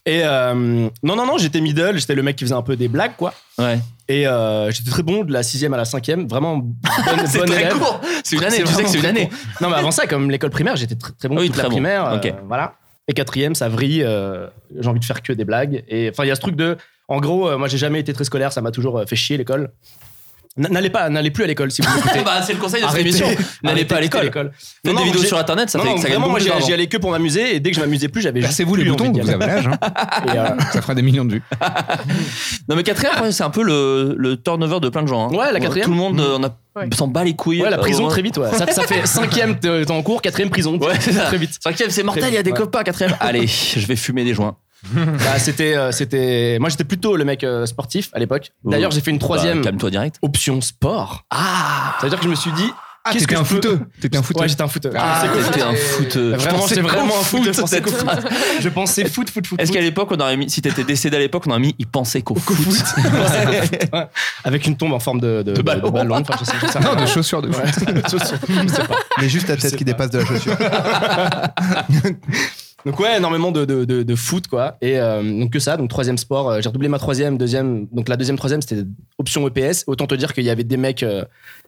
I: Et euh, non, non, non, j'étais middle, j'étais le mec qui faisait un peu des blagues, quoi.
H: Ouais.
I: Et euh, j'étais très bon de la sixième à la cinquième, vraiment bonne,
H: C'est
I: bonne
H: très
I: élève.
H: court. C'est une année. Tu sais que c'est une
I: vraiment
H: année.
I: très court. Non, mais avant ça, comme l'école primaire, j'étais très, très bon
H: Oui,
I: toute
H: très
I: la
H: bon.
I: primaire. euh,
H: Ok.
I: voilà. Et quatrième, ça vrille. euh, j'ai envie de faire que des blagues. Et enfin, il y a ce truc de. En gros, euh, moi, j'ai jamais été très scolaire. Ça m'a toujours euh, fait chier l'école. N- N'allez pas, n'allez plus à l'école si vous m'écoutez.
H: Bah, c'est le conseil de cette
I: Arrêtez.
H: émission. N'allez
I: Arrêtez
H: pas à
I: d'écouter
H: l'école. Faites des
I: non,
H: vidéos
I: j'ai-
H: sur internet, ça
I: non,
H: fait
I: non,
H: ça gagne
I: vraiment, moi,
H: beaucoup
I: j'y
H: d'argent.
I: j'y allais que pour m'amuser. Et dès que je m'amusais plus, j'avais juste.
L: Passez-vous les
I: plus
L: boutons,
I: envie d'y
L: vous
I: aller.
L: avez l'âge. hein.
I: Et, euh,
L: Ça fera des millions de vues.
H: Non mais quatrième, après, c'est un peu le, le turnover de plein de gens. hein.
I: Ouais, la quatrième.
H: Tout le monde euh, on a-
K: Ouais.
H: s'en bat les couilles.
I: Ouais, la
H: Euh,
I: prison
H: au-
I: très vite, ouais. Ça, ça fait cinquième, t'es t'es en cours, quatrième prison.
H: Ouais, c'est ça.
I: très vite.
H: Cinquième, c'est mortel, il y a des
I: Ouais.
H: copains. Quatrième, allez, je vais fumer des joints.
I: Bah, c'était, euh, c'était. Moi, j'étais plutôt le mec euh, sportif à l'époque. D'ailleurs, j'ai fait une troisième
H: Bah, Calme-toi direct.
I: option sport.
H: Ah
I: C'est-à-dire que je me suis dit.
L: Ah,
I: qu'est-ce
L: t'étais
I: que
L: un
I: je peux-
L: fouteux. T'étais un fouteux.
I: Ouais, j'étais un footeur.
L: Ah,
I: Je pensais qu'au
H: T'étais
I: foot.
H: un footeux. Je
I: Vraiment,
H: pensais
I: c'est
H: qu'au
I: vraiment un
H: foot,
I: foot. Je pensais
H: cette
I: qu'au foot.
H: phrase.
I: Je pensais foot, foot, foot.
H: Est-ce
I: foot.
H: qu'à l'époque, on aurait mis, si t'étais décédé à l'époque, on aurait mis, il pensait qu'au foot.
I: Ouais. Avec une tombe en forme de, de,
H: De ballon.
I: Enfin, je sais, je sais
L: Non,
I: rien.
L: de chaussures de
I: Ouais. Je sais pas.
J: Mais juste la
I: Je
J: tête
I: sais
J: qui
I: pas.
J: dépasse de la chaussure.
I: Donc ouais, énormément de, de, de, de foot quoi. Et euh, donc que ça, donc troisième sport. Euh, J'ai redoublé ma troisième, deuxième. Donc la deuxième, troisième, c'était option EPS. Autant te dire qu'il y avait des mecs. euh,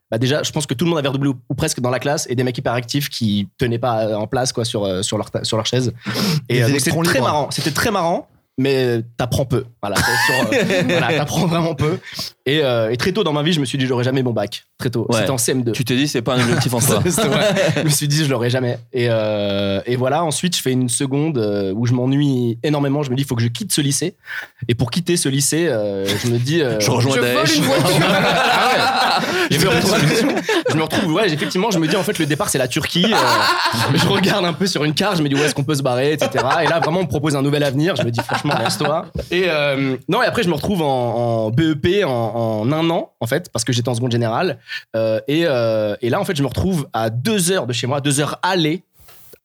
I: bah déjà, je pense que tout le monde avait redoublé ou, ou presque dans la classe et des mecs hyper actifs qui tenaient pas euh, en place quoi sur euh, sur leur ta- sur leur chaise.
J: Des
I: Et euh, donc,
J: électrons
I: c'était très
J: libres.
I: marrant. C'était très marrant. Mais t'apprends peu, voilà. Sur, euh, voilà, t'apprends vraiment peu. Et, euh, et très tôt dans ma vie, je me suis dit j'aurai jamais mon bac. Très tôt,
H: Ouais.
I: c'était en CM2.
H: Tu te dis, c'est pas un objectif en soi.
I: C'est vrai. je me suis dit, je l'aurai jamais. Et, euh, et voilà, ensuite, je fais une seconde euh, où je m'ennuie énormément. Je me dis, il faut que je quitte ce lycée. Et pour quitter ce lycée, euh, je me dis. euh,
H: Je rejoins
K: Je vole
H: Daesh.
K: une voiture.
I: Ah ouais. je, me retrouve, je me retrouve, ouais, effectivement, je me dis, en fait, le départ, c'est la Turquie. Euh, je regarde un peu sur une carte, je me dis, où est-ce qu'on peut se barrer, etc. Et là, vraiment, on me propose un nouvel avenir. Je me dis, franchement, lance-toi. Et euh, non, et après, je me retrouve en, en BEP en, en un an, en fait, parce que j'étais en seconde générale. Euh, et, euh, et là, en fait, je me retrouve à deux heures de chez moi, deux heures aller.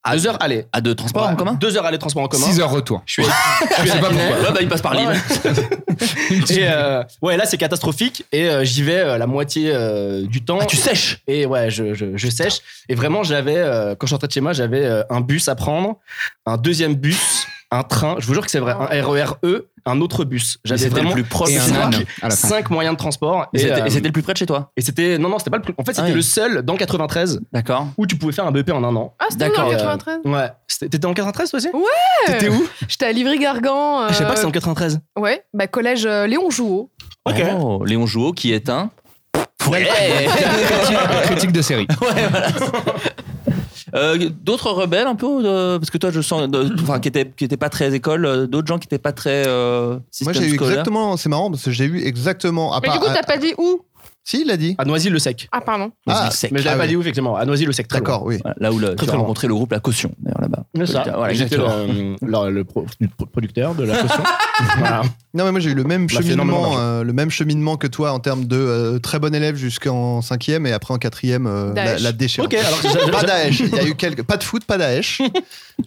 I: À deux heures aller.
H: À deux transports en
I: Ouais,
H: commun
I: Deux heures aller, transport en commun.
L: 6 heures retour.
I: Je suis, je suis à
H: pas
I: Guinée.
H: pourquoi. Là, bah, il passe par Lille.
I: Ouais. Et euh, ouais, là c'est catastrophique et euh, j'y vais euh, la moitié euh, du temps.
H: Ah, tu sèches
I: et ouais, je, je, je sèche. Et vraiment, j'avais, euh, quand je rentrais de chez moi, j'avais euh, un bus à prendre, un deuxième bus, un train, je vous jure que c'est vrai, un RERE, E, un autre bus.
H: Mais
I: J'avais
H: C'était
I: vraiment
H: le plus proche.
L: Et
H: de
L: un
H: chez toi.
L: âne à la fin.
I: cinq moyens de transport.
H: Et
I: Et
H: c'était-
I: euh,
H: et c'était le plus près de chez toi.
I: et c'était. Non, non, c'était pas le plus. En fait, c'était
H: Ah oui.
I: le seul dans 93
H: D'accord.
I: où tu pouvais faire un BP en un an.
K: Ah, c'était dans
H: D'accord.
K: le 93
I: Ouais. C'était- T'étais en 93 toi aussi
K: Ouais.
I: T'étais où
K: J'étais à Livry-Gargan. euh,
I: Ah, Je sais pas que c'est en 93.
K: Ouais, bah collège euh, Léon Jouot.
I: Ok.
H: Oh, Léon Jouot qui est un.
L: Critique de série.
H: Euh, d'autres rebelles un peu euh, parce que toi je sens de- enfin qui étaient qui étaient pas très école euh, d'autres gens qui étaient pas très euh,
J: Moi,
H: système
J: j'ai eu
H: scolaire
J: exactement. C'est marrant parce que j'ai eu exactement. À
K: Mais
J: part-
K: du coup,
J: à-
K: t'as pas dit où
J: Ah, Si, il a dit.
I: À Noisy-le-Sec.
K: Ah, pardon.
H: Mais
J: Ah,
H: je le sais.
I: Mais je l'avais
J: Ah
I: pas
J: oui.
I: dit où, effectivement. À Noisy-le-Sec. très loin.
J: D'accord, oui.
H: Voilà, là où le,
I: Très,
H: tu as
I: très loin.
H: rencontré le groupe La Caution d'ailleurs là-bas
I: C'est ça.
H: Voilà,
I: J'étais
H: exactement.
I: le, le- le pro- le pro- producteur de la caution. Voilà.
J: Non, mais moi j'ai eu le même
I: Bah, c'est énormément
J: cheminement,
I: d'argent.
J: euh, le même cheminement que toi en termes de euh, très bon élève jusqu'en cinquième et après en quatrième euh, la,
K: Daesh.
J: la déchéance.
I: Ok, alors que j'a-
J: Pas
I: j'a-
J: Daesh. Il y a eu quelques, pas de foot, pas Daesh.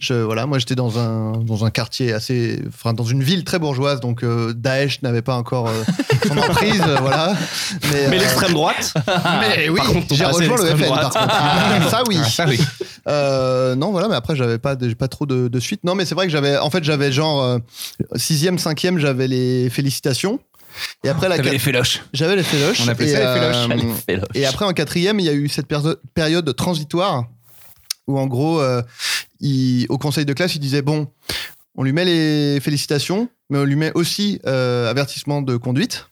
J: Je, voilà, moi j'étais dans un dans un quartier assez, enfin dans une ville très bourgeoise, donc euh, Daesh n'avait pas encore euh, son emprise, euh, voilà. Mais,
I: Mais
J: euh,
I: l'extrême droite.
J: mais oui,
I: Ah, par contre, ton
J: j'ai
I: passé
J: rejoint le
I: d'extrême
J: FN par
I: droite.
J: contre. ça oui.
L: Ah, ça, oui.
J: Euh, non, voilà, mais après, j'avais pas, de- j'ai pas trop de, de suite. Non, mais c'est vrai que j'avais, en fait, j'avais genre euh, sixième, cinquième, j'avais les félicitations. Et après, la
L: T'avais
J: quat-
L: les féloches.
J: j'avais les féloches.
L: On appelait
J: Et,
L: ça les féloches.
J: euh,
H: Allez, fais-le.
J: et après, en quatrième, il y a eu cette perso- période transitoire où, en gros, euh, il- au conseil de classe, il disait bon, on lui met les félicitations, mais on lui met aussi euh, avertissement de conduite.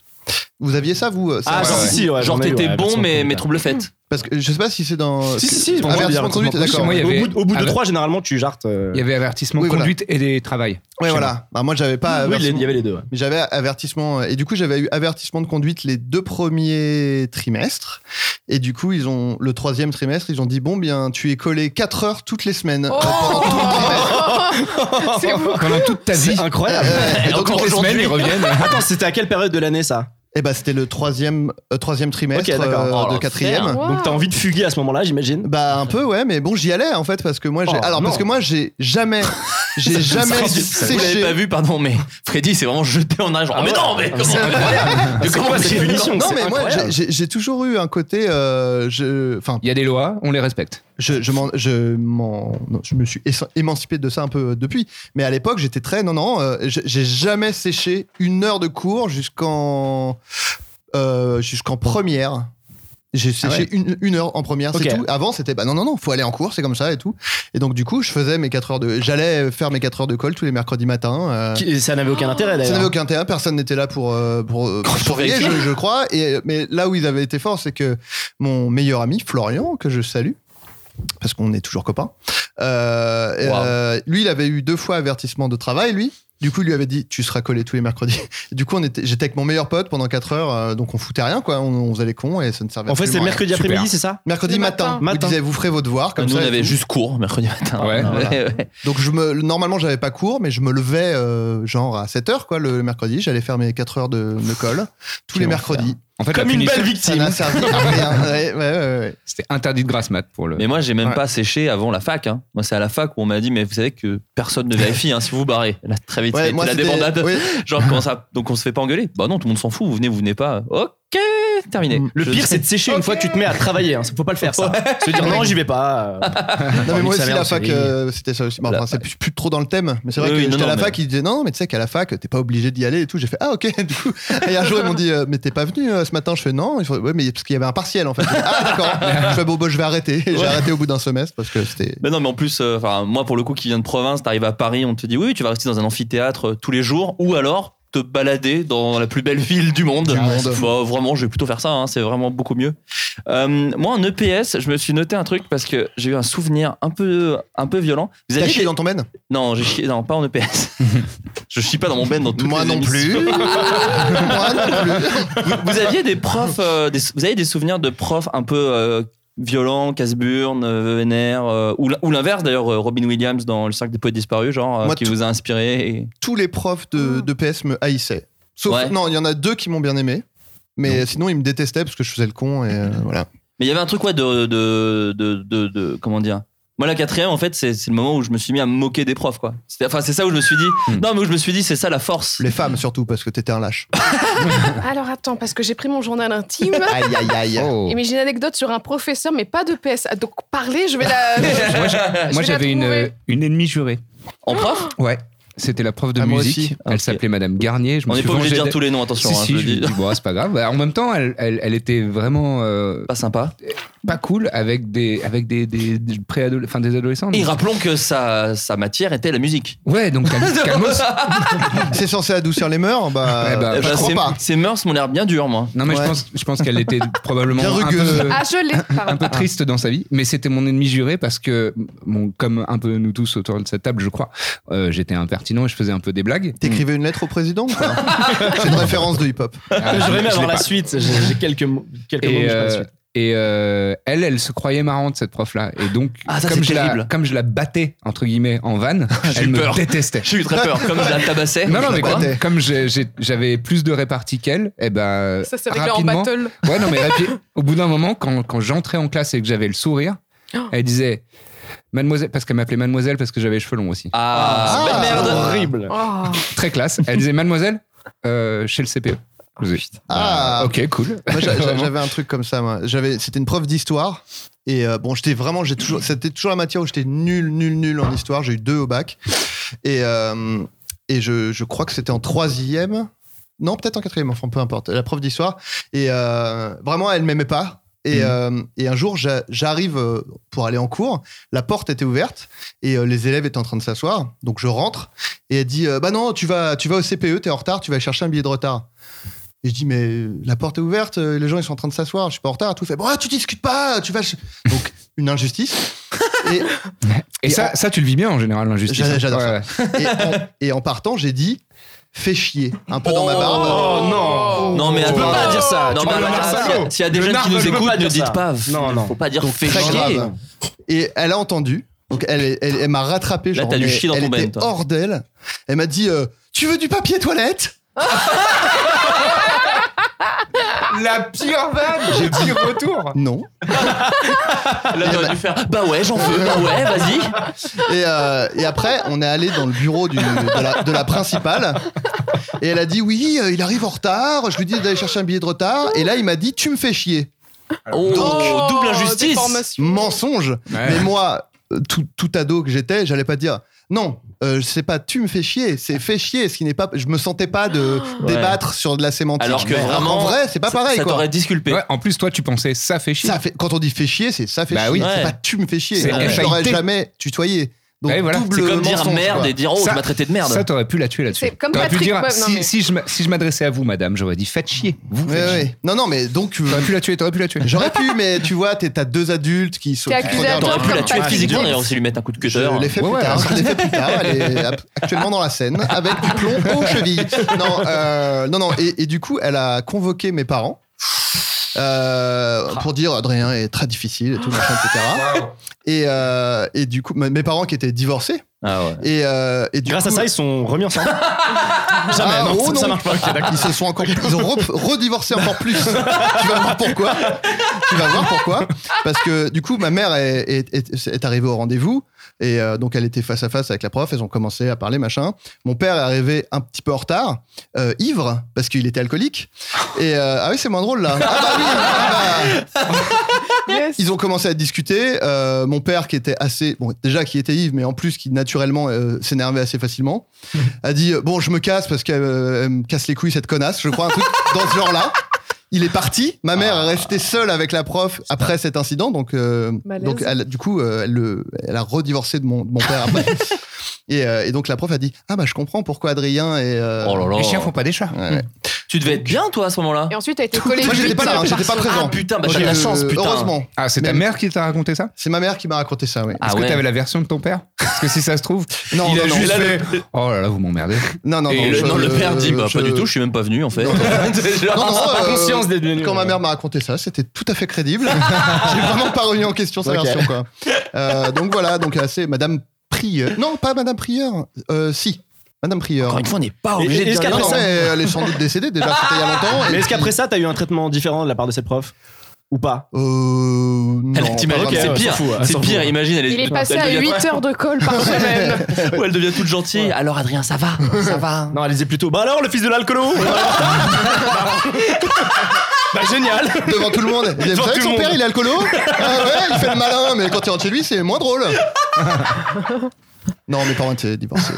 J: Vous aviez ça, vous euh, ça,
I: Ah,
J: ouais,
I: si,
J: ouais.
I: si, si, ouais,
H: genre
I: j'en ai eu,
H: t'étais
I: ouais,
H: bon
I: version
H: mais, mais
I: conduite.
H: trouble faite
J: Parce que je sais pas si c'est dans.
I: Si, si, si, ils vont
J: avertissement de
I: dire,
J: conduite,
I: Ah, avertissement de
J: d'accord.
L: conduite. Moi, il y
I: Au
L: avait-
I: bout, de- au bout de
L: Ah,
I: trois, généralement, tu jartes. euh,
L: Il y avait avertissement,
J: Oui, voilà.
L: conduite et des travail.
J: Ouais,
L: Chez
J: voilà. Bah, moi, j'avais pas.
I: Oui, il
J: avertissement-
I: y avait les deux. ouais.
J: Mais j'avais avertissement et du coup j'avais eu avertissement de conduite les deux premiers trimestres et du coup ils ont le troisième trimestre ils ont dit bon bien tu es collé 4 heures toutes les semaines euh, pendant tout le trimestre.
K: C'est vous.
L: Pendant toute ta vie.
I: C'est incroyable.
J: Euh,
L: Et donc, toutes les semaines, ils reviennent.
I: Attends, c'était à quelle période de l'année ça
J: et bah c'était le troisième euh, troisième trimestre
I: Ok, d'accord.
J: euh,
H: Oh,
J: de
H: l'enfer.
J: quatrième
K: Wow.
I: Donc t'as envie de fuguer à ce moment-là, j'imagine
J: bah un peu ouais mais bon j'y allais en fait parce que moi j'ai
I: Oh,
J: alors parce
I: non.
J: que moi j'ai jamais J'ai jamais
H: Vous l'avez pas
J: séché.
H: vu, pardon, mais Freddy s'est vraiment jeté en argent. mais non, mais comment
J: incroyable.
H: Mais
J: Ah, C'est
H: comment
J: quoi
H: c'est
J: cette
H: une
J: punition Non,
I: C'est
J: mais moi,
I: incroyable.
J: j'ai- j'ai j'ai toujours eu un côté. euh, je- Enfin,
L: Il y a des lois, on les respecte.
J: je, je, m'en- je, m'en- non, je me suis éce- émancipé de ça un peu depuis, mais à l'époque j'étais très non non, euh, j'ai j'ai jamais séché une heure de cours jusqu'en euh, jusqu'en première. J'ai
L: Ah
J: séché
I: ouais.
J: une, une heure en première, c'est
I: Ok.
J: tout. Avant c'était bah non non non, faut aller en cours, c'est comme ça et tout. Et donc du coup je faisais mes quatre heures de, j'allais faire mes 4 heures de colle tous les mercredis matins. euh,
I: Qui- Ça n'avait aucun intérêt
J: ça
I: d'ailleurs.
J: n'avait aucun intérêt, personne n'était là pour, euh, pour, euh, pour surveiller, je, je crois. Et, euh, mais là où ils avaient été forts, c'est que mon meilleur ami, Florian, que je salue, parce qu'on est toujours copains, euh, euh, lui, il avait eu deux fois avertissement de travail, lui. Du coup, il lui avait dit, tu seras collé tous les mercredis. Et du coup, on était, j'étais avec mon meilleur pote pendant 4 heures, euh, donc on foutait rien, quoi. On, on faisait les cons et ça ne servait
I: En fait,
J: absolument
I: c'est
J: à rien.
I: mercredi
L: Super.
I: après-midi, c'est ça
J: Mercredi
K: Le
J: matin,
K: matin.
J: où il
I: Matin.
J: disait, vous ferez votre devoir, comme
H: Nous,
J: ça.
H: on
J: et
H: avait
J: tout.
H: juste cours mercredi matin.
L: Ouais.
J: Ah, Donc je me normalement j'avais pas cours mais je me levais euh, genre à 7h quoi le mercredi, j'allais faire mes 4 heures de, de colle tous les mercredis.
L: En fait, la
I: Comme une
L: punition,
I: belle
J: Ça
I: victime.
J: n'a servi à rien. Ah, Ouais, ouais, ouais, ouais.
L: c'était interdit de grasse mat pour le.
H: Mais moi, j'ai même
J: Ouais.
H: pas séché avant la fac. hein. Moi, c'est à la fac où on m'a dit, mais vous savez que personne ne vérifie hein, si vous vous barrez. Là, très vite,
J: Ouais,
H: c'était
J: moi,
H: la
J: c'était-
H: débandade.
J: oui.
H: Genre, comment ça Donc, on se fait pas engueuler Bah non, tout le monde s'en fout. Vous venez, vous venez pas. Ok, terminé.
I: Le
H: Je-
I: pire, c'est de sécher une fois que tu te mets à travailler. hein. Faut pas le faire, ça. Se dire non, j'y vais pas. euh,
J: Ah, Non mais moi
I: nique sa
J: aussi
I: mère,
J: la
I: c'est
J: fac
I: lui.
J: euh, c'était ça aussi. Bon,
H: La
J: enfin, c'est plus, plus trop dans le thème mais c'est vrai
H: Oui,
J: que
H: oui, non,
J: j'étais à la
H: non,
J: fac ils disaient non non, mais tu sais qu'à la fac t'es pas obligé d'y aller et tout. J'ai fait ah OK du coup et un jour ils m'ont dit euh, mais t'es pas venu euh, ce matin je fais non Ils font, ouais mais parce qu'il y avait un partiel en fait. J'ai dit, ah d'accord. je fais bon, bon, je vais arrêter. Et J'ai
H: Ouais.
J: arrêté au bout d'un semestre parce que c'était
H: Mais non, mais en plus, euh, enfin, moi, pour le coup, qui viens de province, t'arrives à Paris, on te dit, oui, oui, tu vas rester dans un amphithéâtre euh, tous les jours, ou alors te balader dans la plus belle ville du monde.
J: Du monde.
H: Bah, vraiment, je vais plutôt faire ça, hein, c'est vraiment beaucoup mieux. Euh, moi, en EPS, je me suis noté un truc parce que j'ai eu un souvenir un peu, un peu violent. Vous
J: T'as
H: aviez
J: chié
H: des-
J: dans ton ben
H: Non, j'ai chié, non, pas en EPS. je chie pas dans mon ben dans toutes
J: Moi
H: les
J: non
H: émissions.
J: plus. Moi non plus.
H: vous, vous aviez des profs, euh, des- vous avez des souvenirs de profs un peu euh, violents, casse-burnes, euh, vénères, euh, ou l'in- ou l'inverse d'ailleurs, euh, Robin Williams dans Le cercle des poètes disparus, genre, euh,
J: Moi,
H: qui
J: tout-
H: vous a inspiré. et-
J: tous les profs de, de PS me haïssaient. Sauf,
H: Ouais.
J: non, il y en a deux qui m'ont bien aimé. Mais sinon, ils me détestaient parce que je faisais le con et euh, voilà.
H: Mais il y avait un truc, ouais, de, de, de, de- de- Comment dire Moi, la quatrième, en fait, c'est c'est le moment où je me suis mis à me moquer des profs, quoi. C'est- Enfin, c'est ça où je me suis dit.
L: Hmm.
H: Non, mais où je me suis dit, c'est ça la force.
J: Les femmes surtout parce que t'étais un lâche.
K: Alors attends, parce que j'ai pris mon journal intime.
J: Aïe aïe aïe.
L: Oh.
K: Et mais j'ai une anecdote sur un professeur, mais pas de PS. Ah, Donc parler, je vais la.
L: Moi, j'ai- moi,
K: vais la
L: j'avais une, euh,
K: trouver.
L: une ennemie jurée.
H: En prof
L: Ouais. C'était la prof de
J: Ah, moi aussi.
L: musique.
H: Ah,
L: Elle
H: ok.
L: s'appelait Madame Garnier. Je me
H: On n'est
L: suis
H: pas obligé de
L: vengé
H: dire
L: d'elle.
H: tous les noms, attention.
L: Si,
H: hein,
L: si,
H: je
L: je
H: le
L: lui
H: dis.
L: dis, bon, c'est pas grave. En même temps, elle, elle, elle était vraiment euh,
H: Pas sympa.
L: pas cool avec des, avec des, des, des préado- enfin, des adolescents.
H: Et rappelons que sa, sa matière était la musique.
L: Ouais, donc calme- calmos. Euh,
J: C'est censé adoucir les mœurs Bah,
L: Ouais, bah,
H: Eh
J: je
H: ben,
J: crois
H: ces-
J: pas.
H: Ces mœurs m'ont l'air bien dures, moi.
L: Non, mais
J: Ouais.
L: je pense, je pense qu'elle était probablement
J: Bien
L: un peu,
J: rugueuse.
K: Ah, je l'ai.
L: un
K: Pardon.
L: peu triste dans sa vie, mais c'était mon ennemi juré parce que, bon, comme un peu nous tous autour de cette table, je crois, euh, j'étais impertinent et je faisais un peu des blagues.
J: T'écrivais une lettre au président ou quoi C'est une référence de hip-hop.
L: Ah,
I: J'aurais aimé
L: je l'ai
I: avoir la
L: pas.
I: suite. J'ai j'ai quelques mots. Quelques mots, mais
L: Et,
I: j'ai pas la
L: euh,
I: suite.
L: et euh, elle, elle se croyait marrante, cette prof-là. Et donc,
H: Ah, ça,
L: comme,
H: c'est
L: je la,
H: terrible.
L: comme je la battais, entre guillemets, en vanne,
H: eu
L: elle me
H: peur.
L: détestait.
H: J'ai eu très peur, comme je la tabassais.
L: Non, non, mais
J: la
L: comme,
J: battais.
L: comme j'ai- j'ai- j'avais plus de réparties qu'elle, eh ben.
K: Ça s'est réglé en
L: rapidement-
K: battle.
L: Ouais, non, mais rapi- au bout d'un moment, quand, quand j'entrais en classe et que j'avais le sourire, elle disait Mademoiselle, parce qu'elle m'appelait Mademoiselle parce que j'avais les cheveux longs aussi.
H: Ah,
J: Ah,
H: bah
J: ah.
H: merde.
I: Horrible.
K: Oh.
L: Très classe. Elle disait Mademoiselle, euh, chez le CPE.
H: Oh,
L: Je disais,
J: Ah,
L: Euh, ok, cool.
J: Moi, j'a- j'a-
L: Vraiment.
J: j'avais un truc comme ça. moi. J'avais, c'était une prof d'histoire. Et euh, bon, j'étais vraiment, j'ai toujours, c'était toujours la matière où j'étais nul, nul, nul en histoire. J'ai eu deux au bac. Et, euh, et je, je crois que c'était en troisième. Non, peut-être en quatrième, enfin peu importe. La prof d'histoire. Et euh, vraiment, elle m'aimait pas. Et, euh, et un jour, j'a- j'arrive euh, pour aller en cours. La porte était ouverte et euh, les élèves étaient en train de s'asseoir. Donc je rentre et elle dit euh, Bah non, tu vas, tu vas au CPE, t'es en retard, tu vas chercher un billet de retard. Et je dis, mais la porte est ouverte, euh, les gens ils sont en train de s'asseoir, je suis pas en retard. Tout fait, bon, ah, tu discutes pas, tu vas. ch- Donc, une injustice. Et,
L: Et ça, ça, tu le vis bien en général, l'injustice.
J: J'a-
H: hein.
J: j'adore ça.
L: Ouais, ouais.
J: et en, et en partant, j'ai dit, fais chier, un peu dans ma barbe.
I: Oh non.
H: Non, mais
I: Tu
H: attends.
I: peux pas dire ça.
H: Non,
I: Tu
H: mais
I: peux
H: alors,
I: pas dire ça.
H: s'il y a- s'il y a des
I: Le
H: jeunes qui
I: narve,
H: nous
I: je peux
H: écoutent,
I: pas
H: ne
I: dire ça.
H: dites pas.
I: Non, non.
H: Faut pas dire
J: Donc,
H: fais
J: très
H: chier.
J: grave. Et elle a entendu, donc elle, est- elle, elle m'a rattrapé.
H: Là,
J: genre,
H: t'as du
J: mais
H: chier dans
J: elle
H: ton
J: était
H: ben, toi.
J: hors d'elle. Elle m'a dit, euh, tu veux du papier toilette
L: La pire vanne, j'ai dit retour.
J: Non.
H: Là, j'aurais dû faire Bah ouais, j'en veux, bah ouais, vas-y.
J: Et, euh, et après, on est allé dans le bureau du- de, la, de la principale. Et elle a dit oui, euh, il arrive en retard. Je lui dis d'aller chercher un billet de retard. Et là, il m'a dit tu me fais chier. Donc,
K: Oh,
I: double injustice.
K: déformation.
J: mensonge.
L: Ouais.
J: Mais moi, euh, tout, tout ado que j'étais, j'allais pas dire non. Euh, c'est pas tu me fais chier, c'est fais chier, ce qui n'est pas. Je me sentais pas de débattre sur de la sémantique.
H: Alors que vraiment,
J: en vrai, c'est pas pareil
H: ça
J: quoi.
H: t'aurait disculpé.
L: Ouais, en plus, toi, tu pensais ça fait chier.
J: Ça fait, quand on dit fait chier, c'est ça fait
L: Bah
J: chier.
L: oui.
J: C'est
H: Ouais.
J: pas tu me fais chier.
L: C'est
J: Je l'aurais
L: F.A.I.T..
J: jamais tutoyé. Donc
L: Ouais, Bah voilà.
J: double
H: C'est comme dire
J: mensonge,
H: merde
J: quoi.
H: et dire Oh,
L: Ça-
H: tu m'as traité de merde.
L: Ça, t'aurais pu la tuer là-dessus.
K: C'est comme
L: T'aurais pu
K: Patrick,
L: dire,
K: ouais, non,
L: si,
K: mais-
L: si je m'a- si je m'adressais à vous, madame, j'aurais dit faites chier. Vous,
J: Ouais,
L: faites chier.
J: ouais. Non, non, mais donc. euh,
L: T'aurais pu la tuer, t'aurais pu la tuer.
J: J'aurais pu, mais tu vois, t'es- t'as deux adultes qui sont.
K: T'es
J: qui te
K: accusé à
J: regardent
K: tort
J: dans
H: T'aurais
K: comme
J: la
H: pu la
J: rue.
H: tuer
K: Patrick
H: physiquement
K: James.
H: d'ailleurs aussi lui mettre un coup de cutter. hein.
J: Je l'ai fait,
L: Ouais,
J: plus
L: ouais.
J: tard, je l'ai fait plus tard. Elle est ap- actuellement dans la scène avec du plomb aux chevilles. Non, euh, non, non. Et, et du coup, elle a convoqué mes parents euh, pour dire Adrien est très difficile et tout, machin, etc. Et, euh, et du coup, mes mes parents qui étaient divorcés.
H: Ah ouais.
J: Et, euh, et du
I: Grâce à
J: coup-
I: ça, ils sont remis ensemble. Jamais,
J: Ah,
I: non,
J: oh
I: ça- ça
J: non.
I: marche pas. Ok, d'accord.
J: Ils se sont encore, ils ont re- redivorcé encore plus. tu vas voir pourquoi. Tu vas voir pourquoi. Parce que du coup, ma mère est, est- est- est arrivée au rendez-vous et euh, donc elle était face à face avec la prof. Elles ont commencé à parler machin. Mon père est arrivé un petit peu en retard, euh, ivre parce qu'il était alcoolique. Et euh, ah oui, c'est moins drôle là. Ah bah oui. ah bah.
K: Yes.
J: Ils ont commencé à discuter. euh, mon père, qui était assez, bon, déjà qui était ivre, mais en plus qui naturellement euh, s'énervait assez facilement, a dit euh, bon, je me casse parce qu'elle euh, elle me casse les couilles cette connasse. Je crois un truc dans ce genre-là. Il est parti. Ma mère
H: Ah.
J: est restée seule avec la prof après cet incident, donc euh,
K: Malaise.
J: donc elle- du coup, euh, elle, le- elle a redivorcé de mon, de mon père après. et, euh, et donc la prof a dit ah bah je comprends pourquoi Adrien et euh,
H: Oh là là.
L: Les chiens font pas des chats.
J: ouais.
H: Tu devais être bien toi à ce moment-là.
K: Et ensuite, t'as été collée.
J: Moi, j'étais pas là, hein, j'étais pas présent.
H: Ah putain, bah t'as
J: Donc,
H: de la
J: euh,
H: chance, putain.
J: Heureusement,
L: Ah, c'est ta
J: Même-
L: mère qui t'a raconté ça
J: c'est ma mère qui m'a raconté ça. Oui.
H: Ah
L: Est-ce que
H: ouais.
L: t'avais la version de ton père Parce que si ça se trouve,
J: Non,
L: il
J: non,
L: a
J: non,
L: juste
J: je-
L: fait Oh là là, vous m'emmerdez.
J: non, non,
H: Et
J: non,
H: le,
J: je-
H: non, le père dit Bah pas
J: je-
H: du tout, je suis même pas venu en fait.
J: Non, Non, non,
I: Pas
J: euh,
I: conscience des devenus.
J: Quand ma mère m'a raconté ça, c'était tout à fait crédible. J'ai vraiment pas remis en question sa
I: Ok.
J: version, quoi. Euh, donc voilà, donc assez Madame Prieur. Non, pas Madame Prieur. Euh, si, Madame Prieur.
H: Encore une fois, on n'est pas
I: Et-
H: obligé de
I: est-ce
H: dire
I: qu'après
H: non.
J: Non,
I: ça-
J: mais euh, elle est sans doute décédée déjà, c'était il y a longtemps. et
I: Mais est-ce
J: puis-
I: qu'après ça, t'as eu un traitement différent de la part de cette prof Ou pas
J: Euh. Non,
H: Elle- t'imagines,
J: pas vraiment.
I: ok,
H: c'est
I: ouais,
H: pire,
I: s'en fout, ouais,
H: c'est
I: s'en
H: pire,
I: fout.
H: imagine, elle est,
K: Il est passé
H: elle
K: à
H: devient-
K: 8 heures de colle par semaine.
H: Ouais, elle devient toute gentille. Alors Adrien, ça va, ça va.
I: Non, elle disait plutôt Bah alors, le fils de l'alcoolo Bah génial
J: Devant tout le monde. Il est- Vous
I: Devant
J: savez
I: tout
J: que son
I: le
J: père,
I: monde.
J: il est alcoolo Ah ouais, il fait le malin, mais quand il rentre chez lui, c'est moins drôle. Non, mes parents étaient divorcés.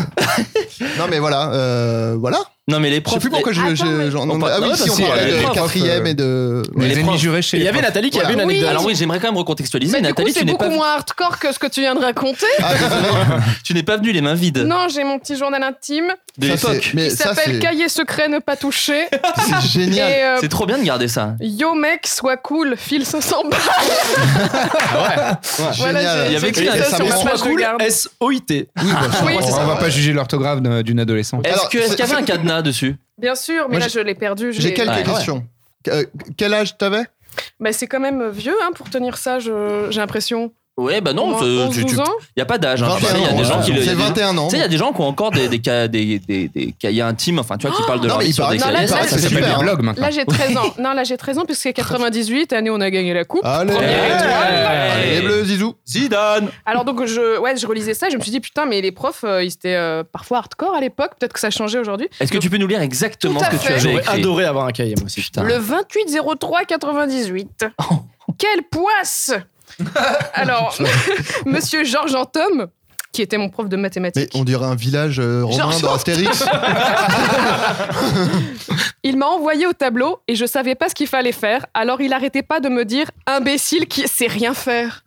J: Non, mais voilà, euh, voilà.
H: Non mais
J: Je
H: les
J: sais
H: profs.
J: plus pourquoi
H: les-
J: je. je-
K: Attends, mais-
J: j'en-
H: On parle-
J: ah oui,
H: ouais,
J: si,
H: bah
J: on
H: si,
J: parlait
H: les
J: de
L: profs,
J: quatrième
L: euh,
J: et de.
L: Les,
H: les
L: ennemis
H: profs.
L: jurés chez
I: Il y
L: les
I: avait
L: profs.
I: Nathalie qui avait une
K: Voilà.
I: anecdote.
K: Oui.
H: Alors oui, j'aimerais quand même recontextualiser.
K: Mais du coup,
H: Nathalie,
K: c'est
H: tu n'es pas,
K: beaucoup moins hardcore que ce que tu viens de raconter.
J: Ah, désolé.
H: tu n'es pas venu les mains vides
K: Non, j'ai mon petit journal intime
H: de
J: Ça, c'est-
H: l'époque.
J: Mais
K: qui
J: ça,
K: s'appelle
J: c'est
K: Cahier secret ne pas toucher.
J: c'est
K: Et
J: génial.
K: euh,
H: C'est trop bien de garder ça.
K: Yo mec, sois cool, file 500 balles. Voilà,
J: Génial.
K: Ah j'ai-
H: Il y
K: j'ai
H: avait
K: écrit
H: écrit
K: ça
J: ça,
K: sur
J: mais
K: ma
J: sois
K: page de
I: cool,
K: garde.
I: S-O-I-T.
J: Oui, bah, ça,
K: Oui,
J: on-
K: c'est
L: On
K: ça.
L: va pas juger l'orthographe d'un- d'une adolescente.
H: Est-ce
J: Alors,
H: que est-ce
J: c'est-
H: qu'il y avait un cadenas dessus
K: Bien sûr, mais
J: Moi,
K: là je l'ai perdu. je
J: J'ai
K: l'ai-
J: quelques
H: Ouais.
J: questions. Euh, quel âge t'avais
K: Bah, c'est quand même vieux hein, pour tenir ça, je- j'ai l'impression.
H: Ouais, bah non,
K: Au moins
H: c'est- tu-
K: 11-12
H: tu-
K: ans
H: il y a pas d'âge. hein, tu sais, Il y a des gens qui le- il y
J: C'est
H: a des gens-
J: 21 ans.
H: Tu sais, il y a des gens qui ont encore des, des, ca- des, des, des cahiers intimes, enfin, tu vois, qui parlent de
J: non,
H: leur
J: mais
H: vie
J: il
H: sur
J: paraît
H: des
K: que- non,
H: cahiers.
K: là, là,
H: Ça, ça
J: c'est
H: fait
J: super. hein.
H: bien.
L: des blogs maintenant.
K: Là j'ai 13 ans. Non, là j'ai 13 ans puisque c'est 98, année où on a gagné la coupe.
J: Allez,
H: Eh,
L: Eh,
K: Première
J: ouais.
K: étoile.
J: Allez, les bleus, Zizou.
H: Zidane
K: Alors donc je, ouais, je relisais ça et je me suis dit putain mais les profs euh, ils étaient euh, parfois hardcore à l'époque, peut-être que ça a changé aujourd'hui.
H: Est-ce que tu peux nous lire
K: Tout
H: exactement ce
K: à
H: que tu
K: fait.
H: avais
I: J'aurais
H: écrit
I: adoré avoir un cahier, moi aussi.
H: Putain.
K: Le 28 03 98.
H: Oh.
K: Quelle poisse Alors, monsieur Georges Antom, qui était mon prof de
J: Mais
K: mathématiques,
J: on dirait un village euh, romain
K: Genre-
J: dans Astérix.
K: il m'a envoyé au tableau et je savais pas ce qu'il fallait faire, alors il arrêtait pas de me dire imbécile qui sait rien faire.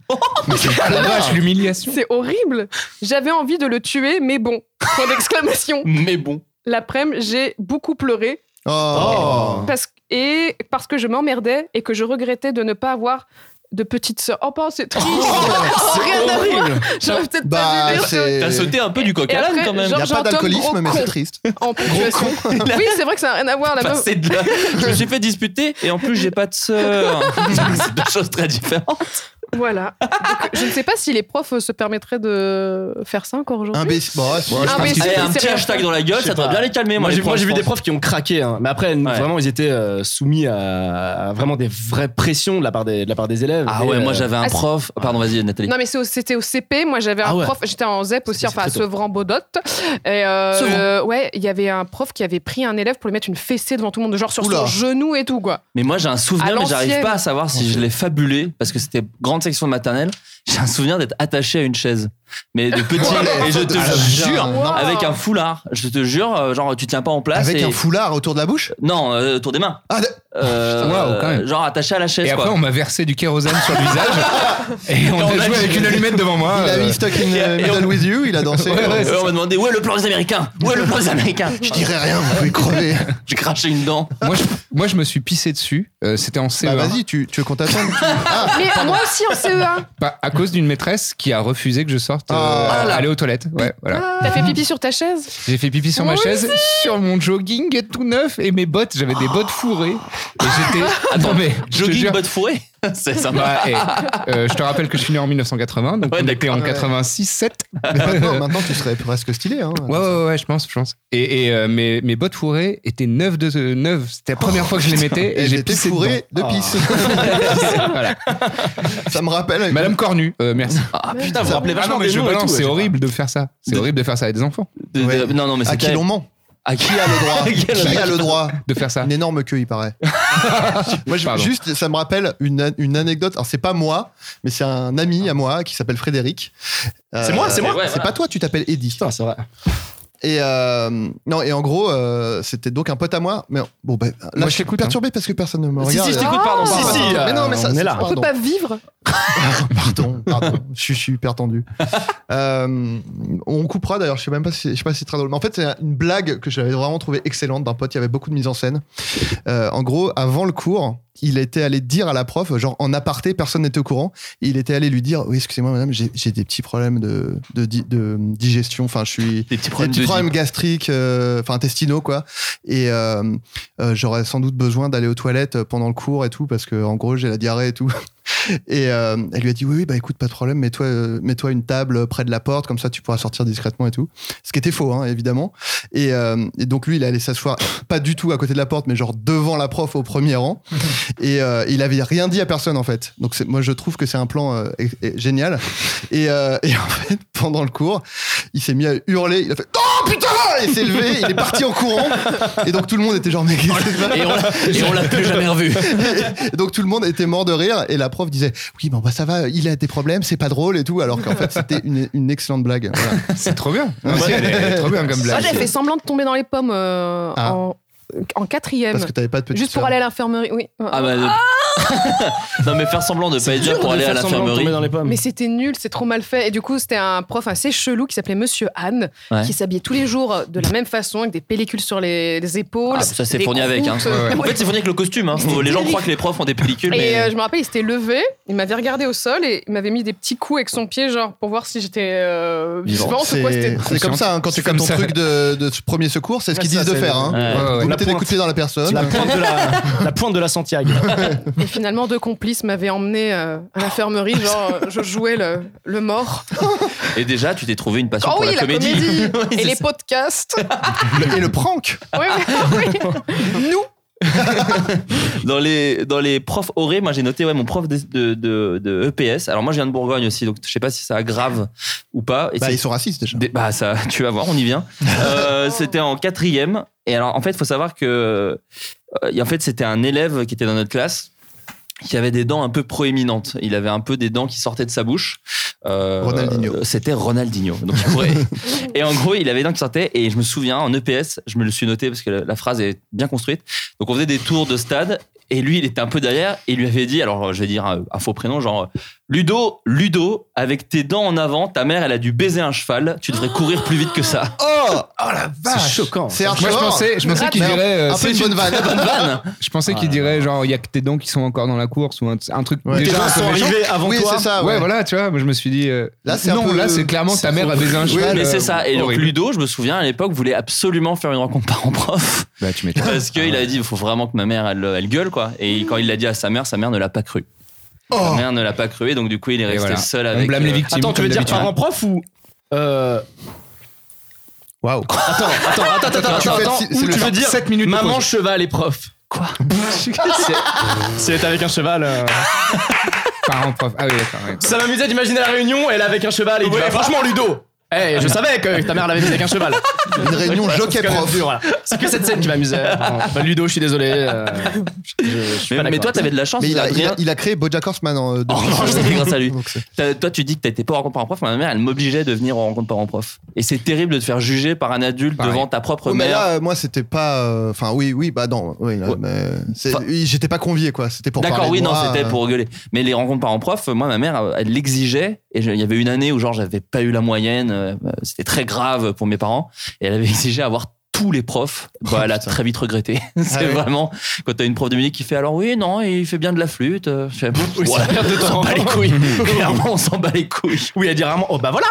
J: Mais c'est pas
L: Ah la vache, l'humiliation.
K: C'est horrible J'avais envie de le tuer, mais bon. Point d'exclamation.
H: Mais bon.
K: L'après-midi, j'ai beaucoup pleuré
J: Oh.
K: parce, et parce que je m'emmerdais et que je regrettais de ne pas avoir de petite sœur. Oh, pardon, c'est triste Oh, Rien à voir J'aurais peut-être pas
J: Bah,
K: dû dire ça.
J: c'est.
H: T'as sauté un peu du coq
K: Et
H: à l'âne
K: après,
H: quand même.
J: Il n'y a
K: Georges
J: pas
K: Anton, gros
J: d'alcoolisme, mais
K: con.
J: c'est triste.
K: en ponctuation. Oui, c'est vrai que ça n'a rien à voir. La meuf,
H: Passer de là. Je me suis fait disputer et en plus j'ai pas de sœur. C'est deux choses très différentes.
K: Voilà. Donc, je ne sais pas si les profs euh, se permettraient de faire ça encore aujourd'hui.
J: Imbécile. Bon, ouais, c'est-
L: Bon, je
K: Ah,
L: pense
K: mais
L: qu'il-
K: c'est-
H: Allez, un
K: c'est
H: petit
K: rien.
H: hashtag dans la gueule,
I: Je
H: ça
I: sais
H: devrait
I: pas.
H: bien les calmer.
I: Moi,
H: Moi,
I: j'ai,
H: les
I: moi,
H: profs,
I: j'ai vu
H: je
I: des
H: pense.
I: profs qui ont craqué, hein. mais après
H: Ouais.
I: vraiment ils étaient euh, soumis à, à vraiment des vraies pressions de la part des, de la part des élèves.
H: Ah
I: Et,
H: ouais,
I: euh,
H: moi j'avais un
K: Ah, c'est-
H: prof. oh, Pardon, vas-y, Nathalie.
K: Non, mais c'est au- c'était au CP. Moi, j'avais un
I: Ah ouais.
K: prof. J'étais en ZEP aussi,
I: C'est-
K: enfin,
I: c'est
K: à
I: très tôt.
K: Sevran-Bodot. Et euh,
H: Sevran.
K: euh, ouais, il y avait un prof qui avait pris un élève pour lui mettre une fessée devant tout le monde, genre sur
J: Oula.
K: son genou et tout, quoi.
H: Mais moi, j'ai un
K: À
H: souvenir, mais j'arrive
K: l'ancienne.
H: pas à savoir si je l'ai fabulé parce que c'était grande section de maternelle. J'ai un souvenir d'être attaché à une chaise, mais de petit. et je te
J: Ah,
H: jure,
J: non.
H: avec un foulard. Je te jure, euh, genre tu tiens pas en place.
J: Avec
H: et-
J: un foulard autour de la bouche
H: Non, euh, autour des mains.
J: Ah, d-
H: Euh,
L: Waouh, quand même.
H: Genre attaché à la chaise.
L: Et après,
H: quoi.
L: on m'a versé du kérosène sur le visage. et on a joué avec une allumette devant moi.
J: Il a
L: euh,
J: mis Stuck in
H: et-
J: euh,
H: et
J: Middle with You, il a dansé.
L: Ouais, ouais,
H: Et on m'a demandé où est le plan des Américains Où est le plan des Américains
J: Je dirais rien, vous pouvez crever.
H: J'ai craché une dent.
L: moi, je, moi, je me suis pissé dessus. Euh, C'était en
J: Bah
L: CE1.
J: vas-y, tu, tu veux qu'on t'attende tu- Ah,
K: Mais moi aussi en E CE1.
L: Pas- Bah, à cause d'une maîtresse qui a refusé que je sorte euh,
J: Ah.
L: à aller aux toilettes. Ouais, voilà.
K: T'as fait pipi sur ta chaise
L: J'ai fait pipi sur ma
K: Moi
L: chaise, sur mon jogging tout neuf et mes bottes. J'avais des bottes fourrées. Et j'étais. Attends, mais. je te
H: Jogging
L: jure-
H: botte fourrée C'est sympa.
L: Bah, hey, euh, je te rappelle que je suis né en 1980, donc
H: Ouais,
L: on était en
J: d'accord.
L: 86, 7.
J: maintenant, maintenant, tu serais presque stylé. Hein.
L: Ouais, ouais, ouais, je pense, je pense. Et, et, euh, mes, mes bottes fourrées étaient neuves de euh, neuves. C'était la
J: Oh,
L: première fois que je les mettais et
J: Et
L: j'ai
J: j'étais
L: pissé Ah.
J: fourré de pisse.
L: dedans. Voilà.
J: Ça me rappelle.
L: Madame Cornu, euh, merci.
H: Ah putain, vous
J: Ça-
H: vous rappelez
L: Ah
H: vachement
L: non, mais
H: des
L: je
H: noms et tout,
L: balance,
H: ouais,
L: c'est
H: pas-
L: horrible de faire ça. C'est
H: De-
L: horrible de faire ça à des enfants,
H: De- de-
J: Ouais.
H: Non, non, mais
J: À qui
H: c'était.
J: l'on ment
H: À qui
J: Qui a le droit
H: Qui a le
J: Qui a
H: droit
J: le droit
L: de faire ça.
J: Une énorme queue, il paraît. moi, je-
L: Pardon.
J: juste, ça me rappelle une, an- une anecdote. Alors, c'est pas moi, mais c'est un ami à moi qui s'appelle Frédéric. Euh,
I: C'est moi, c'est moi.
H: Ouais,
J: C'est
H: voilà.
J: pas toi, tu t'appelles Eddie.
I: putain, c'est vrai.
J: Et euh, non, et en gros, euh, c'était donc un pote à moi. Mais bon, bah, là,
L: Moi,
J: je
L: je
J: suis
L: t'écoute, hein.
H: hein.
J: perturbé parce que personne ne me
I: Si,
J: regarde.
I: si, je t'écoute, pardon.
J: Pardon,
I: Si, si,
J: pardon. mais non, mais ça,
I: on
J: c'est-
I: est là.
K: euh, On peut
J: pardon.
K: pas vivre.
J: Pardon, pardon. je suis- je suis hyper tendu. Euh, on coupera d'ailleurs, je sais même pas si, je sais pas si c'est très drôle. Mais en fait, c'est une blague que j'avais vraiment trouvé excellente d'un pote. Il y avait beaucoup de mise en scène. Euh, en gros, avant le cours, il était allé dire à la prof, genre en aparté, personne n'était au courant. Il était allé lui dire Oui, excusez-moi, madame, j'ai j'ai des petits problèmes de, de, di- de digestion. Enfin, je suis.
H: Des petits
J: Des
H: problèmes
J: petits
H: de
J: problèmes gastriques, euh, enfin intestinaux quoi. Et euh, euh, j'aurais sans doute besoin d'aller aux toilettes euh, pendant le cours et tout parce que en gros j'ai la diarrhée et tout. Et euh, elle lui a dit oui, oui bah écoute pas de problème, mets-toi euh, mets-toi une table près de la porte comme ça tu pourras sortir discrètement et tout. Ce qui était faux hein, évidemment. Et, euh, et donc lui il allait s'asseoir pas du tout à côté de la porte mais genre devant la prof au premier rang. Et euh, il avait rien dit à personne en fait. Donc c'est- moi je trouve que c'est un plan euh, é- é- génial. Et, euh, et en fait pendant le cours il s'est mis à hurler, il a fait Oh putain Il s'est levé, il est parti en courant. Et donc tout le monde était genre mais qu'est-ce que c'est
H: Et
J: ça
H: on l'a- et on l'a plus jamais revu.
J: Et donc tout le monde était mort de rire et la prof disait oui bon bah ça va, il a des problèmes, c'est pas drôle et tout alors qu'en fait c'était une, une excellente blague. Voilà.
L: C'est trop bien. Non, si, elle, est, elle est trop bien comme
K: Moi,
L: blague.
K: Ah, j'avais fait semblant de tomber dans les pommes euh,
J: Ah.
K: en, en quatrième.
J: Parce que t'avais pas de petite
K: Juste pour
J: sœur.
K: aller à l'infirmerie. Oui.
H: Ah bah. de- non, mais faire semblant de pas être là pour aller à l'infirmerie.
I: dans les pommes.
K: Mais c'était nul, c'est trop mal fait. Et du coup, c'était un prof assez chelou qui s'appelait Monsieur Anne,
H: Ouais.
K: qui s'habillait tous les jours de la même façon, avec des pellicules sur les, les épaules.
H: Ah, ça c'est
K: des
H: fourni avec. Hein.
K: croûtes.
L: Ouais, ouais.
H: En fait, c'est fourni avec le costume. Hein.
K: C'est
H: Les gens
K: terrible.
H: croient que les profs ont des pellicules,
K: Et
H: mais.
K: euh, je me rappelle, il s'était levé, il m'avait regardé au sol et il m'avait mis des petits coups avec son pied, genre pour voir si j'étais euh,
H: Vivant.
K: vivante ou quoi.
J: C'est
K: C'était
J: c'est comme ça hein, quand tu
L: C'est
J: fais
L: comme
J: ton
L: ça.
J: truc de, de ce premier secours, c'est ce qu'ils
I: Ouais, ça,
J: disent de
I: c'est-
J: faire. Hein.
H: Ouais.
L: Ouais, ouais.
J: Vous
I: La
J: mettez des
I: pointe.
J: coups de pied dans la personne.
I: la pointe de la, la pointe de la Santiago.
K: Et finalement, deux complices m'avaient emmené euh, à l'infirmerie, genre euh, je jouais le, le mort.
H: Et déjà, tu t'es trouvé une passion
K: oh
H: pour
K: oui,
H: la comédie. euh, Oui,
K: et
H: c'est
K: les
H: ça.
K: podcasts.
J: Et le prank
K: Oui, oui, oui. Nous.
H: Dans les, dans les profs orés, moi j'ai noté ouais, mon prof de, de, de- de EPS. Alors moi je viens de Bourgogne aussi, donc je sais pas si ça aggrave ou pas. Et
J: Bah
H: c'est-
J: ils sont racistes déjà.
H: Des- bah ça, tu vas voir, on y vient. Euh, c'était en quatrième. Et alors en fait, il faut savoir que euh, et en fait c'était un élève qui était dans notre classe qui avait des dents un peu proéminentes. Il avait un peu des dents qui sortaient de sa bouche. Euh,
J: Ronaldinho.
H: euh, C'était Ronaldinho. Donc, il courait. et en gros, il avait des dents qui sortaient. Et je me souviens, en EPS, je me le suis noté parce que la, la phrase est bien construite. Donc on faisait des tours de stade. Et lui, il était un peu derrière. Et il lui avait dit, alors je vais dire un, un faux prénom, genre Ludo, Ludo, avec tes dents en avant, ta mère, elle a dû baiser un cheval. Tu devrais courir plus vite que ça.
J: Oh Oh la
I: C'est
J: vache
I: choquant.
J: C'est
L: Moi, je
J: hardcore.
L: pensais, je
H: Ah,
L: pensais qu'il
H: bah,
J: Merde.
L: dirait. euh,
J: Un peu
L: c'est
J: une bonne vanne.
H: Bonne vanne.
L: Je pensais qu'il
I: Ah.
L: dirait genre il y a que tes dents qui sont encore dans la course ou un, un truc
J: Ouais.
I: Tes
L: déjà
I: gens
L: un peu
I: sont
L: méchant.
I: arrivés avant
J: Oui,
I: toi.
J: c'est ça.
L: ouais,
J: ouais.
L: voilà tu vois moi je me suis dit euh,
J: Là, c'est un
L: non
J: peu-
L: là c'est clairement ta mère a baisé un
J: Oui,
L: cheval
H: Mais
L: euh,
H: c'est ça. Et donc
L: horrible.
H: Ludo, je me souviens à l'époque, voulait absolument faire une rencontre parent-prof.
L: bah tu m'étonnes
H: Parce qu'il a dit, il faut vraiment que ma mère, elle, elle gueule, quoi. Et quand il l'a dit à sa mère, sa mère ne l'a pas cru. Sa
J: Oh
H: mère ne l'a pas cru et donc du coup il est resté
L: voilà.
H: seul
L: On
H: avec.
L: blâme les
H: euh,
L: victimes.
I: Attends, tu
L: comme
I: veux dire
L: d'habitude.
I: parent prof ou. Euh...
J: Waouh
I: Attends, attends, attends, attends,
J: Tu
I: attends,
J: fais-
I: attends.
J: c'est- c'est
I: Ou
J: le
I: tu veux dire
L: 7 minutes de
I: maman
L: pause.
I: cheval et prof Quoi Si elle était avec un cheval. euh,
L: Parents, prof. Ah oui, d'accord. ouais.
I: Ça m'amusait d'imaginer la réunion, elle est avec un cheval et il dit, bah, Franchement, Ludo Eh, je savais que ta mère l'avait mise avec un cheval.
J: Une réunion
I: Voilà, c'est
J: jockey
I: quand même
J: prof.
I: dur, voilà. C'est que cette scène qui m'amusait. Bon, bah, Ludo, je suis désolé. euh, je- je suis
H: Mais,
I: pas
H: mais toi
I: d'accord.
H: t'avais de la chance.
J: Mais il a, il a-
H: Adrien.
J: il a créé Bojack Horseman en euh,
H: Oh,
J: 2015.
H: c'était grâce à lui.
J: Donc c'est-
H: T'as- Toi, tu dis que t'étais pas aux rencontres parents prof. Ma mère, elle m'obligeait de venir aux rencontres parents prof. Et c'est terrible de te faire juger par un adulte
L: Pareil.
H: devant ta propre
J: Ouais, mais
H: mère.
J: là, euh, moi, c'était pas. euh, Enfin, oui, oui, bah non. Oui, là,
H: Ouais.
J: mais c'est-
H: Enfin-
J: oui, j'étais pas convié, quoi. C'était pour.
H: D'accord,
J: parler
H: oui,
J: de
H: non,
J: moi,
H: c'était
J: euh,
H: pour rigoler. Mais les rencontres parents prof, moi, ma mère, elle l'exigeait. Et je- il y avait une année où, genre, j'avais pas eu la moyenne. euh, C'était très grave pour mes parents. Et elle avait exigé avoir tous les profs. Bah, elle a très vite regretté. C'est
J: Ah oui.
H: vraiment quand t'as une prof de musique qui fait alors oui, non, il fait bien de la flûte. euh, Je fais, Pff,
I: Oui,
H: ouais,
I: ça a l'air de
H: on s'en bat
I: t'en-
H: Bah, les couilles. Clairement, on s'en bat les couilles.
I: Oui, elle dit rarement Oh bah voilà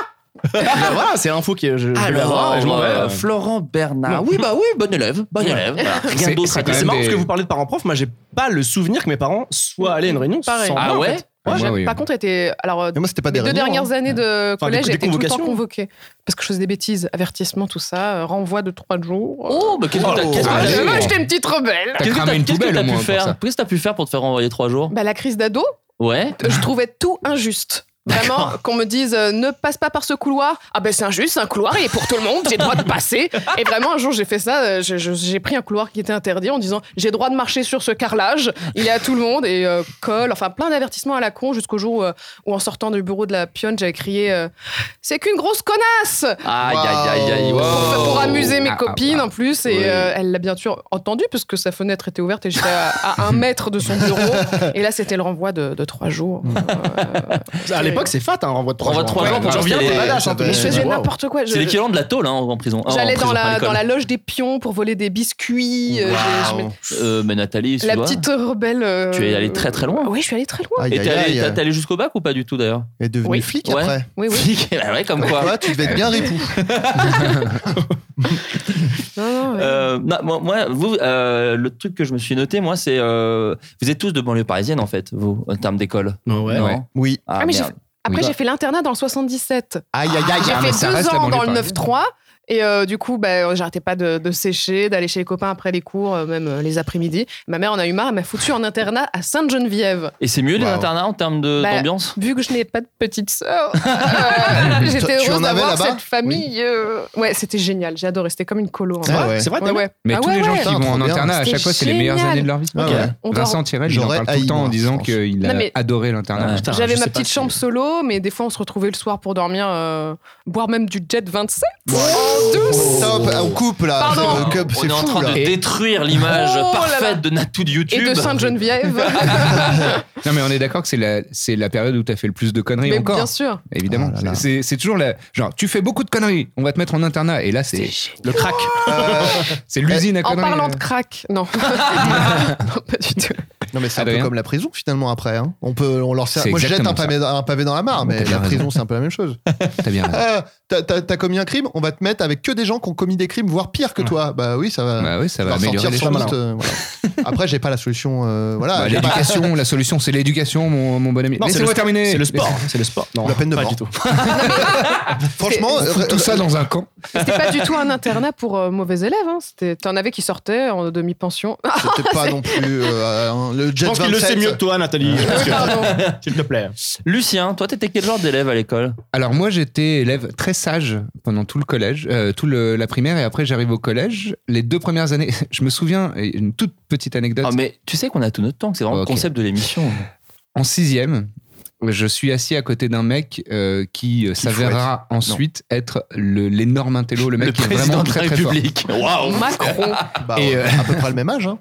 I: Bah, Voilà, c'est l'info que je, je voulais avoir
H: Alors,
I: et je m'en vais.
H: euh, Florent Bernard. Oui, bah oui, bon élève, bon élève. Voilà. Rien
L: C'est-
H: d'autre
L: c'est
H: à
L: quand
H: dire.
I: C'est
L: même
I: marrant
L: des-
I: parce que vous parlez de parents prof, moi j'ai pas le souvenir que mes parents soient allés à une réunion
K: Pareil.
I: sans
K: Ah
I: moi, en
H: ouais
I: fait.
K: Moi,
L: Ouais,
K: j'ai-
L: moi, oui.
K: par contre, été. Alors, euh,
J: Mais moi, c'était pas
K: les
J: des
K: deux
J: réunions,
K: dernières
J: hein.
K: années de
I: Enfin, des-
K: collège,
I: des
K: j'ai été tout le temps
I: convocations.
K: convoquée. Parce que je faisais des bêtises. Avertissement, tout ça, euh, renvoi de trois jours.
H: Oh, bah qu'est-ce que t'as-
I: Oh,
H: qu'est-ce que
K: Ah,
H: t'as
L: allez.
K: je- J'étais une petite rebelle.
L: T'as
H: Qu'est-ce que
L: cramé
H: t'as-
L: une
H: qu'est-ce que
L: poubelle au
H: t'as
L: moins
H: pu
L: pour
H: faire
L: ça.
H: Qu'est-ce que t'as pu faire pour te faire renvoyer trois jours
K: Bah, la crise d'ado,
H: Ouais.
K: je trouvais tout injuste. Vraiment, qu'on me dise euh, ne passe pas par ce couloir. Ah ben c'est injuste, c'est un couloir, il est pour tout le monde, j'ai le droit de passer. Et vraiment, un jour j'ai fait ça, euh, je- je- j'ai pris un couloir qui était interdit en disant j'ai droit de marcher sur ce carrelage, il est à tout le monde, et euh, colle, enfin plein d'avertissements à la con jusqu'au jour euh, où en sortant du bureau de la pionne, j'avais crié euh, c'est qu'une grosse connasse
H: Aïe, aïe, aïe, aïe.
J: Wow.
K: Pour-
H: wow.
K: pour amuser mes
L: Ah,
K: copines
L: ah, ah.
K: en plus. Et
H: Oui.
K: euh, elle l'a bien sûr entendu puisque sa fenêtre était ouverte et j'étais à, à un mètre de son bureau. Et là, c'était le renvoi de, de trois jours.
H: Mm. Ah,
K: Euh,
I: À l'époque, c'est fat, hein, renvoi de 3
H: Renvoi de trois jours,
I: jours.
H: j'en
I: J'en
H: viens
I: viens
H: des
I: badass. hein,
J: Mais
I: tout le
K: mais
I: monde.
K: je faisais
I: Wow.
K: n'importe quoi. Je-
H: C'est l'équivalent de la tôle hein, en en prison. Ah, en
K: J'allais
H: prison,
K: dans,
H: pas à
K: la,
H: l'école.
K: dans la loge des pions pour voler des biscuits. euh, je- je
H: Waouh.
K: mets-
H: Euh, mais Nathalie, tu
K: la
H: dois-
K: petite rebelle. euh,
H: Tu es allée très, très loin.
K: Oui, je suis allée très loin.
J: Aïe,
H: Et
J: aïe,
H: t'es allé,
J: aïe.
H: t'as- t'es allé jusqu'au bac ou pas du tout d'ailleurs
J: Elle est devenue
K: Oui.
J: flic
H: Ouais.
J: après.
K: Oui, oui.
H: Bah ouais, comme quoi.
J: Toi, tu devais être bien ripou.
K: Non, non, ouais.
H: Euh, non, moi, moi, vous, euh, le truc que je me suis noté, moi, c'est euh, vous êtes tous de banlieue parisienne en fait, vous, en termes d'école.
I: Ouais.
H: non
L: ouais.
J: Oui.
H: Ah,
K: Ah, mais j'ai
H: merde.
K: Après,
L: oui.
K: j'ai fait l'internat dans le 77.
J: Aïe, aïe, aïe.
K: J'ai
L: Ah, mais
K: fait
L: ça
K: deux
L: reste la
K: ans dans
L: banlieue
K: le
L: parisienne.
K: 9-3. Et euh, du coup, bah, j'arrêtais pas de, de sécher, d'aller chez les copains après les cours, euh, même euh, les après-midi. Ma mère en a eu marre, elle m'a foutu en internat à Sainte-Geneviève.
H: Et c'est mieux les
J: Wow.
H: internats en termes de-
K: Bah,
H: d'ambiance
K: Vu que je n'ai pas de petite sœur, euh,
J: Tu- tu
K: j'étais
J: en
K: heureuse
J: avais
K: d'avoir
J: là-bas
K: cette famille. euh, Ouais, c'était génial, j'ai adoré, c'était comme une colo. en
J: Ah
K: vrai.
J: ouais.
I: C'est vrai,
K: Ouais,
I: t'as-
K: ouais.
L: Mais
K: Ah
L: tous
K: ouais,
L: les gens
K: ouais.
L: qui vont en
J: Trop bien.
L: internat, à
K: C'était
L: chaque fois, c'est les
K: génial.
L: meilleures années de leur vie.
J: Ah ouais.
K: On
L: Vincent Tirel, il en
J: J'aurais
L: parle tout le temps
J: haï,
L: en
J: moi,
L: disant
J: je pense.
L: qu'il
K: Non,
L: a
K: mais-
L: adoré l'internat.
H: Ouais.
I: Putain,
K: J'avais
I: je
K: ma
I: sais pas
K: petite
I: si-
K: chambre solo, mais des fois on se retrouvait le soir pour dormir, euh, boire même du jet 27. En douce
L: Oh.
J: Stop, Bah, on coupe là.
K: Pardon.
J: C'est- euh, que-
H: On est
J: C'est
H: en
J: fou
H: train
J: là.
H: de détruire l'image
K: Oh là
H: parfaite
K: là.
H: de Natou de YouTube.
K: Et de Sainte-Geneviève.
L: Non, mais on est d'accord que c'est la, c'est la période où t'as fait le plus de conneries
K: mais
L: encore.
K: bien sûr.
L: Évidemment.
J: Oh là là.
L: c'est, c'est toujours la. Genre, tu fais beaucoup de conneries, on va te mettre en internat. Et là, c'est,
I: Le crack.
J: Euh,
L: c'est l'usine à
K: En
L: conneries.
K: parlant de crack, non. non, pas du tout.
J: Non, mais c'est
I: Ah,
J: un peu
L: Adrien.
J: comme la prison finalement après. hein. On peut, on leur sert.
L: C'est
J: Moi, je jette un
L: exactement
J: pavé, un pavé dans la mare, mais
L: T'as bien
J: la prison,
L: raison.
J: c'est un peu la même chose.
L: T'as bien raison.
J: Ah, T'as t'as- t'as commis un crime, on va te mettre avec que des gens qui ont commis des crimes, voire pire que toi. Bah oui, ça va.
L: Bah oui, ça va
J: leur
L: améliorer
J: sortir
L: les
J: sans
L: choses.
J: doute, euh, voilà. Après, j'ai pas la solution. euh, voilà,
L: Bah,
J: j'ai pas-
L: l'éducation, la solution, c'est l'éducation, mon, mon bon ami.
I: Non, c'est
L: Laissez-moi
I: le-
L: terminer.
I: C'est le sport. C'est le sport. Non,
J: La peine de
I: pas
J: mort.
I: du tout.
J: Franchement,
L: On fout
J: euh,
L: tout ça dans un camp.
K: C'était pas du tout un internat pour euh, mauvais élèves. Hein. C'était- T'en avais qui sortaient en demi-pension. Ah,
J: C'était pas non plus euh, un- le jet
I: Je pense qu'il le
J: 27.
I: sait mieux que toi, Nathalie. parce que-
K: pardon.
I: S'il te plaît.
H: Lucien, toi, t'étais quel genre d'élève à l'école
L: Alors moi j'étais élève très sage pendant tout le collège, euh, tout le, la primaire et après j'arrive au collège. Les deux premières années, je me souviens et une toute petite anecdote.
H: Ah, mais tu sais qu'on a tout notre temps, c'est vraiment
L: Ok.
H: le concept de l'émission.
L: En sixième, je suis assis à côté d'un mec euh, qui s'avérera ensuite être le- l'énorme intello, le mec
H: le
L: qui est
H: président
L: vraiment
H: de la
L: très très fort.
H: République. Waouh
K: Macron.
J: Bah,
L: Et, euh,
J: À peu près le même âge. hein.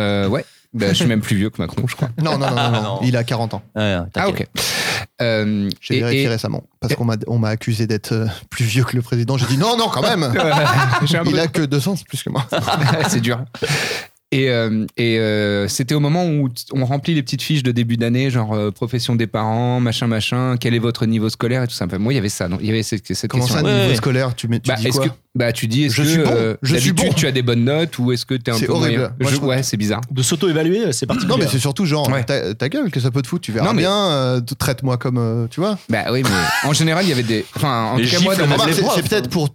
L: Euh, ouais, Bah, je suis même plus vieux que Macron, je crois.
J: Non, non, non, non, non.
H: Non.
J: Il a 40 ans.
H: Ouais, t'inquiète.
L: Ah ok. Euh,
J: J'ai
L: et-
J: vérifié
L: et-
J: récemment. Parce qu'on m'a on m'a accusé d'être euh, plus vieux que le président. J'ai dit non, non, quand même.
L: J'ai un peu
J: Il a que deux ans c'est plus que moi.
L: c'est dur. Et, euh, et euh, c'était au moment où t- on remplit les petites fiches de début d'année, genre euh, profession des parents, machin, machin, quel est votre niveau scolaire et tout ça. Enfin, moi, il y avait ça. non Il y avait cette, cette
J: Comment
L: question.
J: ça,
H: Ouais,
J: niveau
H: ouais.
J: scolaire Tu, mets, tu
L: bah,
J: dis
L: est-ce
J: quoi
L: que, bah, tu dis, est-ce
J: Je
L: que
J: suis bon,
L: euh,
J: je suis
L: d'habitude,
J: bon.
L: tu as des bonnes notes ou est-ce que t'es un
J: C'est
L: peu
J: horrible.
L: moyen
J: Moi,
L: Je-
J: je trouve-
L: Ouais, c'est bizarre.
I: De s'auto-évaluer, c'est particulier.
J: Non, mais c'est surtout genre,
L: Ouais.
J: ta, ta gueule, que ça peut te foutre, tu verras
L: Non, mais-
J: bien, euh, t- traite-moi comme. euh, tu vois
L: Bah oui, mais en général, il y avait des. Enfin, en
H: Les
L: tout cas, moi,
H: gifles,
L: dans ma-
H: même
J: Remarque,
H: les
J: C'est
H: profs,
J: c'est peut-être pour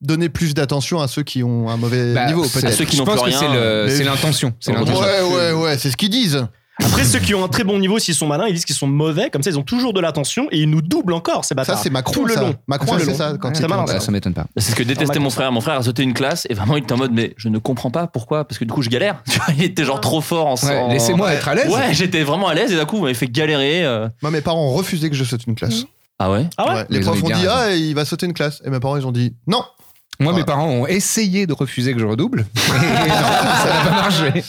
J: donner plus d'attention à ceux qui ont un mauvais
L: bah,
J: niveau,
L: c'est-
J: peut-être.
H: ceux qui
L: Je
H: n'ont
L: pense
H: plus rien,
L: que c'est le-
J: mais-
L: euh, c'est l'intention. C'est l'intention.
J: Ouais, ouais, ouais, c'est ce qu'ils disent.
I: Après, ceux qui ont un très bon niveau, s'ils sont malins, ils disent qu'ils sont mauvais. Comme ça, ils ont toujours de l'attention et ils nous doublent encore, ces
J: Ça,
I: bâtards.
J: c'est Macron.
I: Tout le
J: ça.
I: long.
J: Macron,
I: Tout le
J: c'est
I: long.
J: ça. Quand
I: Ouais,
J: il-
I: c'est malin,
L: Ah,
I: ça.
L: ça m'étonne pas.
H: C'est ce que détestait mon frère. Mon frère a sauté une classe et vraiment il était en mode mais je ne comprends pas pourquoi parce que du coup je galère. Tu vois, il était genre trop fort en
L: Ouais,
H: en-
L: Laissez-moi être à l'aise.
H: Ouais, j'étais vraiment à l'aise et d'un coup vous m'avez fait galérer. euh.
J: Moi, mes parents ont refusé que je saute une classe.
H: Ah ouais.
I: Ah ouais
J: Ouais, Les
L: Mais ils ont
J: profs
L: eu
J: ont
L: Mm. bien
J: dit
L: raison.
J: Ah, il va sauter une classe. Et mes parents, ils ont dit Non
L: Moi, mes
J: Voilà.
L: parents ont essayé de refuser que je redouble. Et non, ça n'a pas marché.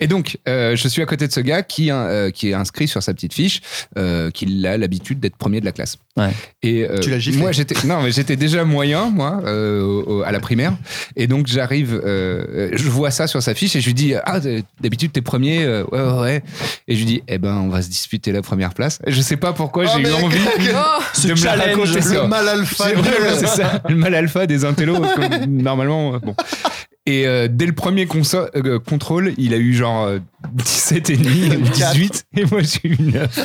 L: Et donc, euh, je suis à côté de ce gars qui, euh, qui est inscrit sur sa petite fiche euh, qu'il a l'habitude d'être premier de la classe.
H: Ouais.
L: Et euh,
J: Tu l'as giflé.
L: moi, j'étais non, mais j'étais déjà moyen, moi, euh, au- au- à la primaire. Et donc, j'arrive, euh, je vois ça sur sa fiche et je lui dis ah d- d'habitude t'es premier, euh, ouais ouais ouais. Et je lui dis eh ben on va se disputer la première place. Je sais pas pourquoi j'ai eu
J: mais
L: envie
K: Oh,
L: de me la
I: challenge,
L: raconter.
J: Le
L: ça.
J: mal alpha.
L: C'est vrai, ouais, c'est ça. Le mal alpha des intellos. comme normalement, euh, bon. Et euh, dès le premier conso- euh, contrôle, il a eu genre euh, 17 et demi ou 18 et moi j'ai eu 9.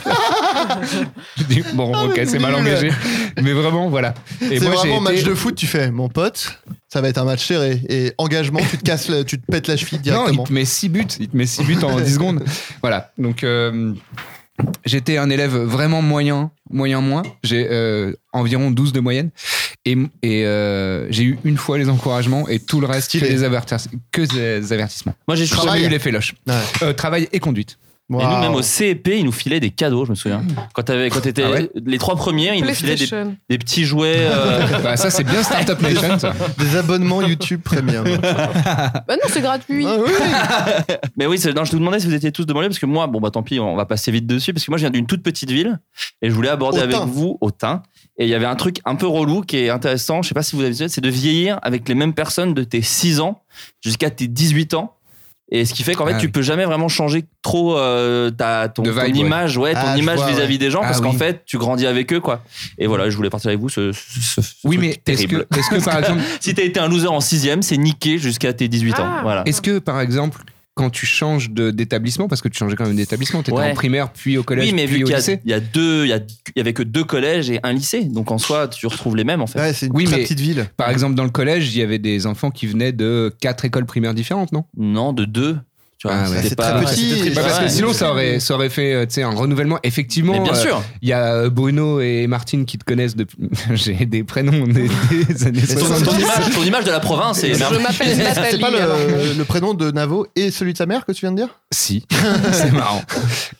L: Je dis bon, OK, c'est mal
J: Ah, nul.
L: engagé. Mais vraiment voilà. Et
J: C'est
L: moi j'ai
J: vraiment match
L: été-
J: de foot, tu fais mon pote, ça va être un match serré. Et engagement, tu te casses, le- tu te pètes la cheville
L: Non, il
J: directement.
L: te met 6 buts, il te met 6 buts en 10 secondes. Voilà. Donc euh, j'étais un élève vraiment moyen, moyen moins. J'ai euh, environ 12 de moyenne et, et, euh, j'ai eu une fois les encouragements et tout le reste que
J: Stylé.
L: des, avertis- que des avertissements.
H: Moi j'ai
J: Travail.
L: Jamais eu les féloches.
J: Ouais.
L: Euh, travail et conduite.
H: Et nous,
J: ah, Waouh. Mmh.
H: même au CEP, ils nous filaient des cadeaux, je me souviens. Quand t'avais, quand t'étais
L: Ah ouais
H: les trois premières, ils nous filaient des,
K: PlayStation.
H: des petits jouets. euh,
L: Bah, ça c'est bien Startup Nation. ça.
J: Des abonnements YouTube Premium.
K: Bah non, c'est gratuit.
J: Ah oui.
H: Mais oui, c'est- non, je te demandais si vous étiez tous de banlieue, parce que moi, bon, bah tant pis, on va passer vite dessus, parce que moi, je viens d'une toute petite ville, et je voulais aborder
J: Au
H: avec
J: thym.
H: vous au thym. Et il y avait un truc un peu relou qui est intéressant, je sais pas si vous avez vu, c'est de vieillir avec les mêmes personnes de tes 6 ans jusqu'à tes 18 ans. Et ce qui fait qu'en fait,
L: Ah
H: tu
L: oui.
H: peux jamais vraiment changer trop euh, ta, ton,
L: De
H: ton
L: vibe, ouais.
H: image, ouais, ton
J: Ah, je
H: image
J: vois,
H: vis-à-vis des gens,
L: Ah
H: parce qu'en
L: oui.
H: fait, tu grandis avec eux, quoi. Et voilà, je voulais partager avec vous ce. ce- ce- ce
L: Oui,
H: truc
L: mais est-ce que,
H: terrible.
L: est-ce que par exemple,
H: Si t'as été un loser en 6 c'est niqué jusqu'à tes 18 ans.
K: Ah.
H: Voilà.
L: est-ce que par exemple quand tu changes de- d'établissement, parce que tu changeais quand même d'établissement, t'étais
H: Ouais.
L: en primaire, puis au collège,
H: Oui, mais
L: puis
H: vu
L: au
H: qu'il y, a-
L: lycée.
H: il y a deux, il y, a- il y avait que deux collèges et un lycée, donc en soi, tu retrouves les mêmes en fait.
J: Ouais, c'est une
L: Oui,
J: très
L: mais-
J: petite ville.
L: Par exemple, dans le collège, il y avait des enfants qui venaient de quatre écoles primaires différentes, non
H: Non, de deux. Tu vois,
L: Ah ouais.
H: c'était
J: C'est
H: pas-
J: très petit.
H: c'était
J: Ouais,
L: Bah,
H: pas
L: Parce que
H: mal.
L: sinon, ça aurait, ça aurait fait euh, tu sais, un renouvellement.
H: Mais
L: Effectivement,
H: bien
L: euh,
H: sûr.
L: il y a euh, Bruno et Martine qui te connaissent depuis. J'ai des prénoms des, des années
J: c'est
H: Ton,
L: 70.
H: ton image, ton image de la province est
K: Je m'appelle
J: C'est
K: Nathalie.
J: pas
K: alors.
J: le, le prénom de Navo et celui de sa mère que tu viens de dire
L: Si, c'est marrant.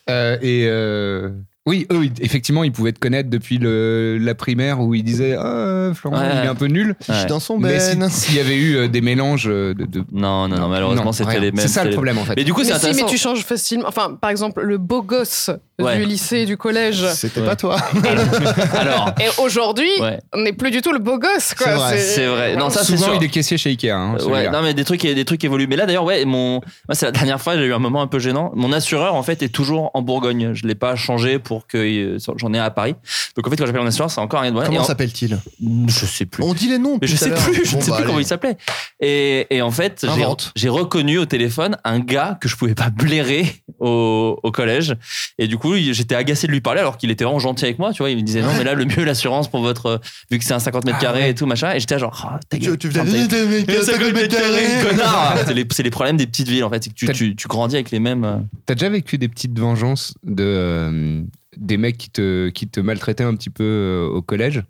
L: Euh, et euh, oui, eux, ils- effectivement, ils pouvaient te connaître depuis le, la primaire où ils disaient Ah, Florent,
H: Ouais.
L: il est un peu nul.
J: Je
H: Ouais.
J: suis dans son
L: Mais si-
J: ben.
L: s'il y avait eu euh, des mélanges euh, de. de-
H: Non, non, non, malheureusement,
L: non,
H: c'était
L: rien.
H: les mêmes.
L: C'est ça le
H: c'était-
L: problème en fait.
H: Mais du coup, c'est
K: Mais si, mais
H: intéressant.
K: tu changes facilement. Enfin, par exemple, le beau gosse
H: Ouais.
K: du lycée, du collège.
J: C'était
H: Ouais.
J: pas toi.
H: Alors,
K: Et aujourd'hui,
H: ouais,
K: on n'est plus du tout le beau gosse, quoi.
J: C'est vrai.
H: c'est vrai. Non, ça, c'est
L: Souvent,
H: sûr.
L: il est caissier chez Ikea. hein,
H: Euh,
L: celui-là.
H: Ouais, non mais des trucs des trucs évoluent. Mais là d'ailleurs ouais, mon moi c'est la dernière fois j'ai eu un moment un peu gênant. Mon assureur en fait est toujours en Bourgogne. Je l'ai pas changé pour que euh, j'en ai un à Paris. Donc en fait quand j'appelle mon assureur c'est encore un douane.
J: Comment
H: Et en-
J: s'appelle-t-il
H: Je sais plus.
J: On dit les noms.
H: Mais je
J: tout à
H: sais
J: l'heure.
H: plus, je
J: Bon,
H: ne sais
J: bah,
H: plus comment
J: allez.
H: il s'appelait. Et, et en fait, j'ai-
J: Invente.
H: j'ai reconnu au téléphone un gars que je pouvais pas blairer au, au collège. Et du coup, il- j'étais agacé de lui parler alors qu'il était vraiment gentil avec moi. Tu vois, il me disait non, mais là, le mieux, l'assurance pour votre. euh, Vu que c'est un 50 mètres
L: Ah
H: carrés
L: ouais.
H: et tout, machin. Et j'étais là, genre, oh, ta gueule.
J: Tu, tu faisais.
H: ferme ta gueule.
J: Eh, ça colle mes carrés.
H: Connard C'est les, c'est les problèmes des petites villes en fait, c'est que tu,
L: T'as-
H: tu, tu grandis avec les mêmes. euh,
L: T'as déjà vécu des petites vengeances de euh, des mecs qui te qui te maltraitaient un petit peu euh, au collège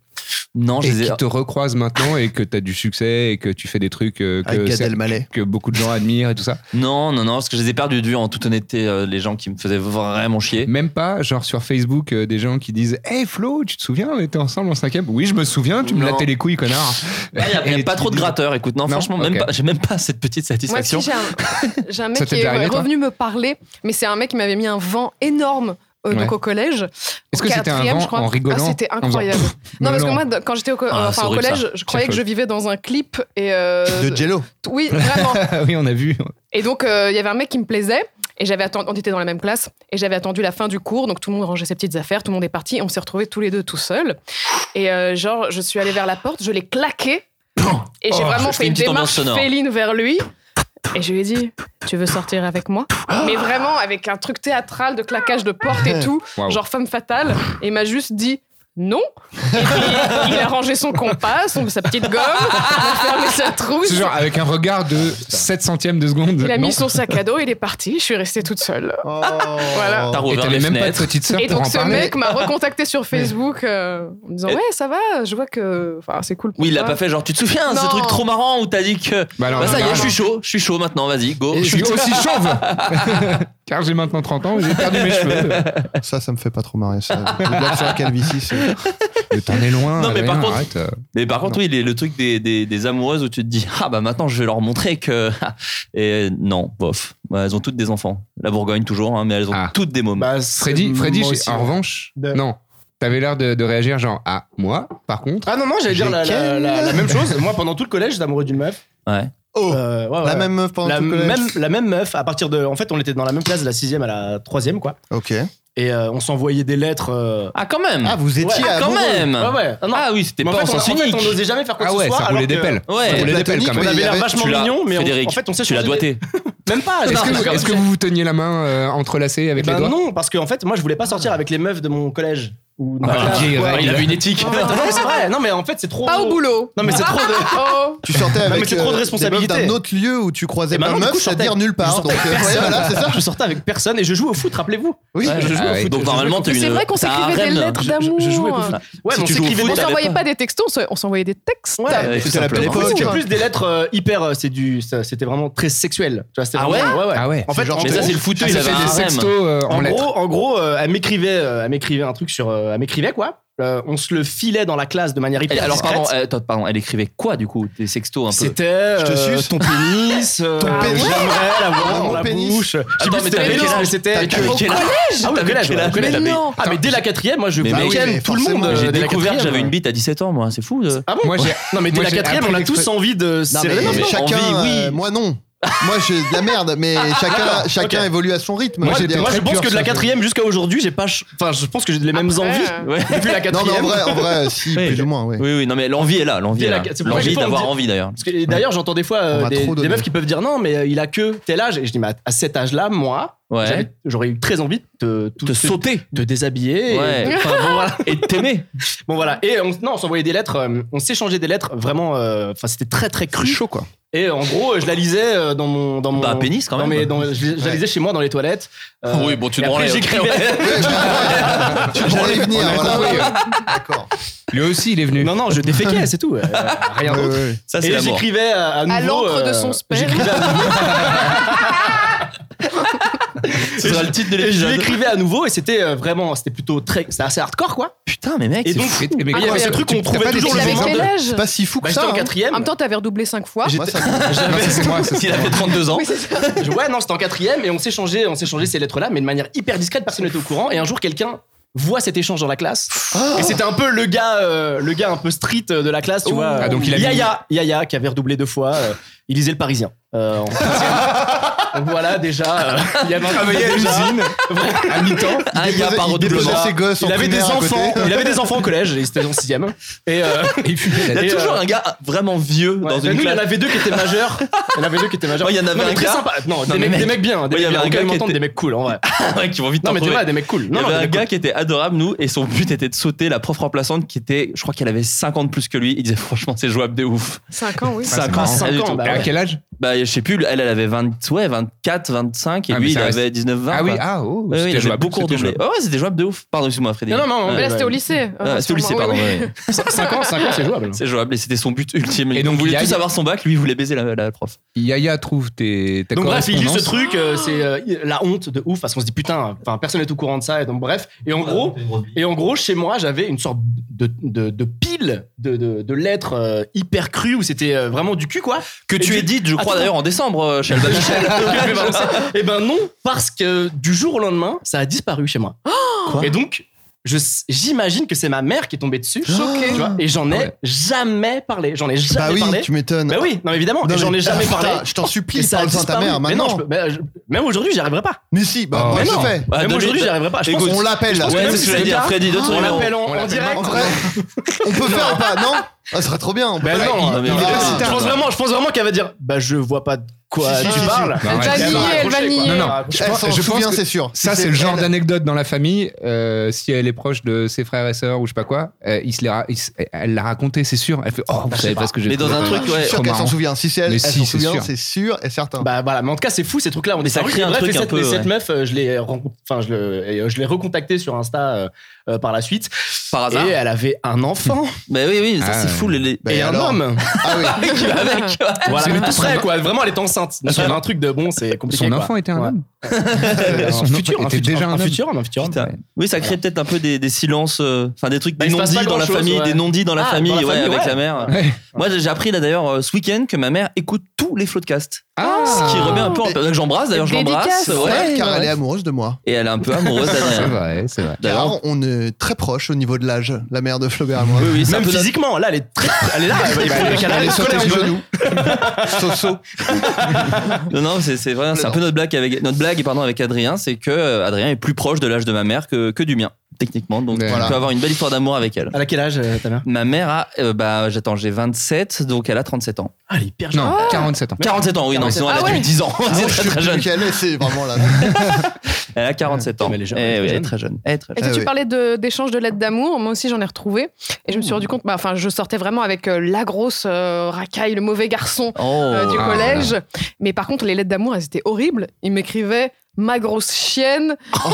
H: Non, je
L: et
H: les ai-
L: qui te recroisent maintenant et que t'as du succès et que tu fais des trucs euh,
J: Avec
L: que,
J: Gad
L: c'est-
J: Elmaleh.
L: que beaucoup de gens admirent et tout ça.
H: Non, non, non, parce que je les ai perdus de vue en toute honnêteté, euh, les gens qui me faisaient vraiment chier.
L: Même pas, genre sur Facebook, euh, des gens qui disent Hey Flo, tu te souviens, on était ensemble en cinquième Oui, je me souviens, tu me
H: Non.
L: lattais les couilles, connard.
H: Il n'y a, y a
L: Et
H: pas
L: tu
H: trop de
L: dis-
H: gratteurs, écoute. Non,
L: Non,
H: franchement, même
L: ok.
H: pas, j'ai même pas cette petite
K: Moi,
H: satisfaction.
K: si j'ai un, j'ai un
L: Ça
K: mec
L: t'est
K: qui est
L: déjà arrivé, toi
K: revenu me parler, mais c'est un mec qui m'avait mis un vent énorme. euh,
L: Ouais.
K: Donc au collège.
L: Est-ce que c'était un
K: Quatrième, je
L: vent
K: crois.
L: en rigolant
K: Ah, c'était
L: en faisant
K: incroyable. Non,
L: Mais
K: parce que
L: non.
K: moi, de- quand j'étais au, co-
H: Ah,
K: enfin,
H: c'est
K: au
H: horrible,
K: collège, je croyais que
L: folle.
K: je vivais dans un clip et. euh,
J: De Jello.
K: t- oui, vraiment.
L: Oui, on a vu.
K: Et donc, euh, il y avait un mec qui me plaisait. Et j'avais attendu, on était dans la même classe, et j'avais attendu la fin du cours, donc tout le monde rangeait ses petites affaires, tout le monde est parti, et on s'est retrouvés tous les deux tout seuls. Et euh, genre, je suis allée vers la porte, je l'ai claqué, et j'ai
H: Oh,
K: vraiment
H: je
K: fait
H: fais
K: une
H: une petite ambiance
K: démarche
H: sonore.
K: féline vers lui, et je lui ai dit, tu veux sortir avec moi
H: Ah.
K: Mais vraiment avec un truc théâtral de claquage de porte et tout,
L: Waouh.
K: genre femme fatale, et il m'a juste dit, non. Et puis, il a rangé son compas, son, sa petite gomme, il a fermé sa trousse.
L: C'est genre avec un regard de 7 centièmes de seconde.
K: Il a
L: non
K: mis son sac à dos, il est parti, je suis restée toute seule.
H: Oh.
I: Oh.
K: Voilà.
H: T'as
L: Et
H: rouvert
L: t'avais
H: les
L: même pas de
H: fenêtres.
L: petite sœur
K: Et
L: pour
K: donc
L: en
K: ce
L: parler.
K: mec m'a recontacté sur Facebook euh, en me disant
H: Et-
K: ouais ça va, je vois que enfin c'est cool. Pour
H: Oui, il l'a
K: toi.
H: pas fait. Genre, tu te souviens ce
K: Hein Non.
H: truc trop marrant où t'as dit que.
L: Bah alors,
H: Bah, ça y est,
L: non,
H: je suis
L: non.
H: chaud, je suis chaud maintenant, vas-y, go.
L: Et je suis
H: Chute.
L: aussi chauve Car j'ai maintenant 30 ans et j'ai perdu mes cheveux.
J: Ça, ça me fait pas trop marrer. Ça. Les blagues sur la calvitie, c'est.
L: Mais t'en es loin.
H: Non, mais par
L: Adrien,
H: contre-
L: arrête. euh.
H: Mais par contre, oui, les- le truc des, des, des amoureuses où tu te dis, ah bah maintenant je vais leur montrer que. Et non, bof. Bah, elles ont toutes des enfants. La Bourgogne toujours, hein, mais elles ont
L: Ah.
H: toutes des mômes.
I: Bah, c'est
L: Freddy,
I: moi
L: Freddy j'ai-
I: aussi,
L: en
I: ouais.
L: revanche,
I: De-
L: non. T'avais l'air de, de réagir genre, ah, moi, par contre.
I: Ah non, non, j'allais dire la, la- la- la même chose. Moi, pendant tout le collège, j'étais amoureux d'une meuf.
H: Ouais.
J: Oh
I: Euh, ouais,
J: La
I: ouais.
J: même meuf pendant
I: la
J: tout le collège
I: même, la même meuf, à partir de. En fait, on était dans la même classe de la sixième à la troisième, quoi.
J: Ok.
I: Et euh, on s'envoyait des lettres. euh,
H: Ah, quand même
J: Ah, vous étiez
I: Ouais,
J: à
H: Ah, quand même
I: Ouais, ouais. Ah, non.
H: Ah oui, c'était
I: Mais
H: pas
I: en fait,
H: en
I: on, en
H: sens
I: fait,
H: unique.
I: on n'osait jamais faire quoi
L: Ah
I: que
L: ouais,
I: ce soit.
L: ça
I: alors
L: roulait des
I: que
L: pelles.
H: Ouais.
L: Ça roulait des pelles
J: Platonique,
L: quand
I: euh, On
J: mais il y
L: même.
I: avait l'air
J: avait-
I: vachement
H: tu l'as-
I: mignon, mais on-
H: Frédéric,
I: en fait, on s'est
H: tu l'as
I: changé des-
H: doigté.
I: Même pas.
L: Est-ce
I: non,
L: que,
I: parce que-
L: est-ce que vous vous teniez la main euh, entrelacée avec
I: Ben
L: les doigts
I: non, parce que en fait, moi, je voulais pas sortir avec les meufs de mon collège. Ou dans
L: Ah,
I: la classe.
L: vieille
I: Ouais,
L: règle.
I: il avait une
H: éthique.
I: En fait, non, c'est vrai. Non, mais en fait, c'est trop.
K: Pas au boulot.
I: Non, mais c'est trop de.
K: Oh.
J: Tu sortais
I: mais
J: avec
I: c'est trop de
J: euh, des
I: responsabilité.
J: meufs d'un autre lieu où tu croisais
I: Et
J: pas
I: maintenant,
J: de
I: du
J: meuf,
I: coup, je sortais-
J: c'est-à-dire nulle
I: je
J: part.
I: sortais
J: Donc
I: avec
J: euh, ouais,
I: personne.
J: voilà, c'est ça.
I: Je sortais avec personne et je jouais au foot, rappelez-vous.
J: Oui.
I: je jouais
L: Ah
I: au
L: ouais.
I: foot.
H: Donc normalement, t'as
K: Mais
H: une.
K: c'est vrai qu'on
H: t'as un
K: s'écrivait des
H: renne.
K: lettres
I: Je- je-
K: d'amour.
I: je jouais au foot. Ouais,
H: Si
I: mais on
H: tu joues au
I: s'écrivait
H: foot,
I: des
K: On
H: t'avais
I: lettres.
K: s'envoyait
H: pas.
K: pas des textos, on s'en- on s'envoyait des textes.
I: Ouais.
H: Ouais,
J: C'était
H: tout
J: la
H: simplement.
J: plus
I: Les
J: Époque.
I: foot, c'était plus des lettres euh, hyper. euh, C'est du. ça- C'était vraiment très sexuel. Tu vois, c'était
H: Ah
I: vraiment- ouais,
L: Ah ouais.
I: En fait,
J: C'est genre-
I: en
H: Mais ça,
I: gros-
H: c'est le foot,
L: Ah,
H: il
L: ça
H: avait
L: fait
H: un
L: des
H: rem.
L: sextos euh, en
I: En
L: lettres.
I: gros, en gros, euh, elle m'écrivait, euh, elle m'écrivait un truc sur, euh, elle m'écrivait quoi Euh, On se le filait dans la classe de manière
H: Elle-
I: hyper
H: alors,
I: discrète.
H: pardon, euh, attends, pardon, elle écrivait quoi du coup Des sextos un peu
I: C'était euh,
J: Je te suce.
I: ton pénis, Ah, euh,
J: Ton pénis.
I: j'aimerais l'avoir
J: Mon
I: dans la
J: pénis.
I: bouche. Je sais
H: Attends,
I: plus
H: mais
I: c'était
H: t'avais
I: quel
H: quel
I: âge,
H: âge
I: c'était
H: T'avais quel
I: quel âge Ah oui, au collège, ouais, au collège.
K: Mais non.
I: Ah mais dès la quatrième, moi je
H: Mais
I: bah
H: mec,
I: oui,
J: mais
I: tout le
J: forcément.
I: monde. euh,
H: J'ai
I: dès la
H: découvert que
I: quatrième.
H: j'avais une bite à 17 ans, moi, c'est fou. euh.
I: Ah bon
L: Moi, j'ai-
I: Non mais dès
L: moi,
I: la
L: j'ai
I: quatrième, on a
L: appris
I: tous
L: l'expression.
I: envie de.
J: Non,
I: C'est
J: mais
I: vrai, non, mais-
J: chacun,
H: envie, oui.
J: euh, moi non. Moi j'ai de la merde, mais chacun, chacun
I: ok.
J: évolue à son rythme.
I: Moi,
J: J'ai des
I: moi, je
J: très
I: pense
J: purs,
I: que de la
J: ça, je-
I: quatrième jusqu'à aujourd'hui, j'ai pas. ch- Enfin, je pense que j'ai les mêmes
K: Après,
I: envies.
K: euh,
H: Ouais.
I: Depuis la
J: Non, mais en
I: quatrième.
J: vrai, en vrai, si,
H: Oui.
J: plus ou moins, oui.
H: Oui, oui, non, mais l'envie est là, l'envie
I: Dès
H: est
I: la-
H: là.
I: c'est pour ça que j'ai
H: L'envie
I: pas
H: d'avoir
I: envie-
H: envie d'ailleurs.
I: Parce que et d'ailleurs, j'entends des fois euh,
J: On va
I: des,
J: trop
I: des
J: donner.
I: meufs qui peuvent dire non, mais euh, il a que tel âge. Et je dis, mais à- à cet âge-là, moi,
H: Ouais.
I: j'avais- j'aurais eu très envie de te,
H: Te sauter.
I: de déshabiller. et-
H: Ouais.
I: Enfin, bon, voilà.
H: Et de t'aimer.
I: Bon, voilà. Et on, non, on s'envoyait des lettres, euh, on s'échangeait des lettres vraiment. euh, Enfin, c'était très très cru.
J: chaud, quoi.
I: Et euh, en gros, euh, je la lisais euh, dans mon. Dans mon
H: Bah, pénis quand
I: non,
H: même.
I: mais dans- je, je la lisais chez moi dans les toilettes. Euh,
H: Oui, bon, tu
I: et
H: branlais,
I: après,
H: ok,
I: j'écrivais-
J: Tu pourrais y venir,
L: On a
J: voilà.
L: compris,
J: D'accord.
L: Lui aussi, il est venu.
I: Non, non, je déféquais, c'est tout. euh, rien
J: Ouais, ouais,
I: d'autre.
J: ouais.
H: Ah, Ça, c'est
I: Et
H: l'amour.
I: j'écrivais à, à nouveau.
K: À l'encre de
I: euh,
K: son sperme.
I: j'écrivais à
H: Ce sera le titre de
I: Et je lui
H: l'épisode.
I: écrivais à nouveau et c'était euh, vraiment, c'était plutôt très, c'était assez hardcore quoi.
H: Putain, mais mec,
I: Et
H: c'est
I: donc, ah,
H: fou.
L: Et- et- mais
I: il y
L: quoi,
I: avait
L: ça-
I: un truc
L: tu-
I: qu'on
L: t'as pas
I: trouvait
L: des
I: toujours le
K: T'avais
L: exemples
I: moment
K: quel
I: de.
K: âge
J: C'est pas si fou
I: Bah,
J: que
I: j'étais
J: ça. hein.
I: en
K: En même
I: quatrième.
K: temps, t'avais redoublé cinq fois.
J: Moi, ça-
L: Non, ça, c'est moi, ça, c'est
H: Il a
L: moi.
H: fait 32 ans.
K: Oui, c'est ça.
I: Je- Ouais, non, c'était en quatrième et on s'est changé, on s'est changé ces lettres-là, mais de manière hyper discrète, personne n'était au courant. Et un jour, quelqu'un voit cet échange dans la classe. Et c'était un peu le gars, euh, le gars un peu street euh, de la classe, tu vois. euh,
L: Ah, donc il a mis-
I: Yaya, Yaya, qui avait redoublé deux fois. euh, il lisait le Parisien. euh, en quatrième. Donc voilà, déjà, euh, il y avait un- déjà- Ah,
L: À mi-temps.
H: Un gars
J: déposait-
H: par
J: il
H: redoublement.
J: déposait ses gosses
I: Il
J: en
I: avait des
J: primaire à côté.
I: enfants, il avait des enfants au collège, et c'était en sixième. Et euh,
L: Et il fumait la
H: Il y a
I: Et,
H: toujours
I: euh,
H: un gars vraiment vieux
I: Ouais,
H: dans
I: bah
H: une
I: nous, il y en
H: classe.
I: avait deux qui étaient majeurs. Il y en avait deux qui étaient majeurs.
H: Ouais, il y en avait
I: Non, mais
H: un
I: très
H: gars.
I: sympa. Non,
H: Non,
I: des,
H: mais
I: mecs,
H: mec.
I: des mecs bien. Des
H: Ouais, il y
I: mecs
H: avait
I: bien.
H: un
I: Aucun
H: gars qui
I: m'entende,
H: était-
I: des mecs cool en vrai.
H: Ouais, qui vont vite
I: Non,
H: t'en
I: mais tu
H: trouver.
I: vois, des mecs cool.
H: Il y
I: Non, non,
H: avait
I: des
H: un
I: mecs
H: gars qui était adorable, nous, et son but était de sauter la prof remplaçante qui était, je crois qu'elle avait 5 ans de plus que lui. Il disait, franchement, c'est jouable de ouf.
K: Cinq ans, oui.
L: Ça-
H: Cinq
L: marrant.
I: Cinq
H: rien du
I: ans,
H: tout.
I: bah
L: Et à
I: ouais.
L: quel âge
H: Bah, je sais plus, elle, elle avait 20, ouais, 24, 25, et
L: Ah, mais
H: lui, il
L: ça reste-
H: avait 19, 20.
L: Ah oui,
H: quoi.
L: ah oh,
H: Ouais, ouais, il
L: c'était
H: avait
L: jouable.
H: beaucoup
L: c'était
H: redoublé.
L: jouable.
H: Ouais, ouais, c'était jouable de ouf. Pardon, excuse-moi, Frédéric.
I: Non, non, non,
K: Mais
H: Ouais,
K: là,
I: ouais.
K: c'était au lycée.
H: Ah, c'était au lycée,
K: sûrement,
H: pardon.
K: oui, oui.
H: ouais.
I: Cin- Cinq ans, cinq ans, c'est jouable.
H: C'est jouable, et c'était son but ultime.
L: Et
H: Et
L: donc,
H: donc, voulait
L: Yaya-
H: tous avoir son bac, lui, il voulait baiser la, la prof.
L: Yaya trouve tes, ta
I: Donc bref, il lit ce
L: correspondance.
I: truc, euh, c'est euh, la honte de ouf parce qu'on se dit putain, enfin personne n'est au courant de ça et donc bref. Et en gros, et en gros chez moi j'avais une sorte de, de, de pile de, de, de lettres euh, hyper crues où c'était euh, vraiment du cul quoi.
H: Que
I: tu
H: tu
I: es
H: édites, je crois d'ailleurs, en décembre, euh, chez Albin Michel.
I: ben, et ben non, parce que du jour au lendemain, ça a disparu chez moi.
H: Oh Quoi
I: et donc, je s- j'imagine que c'est ma mère qui est tombée dessus.
H: Oh
I: Choquée. et j'en ai
L: Ouais.
I: jamais parlé. J'en ai jamais
J: Bah oui,
I: parlé.
J: tu m'étonnes.
I: Bah oui, non mais évidemment,
J: Non,
I: et j'en
J: mais-
I: ai jamais
J: Putain,
I: parlé.
J: Je t'en
I: Et
J: supplie,
I: ça a
J: parle-en à ta
I: disparu.
J: mère
I: Mais non, je
J: maintenant.
I: peux- mais je- même aujourd'hui, j'y arriverai pas.
J: Mais si, bah
L: Oh,
J: moi
I: Ah, mais
J: je
I: non.
J: le fais.
H: Ouais,
I: même
H: donne-
I: aujourd'hui, j'y arriverai pas. Je pense
H: Écoute,
I: qu'on
J: On l'appelle.
H: Ouais, c'est ce que je vais dire, Freddy, de
I: on
H: ton numéro.
I: l'appelle en, en
L: l'appelle.
I: direct.
J: En vrai, on peut faire ou pas Non Ah, Ce serait trop bien. on peut
I: Ben
J: faire.
I: non,
H: non, mais
I: il-
H: non.
I: il-
J: Ah,
I: je pense
L: non.
I: vraiment, je pense vraiment qu'elle va dire bah je vois pas de quoi
J: Si, si,
I: tu
J: si, si.
I: parles.
L: Bah,
K: Elle
L: ouais,
K: va
L: c'est-
I: Elle va
K: nier, elle va
I: raccrocher, quoi.
K: nier.
L: Non, non.
I: Je
J: Elle
I: pense-
J: s'en
L: Ah, je pense
J: souvient,
L: que-
J: c'est sûr.
L: Ça,
J: Si
L: c'est le genre
J: elle-
L: d'anecdote dans la famille. euh, si elle est proche de ses frères et sœurs ou je sais pas quoi, euh, il se les ra- il se- elle l'a raconté, c'est sûr. Elle fait Oh, vous
I: je
L: savez
I: sais
L: pas
I: pas.
L: ce que j'ai
H: Mais dans
L: trouvé.
H: un truc,
J: Je
H: ouais.
J: suis sûr
L: trop
J: qu'elle
L: marrant.
J: s'en souvient. Si c'est elle,
L: Mais
J: elle
L: si,
J: s'en
L: c'est
J: souvient,
L: sûr.
J: c'est sûr et certain.
I: Bah voilà, mais en tout cas, c'est fou ces trucs-là. On est
H: ça
I: sortis.
H: crée un
I: Bref,
H: truc
I: et
H: un
I: cette,
H: peu,
I: et cette
H: ouais.
I: meuf, euh, je l'ai rencontré- enfin je le- et, euh, je l'ai recontactée sur Insta euh, euh, par la suite
H: Par
I: et
H: hasard.
I: elle avait un enfant
H: Mais oui, oui, ça
L: Ah,
H: c'est fou. les- les-
J: Ben
I: et un
J: alors.
I: homme.
J: Ah oui.
H: Qui va avec.
I: Voilà,
L: Parce que
I: tout
L: son-
I: près quoi. Vraiment, elle est enceinte. Donc, il
L: Son-
I: y avait un truc de bon, c'est compliqué.
L: Son
I: quoi.
L: enfant était un
I: Ouais.
L: homme.
I: Euh,
L: Son
I: un
L: enfant
I: futur, un
L: était
I: futur,
L: déjà un
I: un
L: homme.
I: futur, un futur.
H: Putain. Oui, ça crée peut-être un peu des, des silences, euh, enfin des trucs,
I: Bah,
H: des
I: il se passe
H: non-dits
I: pas
H: dans la
I: grand-chose,
H: famille,
I: ouais.
H: des non-dits dans la
I: Ah,
H: famille,
I: dans la
H: ouais,
I: famille,
H: avec
I: ouais.
H: la mère.
L: Ouais.
H: Moi, j'ai appris là d'ailleurs euh, ce week-end que ma mère écoute tous les floodcasts,
L: Ah
H: ce qui remet un peu en
J: Et-
H: que j'embrasse d'ailleurs, je l'embrasse,
K: Dédicace.
H: ouais,
J: Ouais, car
H: ouais.
J: elle est amoureuse de moi.
H: et elle est un peu amoureuse
L: C'est
H: d'Adrien.
L: vrai, c'est vrai.
J: Car
H: D'ailleurs,
J: on est très proche au niveau de l'âge, la mère de Flaubert et moi.
H: oui, oui, c'est un
I: Même
H: peu notre-
I: physiquement, là, elle est très, elle est là, elle, elle, elle, elle,
J: Elle est
I: elle,
J: sur tes genoux. Soso.
H: Non, non, c'est c'est vrai, c'est un peu notre blague avec notre blague, pardon, avec Adrien, c'est que euh, Adrien est plus proche de l'âge de ma mère que, que du mien, techniquement. Donc,
L: Mais
H: on
L: voilà.
H: peut avoir une belle histoire d'amour avec elle.
I: elle a quel âge euh, ta mère
H: Ma mère a, euh, bah, j'attends, j'ai 27, donc elle a 37 ans.
I: Ah, elle est hyper jeune.
L: Non, 47 ans.
H: 47 ans, oui, non, sinon elle a
K: Ah ouais.
H: depuis 10 ans.
J: Ah,
H: c'est
J: moi, je
H: très,
J: suis
H: très
J: plus
H: jeune.
J: qu'elle, et c'est vraiment là.
H: Elle a 47 ans.
I: Mais elle est jeune,
H: Eh
I: elle est
H: oui,
I: très
H: elle est très jeune. Elle est très
K: Et
H: jeune.
K: que
J: Ah
K: tu
J: oui.
K: parlais de- d'échange de lettres d'amour, moi aussi j'en ai retrouvé. Et je me suis rendu compte, bah, enfin, je sortais vraiment avec euh, la grosse euh, racaille, le mauvais garçon euh, du
L: ah.
K: collège. Mais par contre, les lettres d'amour, elles étaient horribles. Ils m'écrivaient ma grosse chienne.
I: Ah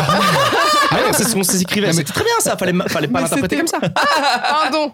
I: non, c'est ce qu'on s'écrivait.
L: Non, mais-
I: C'était très bien ça, fallait, ma- fallait pas
K: Mais
I: l'interpréter
K: c'était-
I: comme ça.
K: Pardon,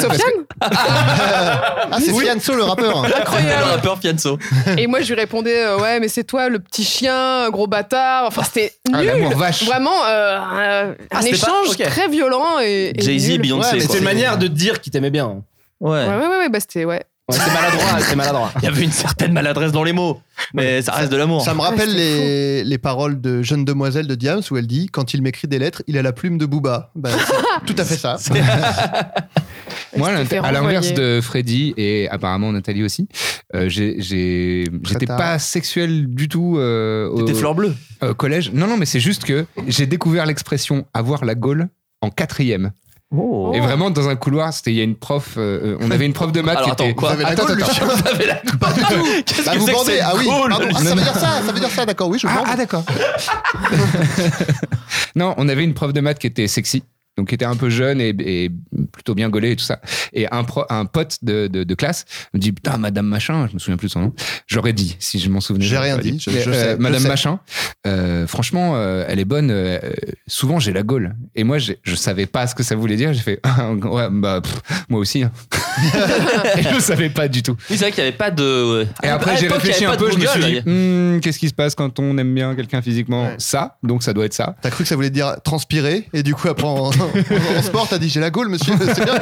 K: Sofiane
J: Ah, c'est Fianso, le rappeur.
H: Le
K: Incroyable
H: rappeur Fianso.
K: Et moi, je lui répondais, euh, ouais, mais c'est toi le petit chien, gros bâtard. Enfin, c'était
L: Ah,
K: nul.
L: l'amour vache.
K: Vraiment euh, un, un
I: c'était pas-
K: échange
I: ok.
K: très violent et. et
H: Jay-Z,
K: nul.
H: Beyoncé.
J: Ouais, mais
H: quoi.
I: C'est une manière de dire qu'il t'aimait bien.
K: Ouais,
H: Ouais.
K: ouais, ouais, ouais, bah, c'était, ouais.
I: Ouais, c'est maladroit, c'est maladroit.
H: Il y avait une certaine maladresse dans les mots, mais ça reste de l'amour.
J: Ça me
K: Ah,
J: rappelle
K: c'est
J: les, les paroles de Jeune Demoiselle de Diams où elle dit Quand il m'écrit des lettres, il a la plume de Booba. Bah, c'est tout à fait ça.
L: Moi, à
K: C'était fait
L: l'inter- à l'inverse
K: renvoyer.
L: de Freddy et apparemment Nathalie aussi, euh, j'ai- j'ai- j'étais
J: tard.
L: pas sexuel du tout euh, au
H: Des fleurs bleues.
L: au collège. Non, non, mais c'est juste que j'ai découvert l'expression avoir la gaule en quatrième. Et vraiment, dans un couloir, c'était il y a une prof, euh, on avait une prof de maths
H: Alors,
L: qui
H: attends,
L: était.
H: quoi
J: Vous avez la
L: Attends,
J: gaule,
L: attends.
J: Lucien Pas du tout
H: Qu'est-ce
J: Bah,
H: que
J: vous
H: c'est que
J: bandez
H: cette
J: Ah oui
H: gaule
J: pardon. Ah, ça
L: Non,
J: veut dire ça, ça veut dire ça, d'accord, oui, je
L: Ah,
J: bande.
L: ah, d'accord. non, on avait une prof de maths qui était sexy. Donc, qui était un peu jeune et, et plutôt bien gaulée et tout ça. Et un, pro- un pote de, de- de classe me dit Putain, Madame Machin, je me souviens plus de son nom. J'aurais dit, si je m'en souvenais.
J: J'ai
L: j'aurais
J: rien
L: pas
J: dit, je-
L: Mais,
J: je
L: euh,
J: sais, je
L: Madame
J: sais.
L: Machin, euh, franchement, euh, elle est bonne. euh, euh, souvent, j'ai la gaule. Et moi, j'ai- je savais pas ce que ça voulait dire. J'ai fait Ouais, bah, pff, moi aussi. hein.
K: Ah,
L: et je savais pas du tout.
H: Oui, c'est vrai qu'il n'y avait pas de.
L: Et après,
H: À
L: j'ai
H: l'époque, il y
L: réfléchi
H: avait
L: un
H: pas
L: peu,
H: de
L: je me suis
H: Google.
L: dit, Hmm, qu'est-ce qui se passe quand on aime bien quelqu'un physiquement
J: Ouais.
L: Ça, donc ça doit être ça.
J: T'as cru que ça voulait dire transpirer, et du coup, après, en, en- en sport, t'as dit J'ai la gaule, monsieur, c'est bien.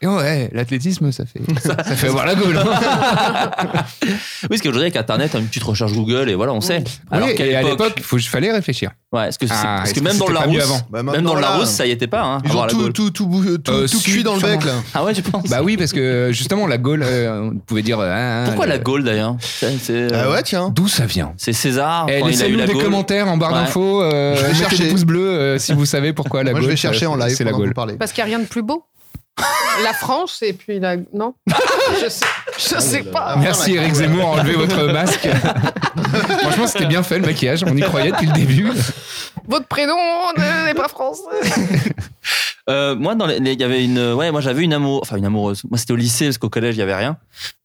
L: Et ouais, l'athlétisme, ça fait, ça fait avoir la hein. gaule.
H: Oui, parce qu'aujourd'hui, avec Internet, une petite recherche Google et voilà, on sait. Alors
L: Oui,
H: qu'à
L: et à
H: l'époque.
L: l'époque, faut- il fallait réfléchir.
H: Ouais, est-ce que c'est-
L: Ah,
H: parce
L: est-ce
H: que
L: que
H: même dans le
L: c'était pas mieux
H: Larousse,
L: avant
J: Bah,
H: même dans
J: maintenant,
H: le
J: là,
H: Larousse, ça y était pas, hein,
J: Ils
H: avoir
J: ont
H: la
J: tout,
H: gaule.
J: tout, tout, bou- tout-
L: Euh,
J: tout
L: si,
J: cuit dans le
L: sûrement.
J: bec, là.
H: Ah ouais, tu penses
L: Bah oui, parce que justement, la gaule, euh, on pouvait dire. ah,
H: Pourquoi
L: le-
H: la Gaule d'ailleurs C'est- C'est euh,
J: Ah ouais, tiens.
L: D'où ça vient
H: c'est César quand
L: Eh,
H: il a eu
L: Laissez-nous
H: la
L: des
H: Gaule.
L: commentaires en barre
H: Ouais.
L: d'infos. euh,
J: Je vais
L: mettez
J: chercher.
L: des pouces bleus euh, si vous savez pourquoi la
J: Moi,
L: gaule.
J: je vais
L: ça-
J: chercher en live
L: C'est la
J: pendant que
L: gaule.
J: vous parlez.
K: Parce qu'il n'y a rien de plus beau. La France et puis la. Non Je sais,
L: Ah,
K: je sais pas.
L: Merci Eric Zemmour, enlevez votre masque. Franchement, c'était bien fait le maquillage. On y croyait depuis le début.
K: Votre prénom euh, n'est pas français.
H: Euh, moi, dans les, les- il y avait une, ouais, moi j'avais une amoureuse, enfin une amoureuse. Moi, c'était au lycée parce qu'au collège il y avait rien.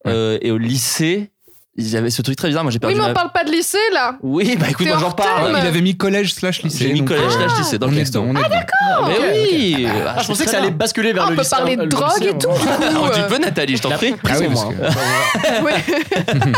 H: Euh, et au lycée, il y avait ce truc très bizarre. Moi, j'ai
K: Oui,
H: perdu.
K: mais on
H: ma-
K: parle pas de lycée là
H: Oui, bah écoute,
K: T'es
H: moi
K: en
H: j'en
K: retard,
H: reparle.
K: mais-
L: Il avait mis collège slash lycée.
H: J'ai mis
L: donc,
H: collège
L: euh,
H: slash lycée dans
L: On
H: le
L: est
H: casting.
L: dedans, on est dedans.
H: Mais
K: Ah, ok.
H: oui. Ah,
I: Ah, je
H: c'est
I: pensais que
H: très
I: ça allait
H: bien.
I: basculer vers
K: Ah, On
I: le
K: peut
I: lycée,
K: parler
I: hein,
K: de
I: le
K: drogue
I: lycée,
K: et tout, du coup.
H: Oh, tu
K: euh, hein.
H: peux Nathalie, je t'en prie.
L: Ah oui,
I: Prison,
L: parce
I: moi,
L: que- Bah,
K: ouais.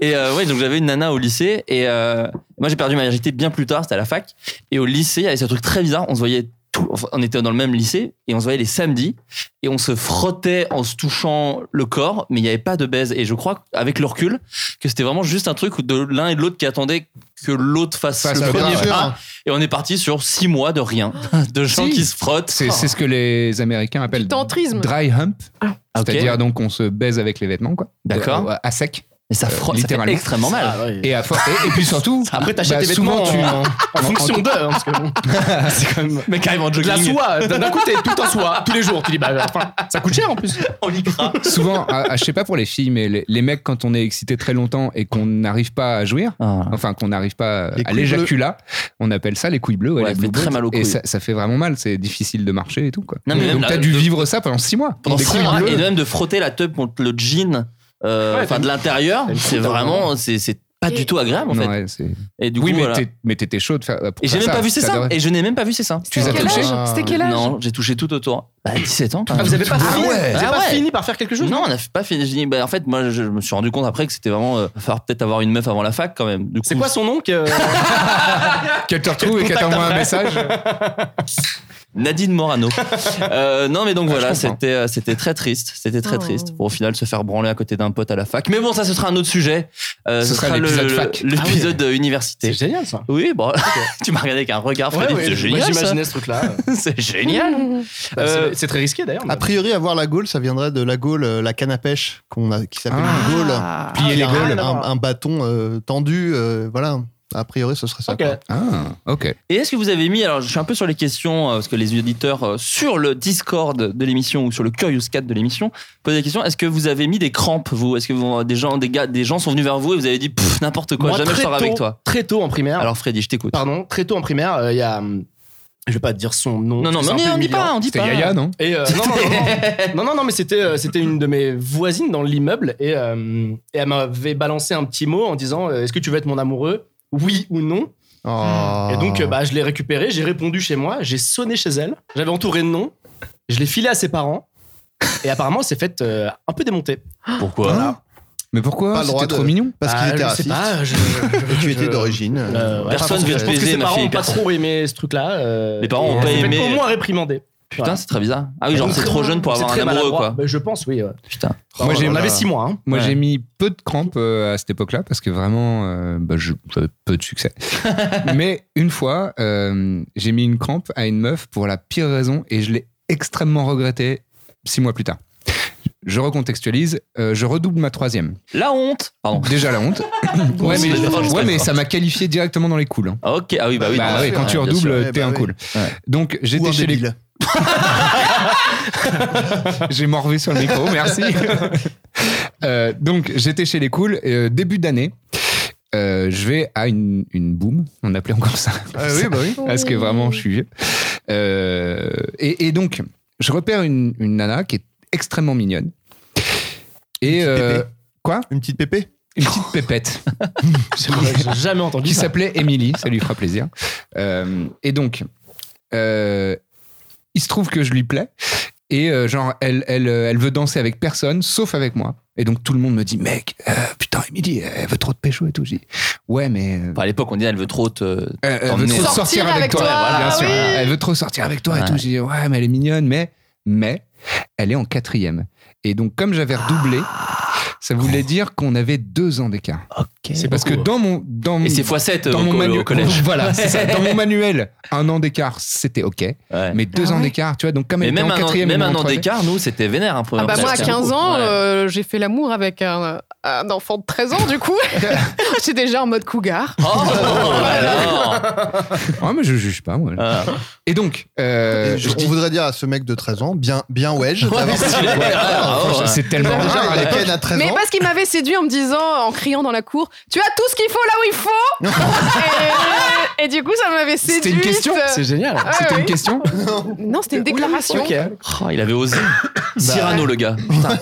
H: Et euh, ouais, donc j'avais une nana au lycée et euh, moi j'ai perdu ma virginité bien plus tard, c'était à la fac. Et au lycée, il y avait ce truc très bizarre. On se voyait tout- enfin, on était dans le même lycée et on se voyait les samedis et on se frottait en se touchant le corps, mais il n'y avait pas de baise. Et je crois, avec le recul, que c'était vraiment juste un truc de l'un et de l'autre qui attendait que l'autre fasse
J: Fasse
H: le
J: le
H: premier
J: premier,
H: pas.
J: ouais.
H: Et on est parti sur six mois de rien, de gens
L: Ah, Si.
H: qui se frottent.
L: C'est c'est ce que les Américains appellent
K: Du tantrisme.
L: dry hump,
H: Ah, ok.
L: c'est-à-dire donc on se baise avec les vêtements, quoi.
H: D'accord.
L: Euh, À sec.
H: Et ça
L: euh,
H: frotte, ça fait
L: littéralement.
H: extrêmement mal.
I: Ah, ouais.
L: Et, à for- et, et puis surtout,
I: Après, t'achètes
L: bah,
I: tes vêtements
L: souvent tu.
I: en, en fonction d'eux. hein, parce que bon, c'est quand même.
H: Mais carrément en
I: De la
H: jogging.
I: soie, d'un coup t'es tout en soie, tous les jours. Tu dis, bah, enfin, ça coûte cher en plus.
H: en lycra.
L: Souvent, à- à- je sais pas pour les filles, mais les, les mecs, quand on est excité très longtemps et qu'on n'arrive pas à jouir,
H: Ah.
L: enfin qu'on n'arrive pas
J: Les
L: à
J: couilles
L: l'éjaculat, on appelle ça les couilles bleues.
H: Ouais,
L: les
H: ça
L: blue
H: fait très
L: balls.
H: mal aux
L: Et
H: couilles.
L: ça, ça fait vraiment mal, c'est difficile de marcher et tout. Quoi.
H: Non, mais euh, même
L: Donc
H: la-
L: t'as dû
H: de-
L: vivre ça pendant 6 mois.
H: pendant
L: Des
H: six
L: couilles
H: mois,
L: bleues.
H: et de même de frotter la teub contre le jean euh,
I: Ouais,
H: enfin
I: t'as-
H: de l'intérieur
I: t'as le
H: c'est
I: coup, t'as
H: vraiment c'est c'est pas
K: hein. Et-
H: du tout agréable en
L: Non,
H: fait
L: ouais, c'est-
H: et du
L: oui,
H: coup
L: mais
H: voilà.
L: t'es- mais t'étais chaud de faire. pour
H: et j'ai
L: faire
H: même pas vu c'est ça
L: t'adorais.
H: et je n'ai même pas vu c'est ça
L: Tu les as
K: Quel
L: touchés
K: âge C'était quel âge
H: non j'ai touché tout autour bah 17 ans quand
I: Ah,
H: même.
I: vous avez pas, fini,
L: ouais.
I: vous avez
H: Ah
I: pas
H: ouais.
I: fini par faire quelque chose
H: non on n'a pas fini Je dis, bah, en fait moi je me suis rendu compte après que c'était vraiment euh, falloir peut-être avoir une meuf avant la fac quand même Du
I: C'est
H: coup,
I: quoi son nom que...
L: Qu'elle te retrouve et qu'elle t'envoie un message.
H: Nadine Morano Euh, non mais donc
L: Ah,
H: voilà
L: je comprends.
H: c'était euh, c'était très triste c'était très
K: Oh.
H: triste pour au final se faire branler à côté d'un pote à la fac mais bon ça ce sera un autre sujet Euh,
L: Ce sera
H: le-
L: l'épisode
H: le-
L: fac.
H: l'épisode euh, université
I: Ah génial ça.
H: Oui, bon, tu m'as regardé avec un regard, Freddy, c'est génial. ça.
I: J'imaginais ce truc-là.
H: C'est génial.
I: Bah, c'est-
H: Euh,
I: c'est très risqué d'ailleurs. mais-
J: A priori, avoir la Gaule, ça viendrait de la Gaule, euh, la canne à pêche qu'on a, qui s'appelle
L: Ah.
J: une Gaule.
I: Plier les
J: un,
I: gaules.
J: Un, un bâton euh, tendu, euh, voilà. A priori, ce serait ça.
I: Ok.
J: quoi.
L: Ah, ok.
H: Et est-ce que vous avez mis, alors je suis un peu sur les questions, euh, parce que les auditeurs euh, sur le Discord de l'émission ou sur le Curious Cat de l'émission posent des questions, est-ce que vous avez mis des crampes, vous Est-ce que vous- des, gens, des, gars, des gens sont venus vers vous et vous avez dit, Pff, n'importe quoi,
I: Moi,
H: jamais je
I: très
H: sors avec
I: tôt-
H: toi
I: Très tôt en primaire.
H: Alors Freddy, je t'écoute.
I: pardon, très tôt en primaire, euh, il y a. hum, Je vais pas te dire son nom.
H: Non, non, mais
I: parce que
H: on
I: c'est
H: dit-
I: un
H: on
I: peu
H: dit pas,
I: humiliant.
H: on dit
L: C'était
H: pas.
L: Yaya, non
I: Et euh, non, non, non, non. non, non, non, mais c'était, euh, c'était une de mes voisines dans l'immeuble et, euh, et elle m'avait balancé un petit mot en disant euh, Est-ce que tu veux être mon amoureux Oui ou non
J: Oh.
I: Et donc, euh, bah, je l'ai récupéré, j'ai répondu chez moi, j'ai sonné chez elle, j'avais entouré de noms, je l'ai filé à ses parents et apparemment, elle s'est faite euh, un peu démonter.
H: Pourquoi
L: Hein Mais
J: Pas
L: pourquoi
J: le droit
L: C'était trop
J: de-
L: mignon.
J: Parce qu'il
I: Ah,
J: était
I: je
J: raciste.
I: sais pas, je-
J: Et tu étais
I: je-
J: d'origine.
I: Euh, ouais,
H: Personne
I: je
H: veut te
I: pense que
H: baiser,
I: ses
H: ma
I: parents
H: fille,
I: ont pas
H: personne.
I: trop aimé ce truc-là. euh,
H: Les parents
I: et
H: ont pas
I: ils ont fait
H: aimé.
I: Au moins réprimandé.
H: Putain, c'est très bizarre. Ah oui, genre
K: Oui,
H: c'est
K: très
H: trop
K: mal.
H: jeune pour avoir un
I: très
H: amoureux,
I: maladroit.
H: quoi.
I: Bah, je pense, oui. ouais.
H: Putain.
L: Moi, j'ai-
I: on avait
L: voilà.
I: six mois. hein.
L: Moi,
H: Ouais.
L: j'ai mis peu de crampes euh, à cette époque-là parce que vraiment, euh, bah, je- j'avais peu de succès. Mais une fois, euh, j'ai mis une crampe à une meuf pour la pire raison et je l'ai extrêmement regretté six mois plus tard. Je recontextualise, euh, je redouble ma troisième.
H: La honte Pardon.
L: Déjà la honte. ouais, mais, ouais, mais ça m'a qualifié directement dans les cools. hein.
H: Ah, Ok, ah oui, bah oui.
L: Bah
H: non,
L: ouais,
H: sûr,
L: quand tu
H: bien sûr.
L: redoubles,
J: Ouais,
L: t'es
J: bah
L: un
J: oui.
L: cool.
H: Ouais.
L: Donc
J: Ou un
L: j'étais chez les
J: débile.
L: J'ai morvé sur le micro, merci. Euh, donc, j'étais chez les cools, euh, début d'année. Euh, je vais à une, une boom, on appelait encore ça.
J: Ah oui, bah oui.
L: Parce que vraiment, je suis vieux. Euh, et, et donc, je repère une, une nana qui est extrêmement mignonne.
J: Une
L: Et.
J: petite
L: euh,
J: pépé.
L: quoi
J: Une petite pépé
L: Une petite pépette
I: J'ai jamais entendu
L: qui
I: ça.
L: s'appelait Émilie, ça lui fera plaisir. Euh, et donc, euh, il se trouve que je lui plais. Et euh, genre, elle, elle, euh, elle veut danser avec personne, sauf avec moi. Et donc, tout le monde me dit, mec, euh, putain, Émilie, elle veut trop de pécho et tout. Je dis, ouais, mais... euh,
H: Enfin, à l'époque, on disait, elle veut trop te.
L: elle, elle
H: t'emmener.
L: veut trop sortir,
K: Sortir
L: avec,
K: avec
L: toi,
K: toi,
L: bien
K: ah
L: sûr.
K: oui.
L: Elle veut trop sortir avec toi et
H: Ouais.
L: tout. J'ai dit, ouais, mais elle est mignonne, mais, mais elle est en quatrième. Et donc, comme j'avais redoublé, ça voulait dire qu'on avait deux ans d'écart.
I: C'est
L: Parce que
I: beaucoup.
L: dans mon, dans
H: Et
L: mon-
H: c'est x7
L: dans
H: au,
L: mon
H: au-
L: manu-
H: au collège.
L: Voilà, c'est ça. Dans mon manuel, un an d'écart, c'était OK.
H: Ouais.
L: Mais deux
K: Ah
L: ans
K: ouais.
L: d'écart, tu vois, donc comme
H: Mais
L: elle était
H: même
L: en
H: un, an-
L: quatrième, et
H: même
L: moi en
H: un an
L: troisième-
H: d'écart, nous, c'était vénère. Hein, pour
K: Ah bah moi à
H: c'est
K: 15
H: beaucoup.
K: ans,
H: Ouais.
K: euh, j'ai fait l'amour avec un, un enfant de 13 ans du coup. J'étais déjà en mode cougar.
H: Oh, alors.
L: Ouais, mais je juge pas, moi.
H: Ah.
L: Et donc, euh,
J: Et
L: je
J: je-
L: dis-
J: On voudrait dire à ce mec de 13 ans, bien, bien wedge. d'avoir-
H: Ah, oh, ouais.
L: c'est tellement
J: Déjà,
L: rare à
J: il a
L: l'époque.
J: peine à 13
K: Mais
J: ans.
K: parce qu'il m'avait séduit en me disant, en criant dans la cour, tu as tout ce qu'il faut là où il faut. et, et du coup, ça m'avait séduit.
L: C'était une question,
I: C'est génial.
L: C'était une question
K: Non, c'était une déclaration.
I: Ok.
H: Oh, il avait osé.
L: Bah.
H: Cyrano, le gars. Putain.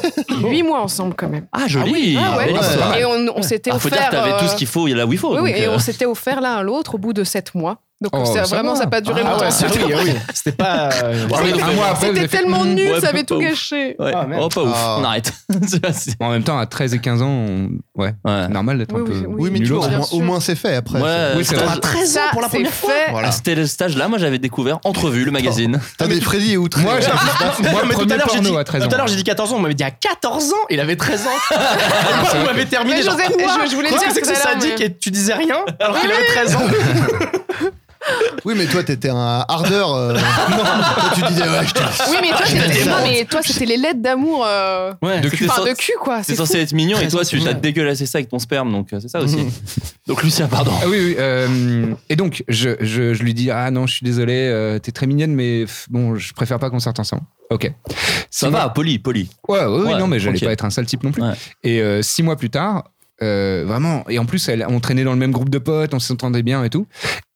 K: Huit mois ensemble quand même.
H: Ah, joli.
K: Ah ouais.
H: Belle histoire.
K: Et on, on s'était
H: Ah, faut dire
K: offert.
H: que t'avais
K: euh,
H: tout ce qu'il faut là où il faut.
K: Oui, oui,
H: donc,
K: et
H: euh,
K: on s'était offert l'un à l'autre au bout de sept mois. Donc
L: Oh,
K: ça,
L: ça
K: vraiment,
L: va.
K: ça n'a pas duré
I: Ah
K: longtemps.
I: ouais, ah oui, ah oui. C'était pas. euh,
L: Un mois après, vous
K: C'était
L: avez fait-
K: tellement nul,
H: Ouais,
K: ça avait
H: pas
K: tout
H: ouf.
K: gâché.
H: Ouais.
I: Ah, merde.
H: oh, pas ouf,
J: Ah.
H: on arrête. Tu vois, c'est-
L: En même temps, à 13 et 15 ans, on- ouais,
H: ouais.
L: normal d'être
K: Oui,
L: un
K: oui,
L: peu.
K: oui.
J: Oui, mais tu
L: nul
J: vois, au
K: Bien
J: moins,
K: sûr.
J: au moins c'est fait après.
H: Ouais,
L: Oui, c'est vrai.
H: stage-
K: Ça, c'est fait.
J: Voilà.
H: Ah, C'était le stage là, moi j'avais découvert Entrevue, le magazine.
J: T'as des Freddy et outre.
L: Moi, j'ai moi,
I: mais tout
L: premier
I: à l'heure, j'ai
L: porno
I: dit-
L: à 13 ans.
I: Tout à l'heure, j'ai dit 14 ans, on m'avait dit à 14 ans, il avait 13 ans. Vous m'avez terminé.
K: Mais
I: genre,
K: Joseph,
I: quoi
K: je- je voulais
I: Quoi,
K: dire
I: c'est que
K: tout à
I: c'est
K: l'heure,
I: sadique
K: mais-
I: et tu disais rien alors qu'il avait 13 ans.
J: Oui, mais toi, t'étais un hardeur. euh, toi, tu disais, ouais, je te
K: Oui, mais toi, c'était- non, mais toi, c'était les lettres d'amour. euh,
H: Ouais,
L: De
H: c'était
L: cul.
K: Enfin,
H: censé-
K: de cul, quoi.
H: C'est
K: C'est
H: censé être mignon et
I: Très
H: toi tu t'as
I: sensible.
H: dégueulassé ça avec ton sperme donc euh, c'est ça aussi. Donc Lucien, pardon.
L: Ah oui, oui. euh, et donc, je, je, je lui dis Ah non, je suis désolé, euh, t'es très mignonne, mais pff, bon, je préfère pas qu'on sorte ensemble. Ok.
H: Ça va, poli, poli.
L: Ouais, ouais, ouais,
H: Ouais,
L: non, mais j'allais
H: ok.
L: pas être un sale type non plus.
H: Ouais.
L: Et euh, six mois plus tard, euh, vraiment, et en plus, elle, on traînait dans le même groupe de potes, on s'entendait bien et tout.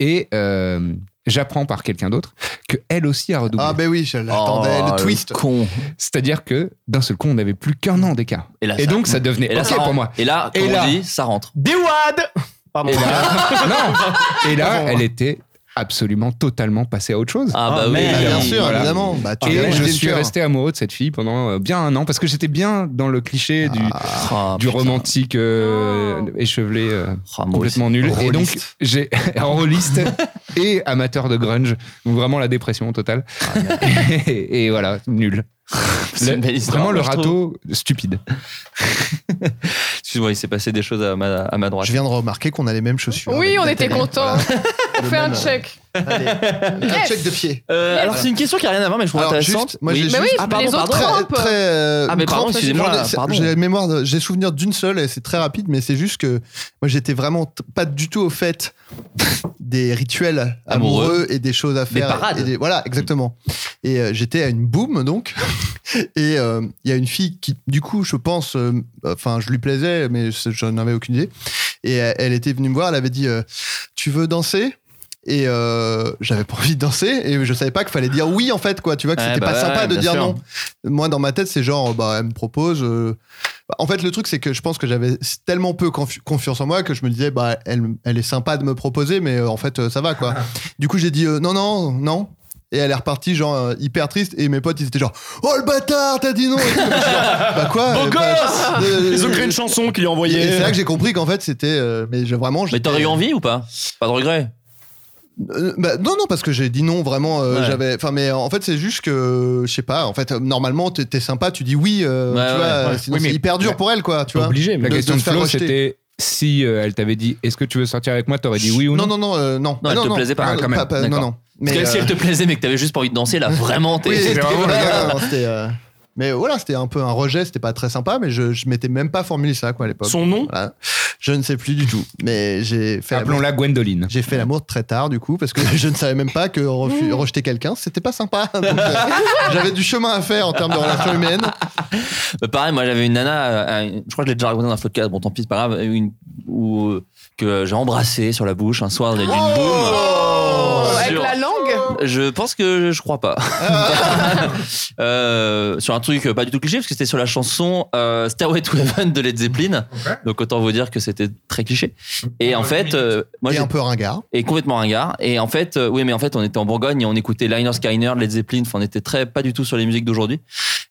L: Et euh, j'apprends par quelqu'un d'autre que elle aussi a redoublé.
J: Ah, ben oui, je l'attendais,
H: Oh,
J: le twist.
H: Con.
L: C'est-à-dire que d'un seul coup, on n'avait plus qu'un an d'écart.
H: Et là,
L: Et
H: ça-
L: donc, ça devenait
H: et là,
L: ok
H: ça rentre.
L: pour moi.
H: Et là,
L: Et
H: comme
L: là-
H: on dit, ça rentre.
I: Des wads Pardon.
L: Et là, non. Et là
I: Pardon.
L: elle était absolument totalement passée à autre chose.
H: Ah bah
I: Ah,
H: oui.
I: merde.
J: Bah, bien sûr,
L: Voilà.
J: évidemment. Bah, tu
L: Et
J: l'as
L: je
J: jeté le
L: suis
J: cœur.
L: resté amoureux de cette fille pendant euh, bien un an parce que j'étais bien dans le cliché du,
H: Ah,
L: du
H: putain.
L: romantique euh,
K: Non.
L: échevelé euh,
H: Ah, moi aussi.
L: complètement nul. Et donc
J: Oh. Rôliste.
L: j'ai rôliste et amateur de grunge, donc vraiment la dépression totale. et, et voilà, nul.
H: Ah, C'est une belle histoire,
L: vraiment le
H: moi, je
L: râteau stupide.
H: Excuse-moi, il s'est passé des choses à ma, à ma droite.
J: Je viens de remarquer qu'on a les mêmes chaussures.
K: Oui,
J: Avec
K: on
J: la
K: était
J: télé.
K: contents.
J: Voilà.
K: On
J: Le
K: fait un
J: même,
K: check.
J: Allez, un
K: Yes.
J: check de pied.
H: Euh, alors c'est une question qui a rien à voir mais je trouve
J: Alors,
H: intéressante.
J: juste, moi, j'ai
K: Mais oui,
J: juste-
H: Ah, pardon,
K: les autres
H: pardon.
J: Très,
K: rampes.
J: très, euh,
H: Ah, mais pardon,
J: crampe,
H: excusez-moi,
J: j'en ai- c'est-
H: pardon.
J: J'ai la mémoire, de- j'ai souvenir d'une seule et c'est très rapide, mais c'est juste que moi j'étais vraiment t- pas du tout au fait des rituels amoureux,
H: Amoureux.
J: et des choses à faire.
H: parades.
J: et des- voilà, exactement. Et euh, j'étais à une boum donc, et euh, il y a une fille qui, du coup, je pense, euh, enfin, je lui plaisais, mais je, je n'avais aucune idée. Et euh, elle était venue me voir, elle avait dit, euh, tu veux danser? Et euh, j'avais pas envie de danser et je savais pas qu'il fallait dire oui en fait quoi tu vois que
H: Ouais,
J: c'était pas
H: bah ouais,
J: sympa de
H: bien
J: dire
H: sûr.
J: non moi dans ma tête c'est genre bah elle me propose euh, bah, en fait le truc c'est que je pense que j'avais tellement peu confi- confiance en moi que je me disais bah elle, elle est sympa de me proposer mais euh, en fait euh, ça va quoi du coup j'ai dit euh, non non non et elle est repartie genre euh, hyper triste et mes potes ils étaient genre oh le bâtard t'as dit non et tout. Genre, bah quoi
I: Beau
J: euh,
I: gosse
J: bah, euh,
I: Ils ont créé une chanson qui lui
J: et
I: envoyait.
J: c'est là que j'ai compris qu'en fait c'était euh, mais je, vraiment
H: Mais
J: j'étais-
H: t'aurais eu envie ou pas Pas de regret.
J: Euh, bah, non non parce que j'ai dit non vraiment euh,
H: Ouais.
J: j'avais enfin mais euh, en fait c'est juste que je sais pas en fait euh, normalement t'es t'es sympa tu dis oui euh,
H: Ouais,
J: tu
H: ouais,
J: vois euh,
H: ouais.
J: sinon
L: Oui,
J: c'est
L: mais-
J: hyper dur pour elle quoi tu vois
I: obligé,
L: La
J: De-
L: question
J: de
L: de,
J: se faire
L: Flo,
J: rejeter.
L: c'était si euh, elle t'avait dit Est-ce que tu veux sortir avec moi T'aurais dit oui ou non.
J: non non non euh, non
H: Non, elle te plaisait pas,
J: non,
L: quand même.
J: non
H: D'accord.
J: non
H: Parce que
J: euh,
H: si elle te plaisait mais que t'avais juste pas envie de danser là, vraiment t'es.
J: oui, c'était-
L: vraiment
J: voilà,
L: le gars.
J: non, c'était, euh, mais voilà c'était un peu un rejet c'était pas très sympa mais je je m'étais même pas formulé ça quoi à l'époque
I: Son nom
J: Voilà. je ne sais plus du tout mais j'ai fait
L: Appelons-la Gwendoline.
J: J'ai fait l'amour très tard, du coup, parce que je ne savais même pas que refu- rejeter quelqu'un, c'était pas sympa. Donc, euh, j'avais du chemin à faire en termes de relations humaines.
H: Euh, pareil, moi j'avais une nana, euh, euh, je crois que je l'ai déjà raconté dans un podcast, bon tant pis, c'est pas grave, une, où, euh, que j'ai embrassé sur la bouche un soir d'une
J: Oh
K: Oh,
H: boum.
K: avec
H: Sur-
K: la langue.
H: Je pense que je crois pas.
J: Ah.
H: Euh, sur un truc euh, pas du tout cliché, parce que c'était sur la chanson euh, Stairway to Heaven de Led Zeppelin. Donc autant vous dire que c'était très cliché. Et en fait, euh, moi
J: et
H: j'ai
J: un peu
K: Ah.
J: ringard.
H: et complètement ringard. Et en fait, euh, oui, mais en fait, on était en Bourgogne et on écoutait Liner Skyner, Led Zeppelin. Enfin, on était très pas du tout sur les musiques d'aujourd'hui.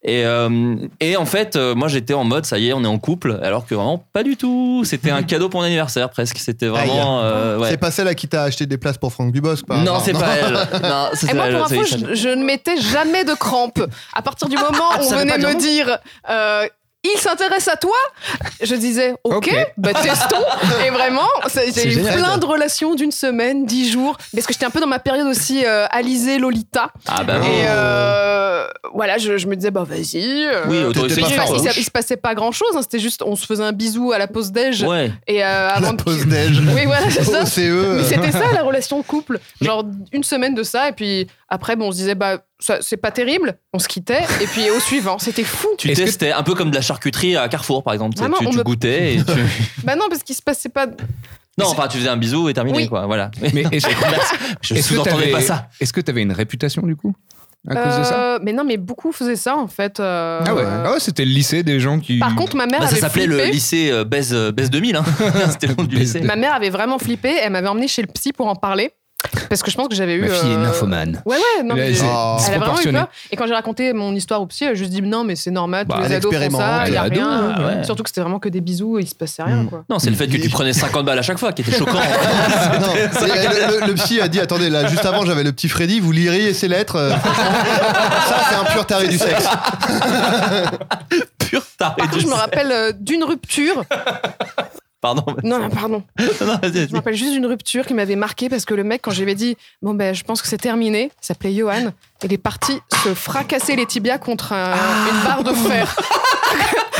H: Et euh, et en fait, euh, moi, j'étais en mode, ça y est, on est en couple, alors que vraiment pas du tout. C'était un cadeau pour mon anniversaire presque. C'était vraiment. euh, ouais.
J: C'est pas celle à qui t'as acheté des places pour Franck Dubosc, par
H: Non,
J: hasard,
H: c'est pas elle. Non, ça,
K: Et
H: c'est
K: moi,
H: elle,
K: pour
H: ça y
K: info,
H: est, ça-
K: je, je ne mettais jamais de crampes. À partir
H: Ah,
K: du moment où on
I: savais
K: venait
I: pas
K: me
I: dire non
K: dire. euh, il s'intéresse à toi Je disais, ok,
L: Ok.
K: bah testons. Et vraiment, ça-
J: C'est
K: j'ai eu
J: génial.
K: plein de relations d'une semaine, dix jours. Parce que j'étais un peu dans ma période aussi euh, Alizée Lolita.
H: Ah bah oui.
K: Et euh, voilà, je, je me disais, bah vas-y. euh,
H: Oui, autant
J: T'étais
K: il, se
J: pas
H: essayer,
K: passe-
H: quoi.
K: il
J: farouche.
K: se- il se passait pas grand chose, c'était juste on se faisait un bisou à la pause déj
H: Ouais.
K: et euh, avant
J: La
K: de-
J: pause déj.
K: Oui voilà c'est ça.
J: OCE.
K: Mais
L: E.
J: euh,
K: c'était ça la relation de couple, genre une semaine de ça et puis après bon on se disait bah ça, c'est pas terrible, on se quittait et puis au suivant c'était fou.
H: Tu
L: Est-ce que-
H: testais un peu comme de la charcuterie à Carrefour, par exemple.
K: Vraiment,
H: tu
K: on
H: tu
K: me-
H: goûtais et tu...
K: Bah non parce qu'il se passait pas.
H: Non, enfin, tu faisais un bisou et terminé,
K: Oui.
H: quoi. Voilà.
L: Mais est-ce
H: Je
L: est-ce que
H: sous-entendais
L: t'avais-
H: pas ça.
L: est-ce que t'avais une réputation du coup à cause de ça
K: Euh, mais non mais beaucoup faisaient ça en fait. euh,
L: Ah ouais, ah ouais c'était le lycée des gens qui.
K: Par contre ma mère
H: Bah, ça
K: avait
H: s'appelait le
K: flippé.
H: lycée euh, Baise, euh, Baise 2000. Hein. C'était le nom du
L: Baise
H: lycée.
K: Ma mère avait vraiment flippé, elle m'avait emmenée chez le psy pour en parler. Parce que je pense que j'avais eu.
L: Ma fille est
K: euh,
L: nymphomane.
K: Ouais, ouais, non,
L: Là,
K: mais
L: c'est-
K: elle
J: Ah.
L: c'est
K: a vraiment eu
L: disproportionné.
K: peur. Et quand j'ai raconté mon histoire au psy, elle a juste dit non, mais c'est normal,
L: Bah,
K: tous les
J: elle
K: ados font
J: expérimente,
K: ça, il
L: elle
K: a
L: est ado,
K: rien.
L: hein, ouais.
K: Surtout que c'était vraiment que des bisous, il se passait rien,
J: Mm.
K: quoi.
H: Non, c'est le fait que tu prenais 50 balles à chaque fois qui était choquant.
J: Non, et le, le- le psy a dit attendez, là, juste avant, j'avais le petit Freddy, vous liriez ces lettres. euh, franchement. ça, c'est un pur taré du sexe.
H: Pur taré.
K: Par contre, je me rappelle euh, d'une rupture.
H: Pardon.
K: Non, non, pardon.
H: Non, vas-y, vas-y.
K: Je me rappelle juste d'une rupture qui m'avait marqué parce que le mec, quand j'avais dit, bon ben, je pense que c'est terminé, il s'appelait Johan, il est parti se fracasser les tibias contre un-
J: Ah.
K: une barre de fer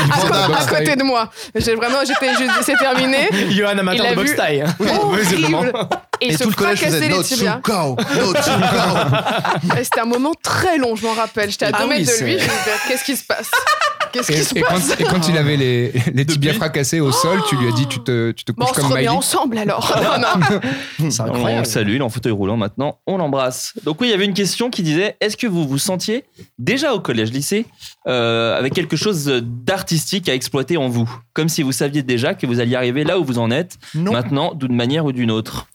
L: Il
K: à,
L: prend
K: co-
L: de la
K: à
L: boxe
K: côté
L: taille.
K: de moi. J'ai vraiment, j'étais, j'ai dit, c'est terminé.
I: Johan amateur
K: Il
I: de
K: a
I: boxe
K: vu-
I: taille.
K: Horrible. Et, il
J: Et
K: se
J: tout le collège
K: fracassait
J: faisait
K: les
J: No
K: tibias.
J: Tsukao, No Tsukao.
K: Et C'était un moment très long, je m'en rappelle. J'étais à
I: Ah
K: deux
I: oui,
K: mètres de lui, je me
I: c'est-
K: disais, qu'est-ce qui se passe Qu'est-ce
L: Et,
K: qui se
L: et
K: passe
L: quand, et quand il avait les, les tibias fracassés au sol, tu lui as dit tu te, tu te
K: Bon,
L: couches
K: on se
L: comme
K: remet
L: Miley.
K: ensemble alors. Non, non.
I: C'est
H: On le
I: incroyable.
H: salue, il est en fauteuil roulant maintenant, on l'embrasse. Donc oui, il y avait une question qui disait, est-ce que vous vous sentiez déjà au collège-lycée euh, avec quelque chose d'artistique à exploiter en vous Comme si vous saviez déjà que vous alliez arriver là où vous en êtes,
J: Non.
H: maintenant, d'une manière ou d'une autre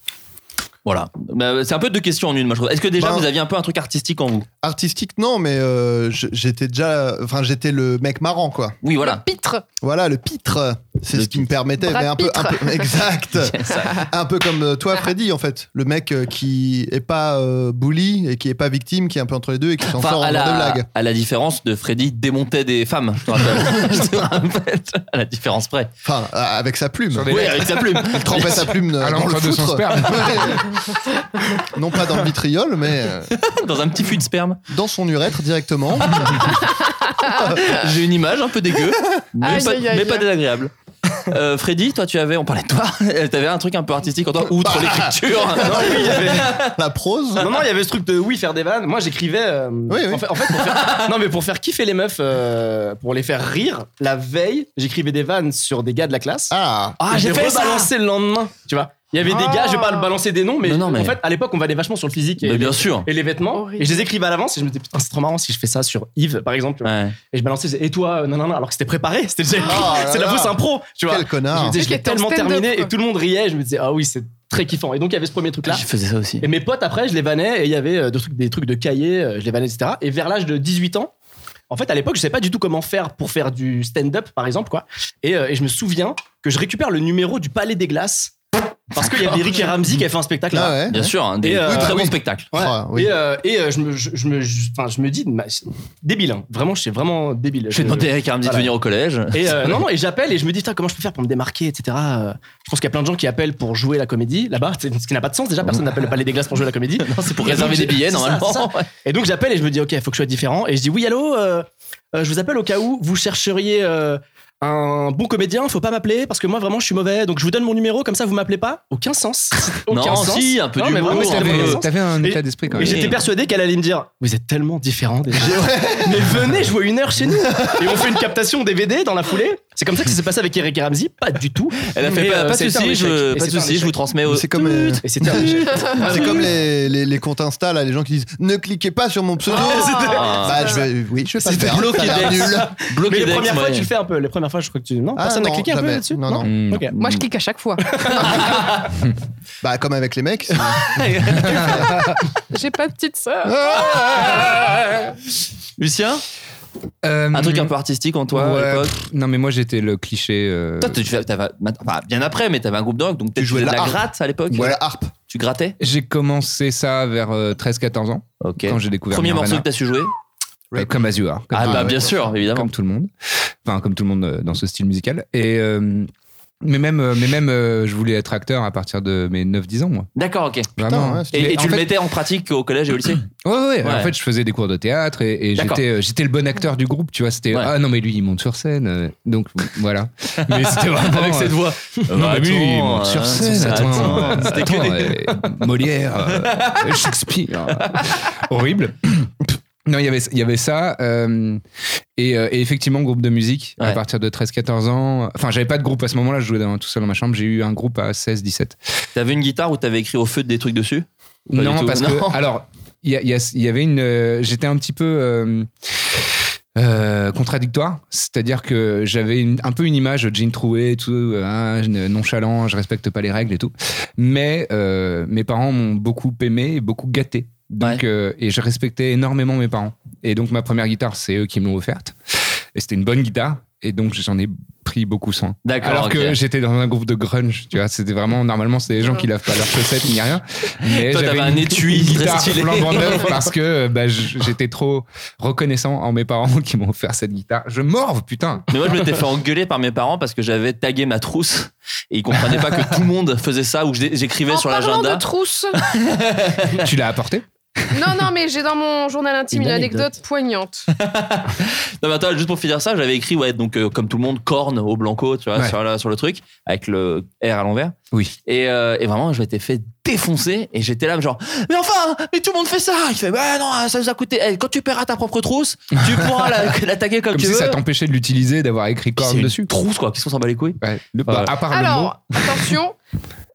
H: voilà. Bah, c'est un peu deux questions en une, moi je trouve. Est-ce que déjà
J: Ben-
H: vous aviez un peu un truc artistique en vous
J: Artistique, non, mais euh, je- j'étais déjà. Enfin, j'étais le mec marrant, quoi.
H: Oui, voilà.
K: Pitre.
J: Voilà, le pitre, c'est
H: Le
J: ce qui me permettait.
K: Brad
J: mais un peu, un
K: Pitre.
J: peu- exact.
H: Ça,
J: un peu comme euh, toi, Freddy, en fait. Le mec euh, qui est pas euh, bully et qui est pas victime, qui est un peu entre les deux et qui s'en
H: Enfin,
J: sort en
H: à,
J: faisant des
H: la,
J: blagues.
H: à la différence de Freddy démontait des femmes, je te rappelle. je te rappelle. À la différence près.
J: Enfin, euh, avec sa plume.
L: Sur des
H: Oui, avec sa plume.
J: Il trempait sa plume euh,
L: À
J: dans le
L: l'encontre de son
J: foutre.
L: sperme.
J: Ouais. non pas dans le vitriol, mais euh,
H: Dans un petit fût de sperme.
J: dans son urètre directement.
H: J'ai une image un peu dégueu, mais,
K: Aïe,
H: pas,
K: aïe, aïe.
H: mais pas désagréable. Euh, Freddy, toi, tu avais, on parlait de toi, t'avais un truc un peu artistique en toi, outre l'écriture.
I: Bah. Non, oui, il y avait-
J: La prose.
I: Non, non, il y avait ce truc de oui, faire des vannes. Moi, j'écrivais. euh,
J: Oui, oui.
I: En fait, en fait, pour faire, non, mais pour faire kiffer les meufs, euh, pour les faire rire, la veille, j'écrivais des vannes sur des gars de la classe.
J: Ah,
I: Ah,
H: j'ai fait ça.
I: balancé le lendemain, tu vois. Il y avait des
K: Ah.
I: gars, je vais pas le balancer des noms, mais,
H: Non, non, mais-
I: en fait, à l'époque, on valait vachement sur le physique et,
H: Mais bien sûr.
I: et les vêtements.
K: Horrible.
I: Et je les écrivais à l'avance et je me disais, putain, c'est trop marrant si je fais ça sur Yves, par exemple.
H: Ouais.
I: Et je balançais, je disais, et toi, euh, non, non, non, alors que c'était préparé, c'était déjà écrit.
J: Ah, là,
I: c'est de la
J: là.
I: fausse impro, tu vois.
J: quel
I: Je
J: connard.
I: me disais,
K: Le truc
I: je l'ai
K: est en
I: tellement
K: stand-up,
I: terminé
K: quoi.
I: et tout le monde riait. et Je me disais, ah oui, c'est très kiffant. Et donc, il y avait ce premier truc-là.
H: Je faisais ça aussi.
I: Et mes potes, après, je les vannais et il y avait euh, des trucs, des trucs de cahiers, euh, je les vannais, etc. Et vers l'âge de 18 ans, en fait, à l'époque, je savais pas du tout comment faire pour faire du stand-up, par exemple, quoi. Et, euh, et je me souviens que je récupère le numéro du Palais des Glaces parce qu'il y avait Eric et Ramsey qui avait fait un spectacle là.
J: Ah ouais.
H: Bien sûr, hein, des
I: Et, euh,
H: très
J: bah
H: bons
J: oui.
H: spectacles.
I: Ouais.
J: Ah, oui.
I: Et, euh, et, euh, je, me, je, je me, je- enfin, je me dis, mais c'est débile, hein. vraiment, je suis vraiment débile.
H: Je vais demander à Eric Ramsey de
I: Voilà.
H: venir au collège.
I: Et euh, non, non, et j'appelle et je me dis, putain, comment je peux faire pour me démarquer, etc. Euh, Je pense qu'il y a plein de gens qui appellent pour jouer la comédie là-bas, c'est- ce qui n'a pas de sens déjà, personne n'appelle le Palais des Glaces pour jouer la comédie.
H: Non, c'est pour
I: Et
H: réserver
I: donc,
H: des billets
I: c'est ça,
H: normalement.
I: c'est ça. Et donc j'appelle et je me dis, ok, il faut que je sois différent. Et je dis, oui, allô, euh, euh, je vous appelle au cas où vous chercheriez euh, un bon comédien, faut pas m'appeler parce que moi vraiment je suis mauvais. Donc je vous donne mon numéro, comme ça vous m'appelez pas. Aucun sens. Aucun
H: Non,
I: sens.
H: si, un peu
I: Non, mais
H: d'humour,
I: vraiment, c'était
H: un
I: vraiment
H: peu-
I: aucun
L: T'avais
I: sens.
L: t'avais un
I: euh, Et-
L: état d'esprit quand
I: Et
L: même.
I: j'étais persuadé qu'elle allait me dire Vous êtes tellement différents déjà. Mais venez jouer une heure chez nous. Et on fait une captation DVD dans la foulée. C'est comme ça que ça s'est passé avec Eric et Ramsey. Pas du tout.
H: Elle a fait
I: Mais,
H: pas,
I: euh,
H: pas de
I: c'était un
H: soucis, je,
I: échec. Et
H: pas de
I: c'était un
H: soucis, je vous
I: échec.
H: transmets au.
J: Mais C'est comme, euh,
I: Et c'était un échec.
J: c'est comme les, les, les comptes Insta, là, les gens qui disent ne cliquez pas sur mon pseudo.
H: Ah,
J: bah, je vais, oui, je vais pas le
H: C'était
J: faire.
H: bloqué
J: ça a l'air
H: d'ex.
J: nul.
H: bloqué
I: Mais les
H: d'ex,
I: premières fois,
H: ouais.
I: tu le fais un peu. Les premières fois, je crois que tu. Non,
J: Ah,
I: personne n'a
J: non,
I: cliqué un peu
J: jamais.
I: là-dessus.
J: Non, non.
L: Mm.
I: Ok.
K: Moi, je clique à chaque fois.
J: Bah, comme avec les mecs.
H: Ah.
K: J'ai pas de petite sœur.
H: Lucien,
L: Euh,
H: un truc un peu artistique en toi
L: ouais,
H: à l'époque.
L: pff, Non, mais moi j'étais le cliché. euh,
H: Toi, tu tu fais- t'avais- enfin, bien après, mais t'avais un groupe de rock, donc tu
J: jouais
H: jouais de
J: de la
H: la
J: harpe.
H: gratte à l'époque.
J: Ou à la harpe.
H: Tu grattais.
L: J'ai commencé ça vers euh, 13-14 ans
H: Ok.
L: quand j'ai découvert
H: Premier morceau
L: Nirvana.
H: que t'as su jouer
L: Euh, comme Azure.
H: Ah bah bien sûr, évidemment.
L: comme tout le monde. Enfin, comme tout le monde euh, dans ce style musical. Et, euh, mais même, euh, mais même euh, je voulais être acteur à partir de mes 9-10 ans, moi.
H: D'accord, ok.
L: Vraiment.
J: ouais, c'était-
H: Et,
L: Mais
H: et
L: en
H: tu le
L: fait-
H: mettais en pratique au collège et au lycée
L: Ouais, ouais, ouais.
H: Ouais.
L: En fait, je faisais des cours de théâtre et, et
H: D'accord.
L: j'étais, euh, j'étais le bon acteur du groupe, tu vois. C'était,
H: Ouais.
L: ah non, mais lui, il monte sur scène. euh, Donc, voilà. Mais c'était vraiment. Avec cette voix. non, mais lui, il monte sur scène. Attends,
H: euh, attends, c'était que
L: attends, euh, Molière, euh, Shakespeare. horrible. Non, il y avait- il y avait ça. euh, et, euh, et effectivement, groupe de musique à
H: Ouais.
L: partir de 13-14 ans. Enfin, j'avais pas de groupe à ce moment-là, je jouais dans- tout seul dans ma chambre. J'ai eu un groupe à 16-17.
H: T'avais une guitare où t'avais écrit au feu des trucs dessus Ou pas du
L: Non,
H: tout
L: parce
H: Non.
L: que alors il y, a- il y a- il y avait une, euh, j'étais un petit peu, euh, euh, contradictoire. C'est-à-dire que j'avais une- un peu une image de jean troué, et tout, euh, hein, je- nonchalant, je respecte pas les règles et tout. Mais euh, mes parents m'ont beaucoup aimé et beaucoup gâté. Donc, euh, et je respectais énormément mes parents. Et donc ma première guitare, c'est eux qui me l'ont offerte. Et c'était une bonne guitare. Et donc j'en ai pris beaucoup soin.
H: D'accord,
L: Alors que
H: ok.
L: j'étais dans un groupe de grunge, tu vois, c'était vraiment normalement c'est des gens qui lavent pas leurs chaussettes ni rien. Mais
H: Toi,
L: j'avais
H: t'avais un
L: une-
H: étui
L: une
H: très
L: guitare
H: stylé.
L: flambant neuve parce que euh, bah, j- j'étais trop reconnaissant en mes parents qui m'ont offert cette guitare. Je morve putain.
H: Mais moi, je m'étais fait engueuler par mes parents parce que j'avais tagué ma trousse et ils comprenaient pas que tout le monde faisait ça ou que j'ai- j'écrivais
K: En
H: sur
K: parlant
H: l'agenda.
K: de trousse,
L: tu l'as apportée
K: non, non, mais j'ai dans mon journal intime
H: Une
K: une, anecdote. poignante.
H: Non, mais attends, juste pour finir ça, j'avais écrit, ouais, donc, euh, comme tout le monde, corne au blanco, tu vois,
L: Ouais.
H: sur, la- sur le truc, avec le R à l'envers.
L: Oui.
H: Et, euh, et vraiment, je m'étais fait défoncer et j'étais là, genre, mais enfin, mais tout le monde fait ça. Il fait, bah non, ça nous a coûté. Eh, quand tu paieras ta propre trousse, tu pourras la, la taguer comme,
L: Comme
H: tu
L: si
H: veux.
L: ça t'empêchait de l'utiliser, d'avoir écrit
H: Puis c'est
L: corne
H: une
L: dessus.
H: Trousse, quoi. Qu'est-ce qu'on s'en bat les couilles
L: Ouais. Le- bah,
H: Ouais.
L: à part le mot.
K: Alors, attention.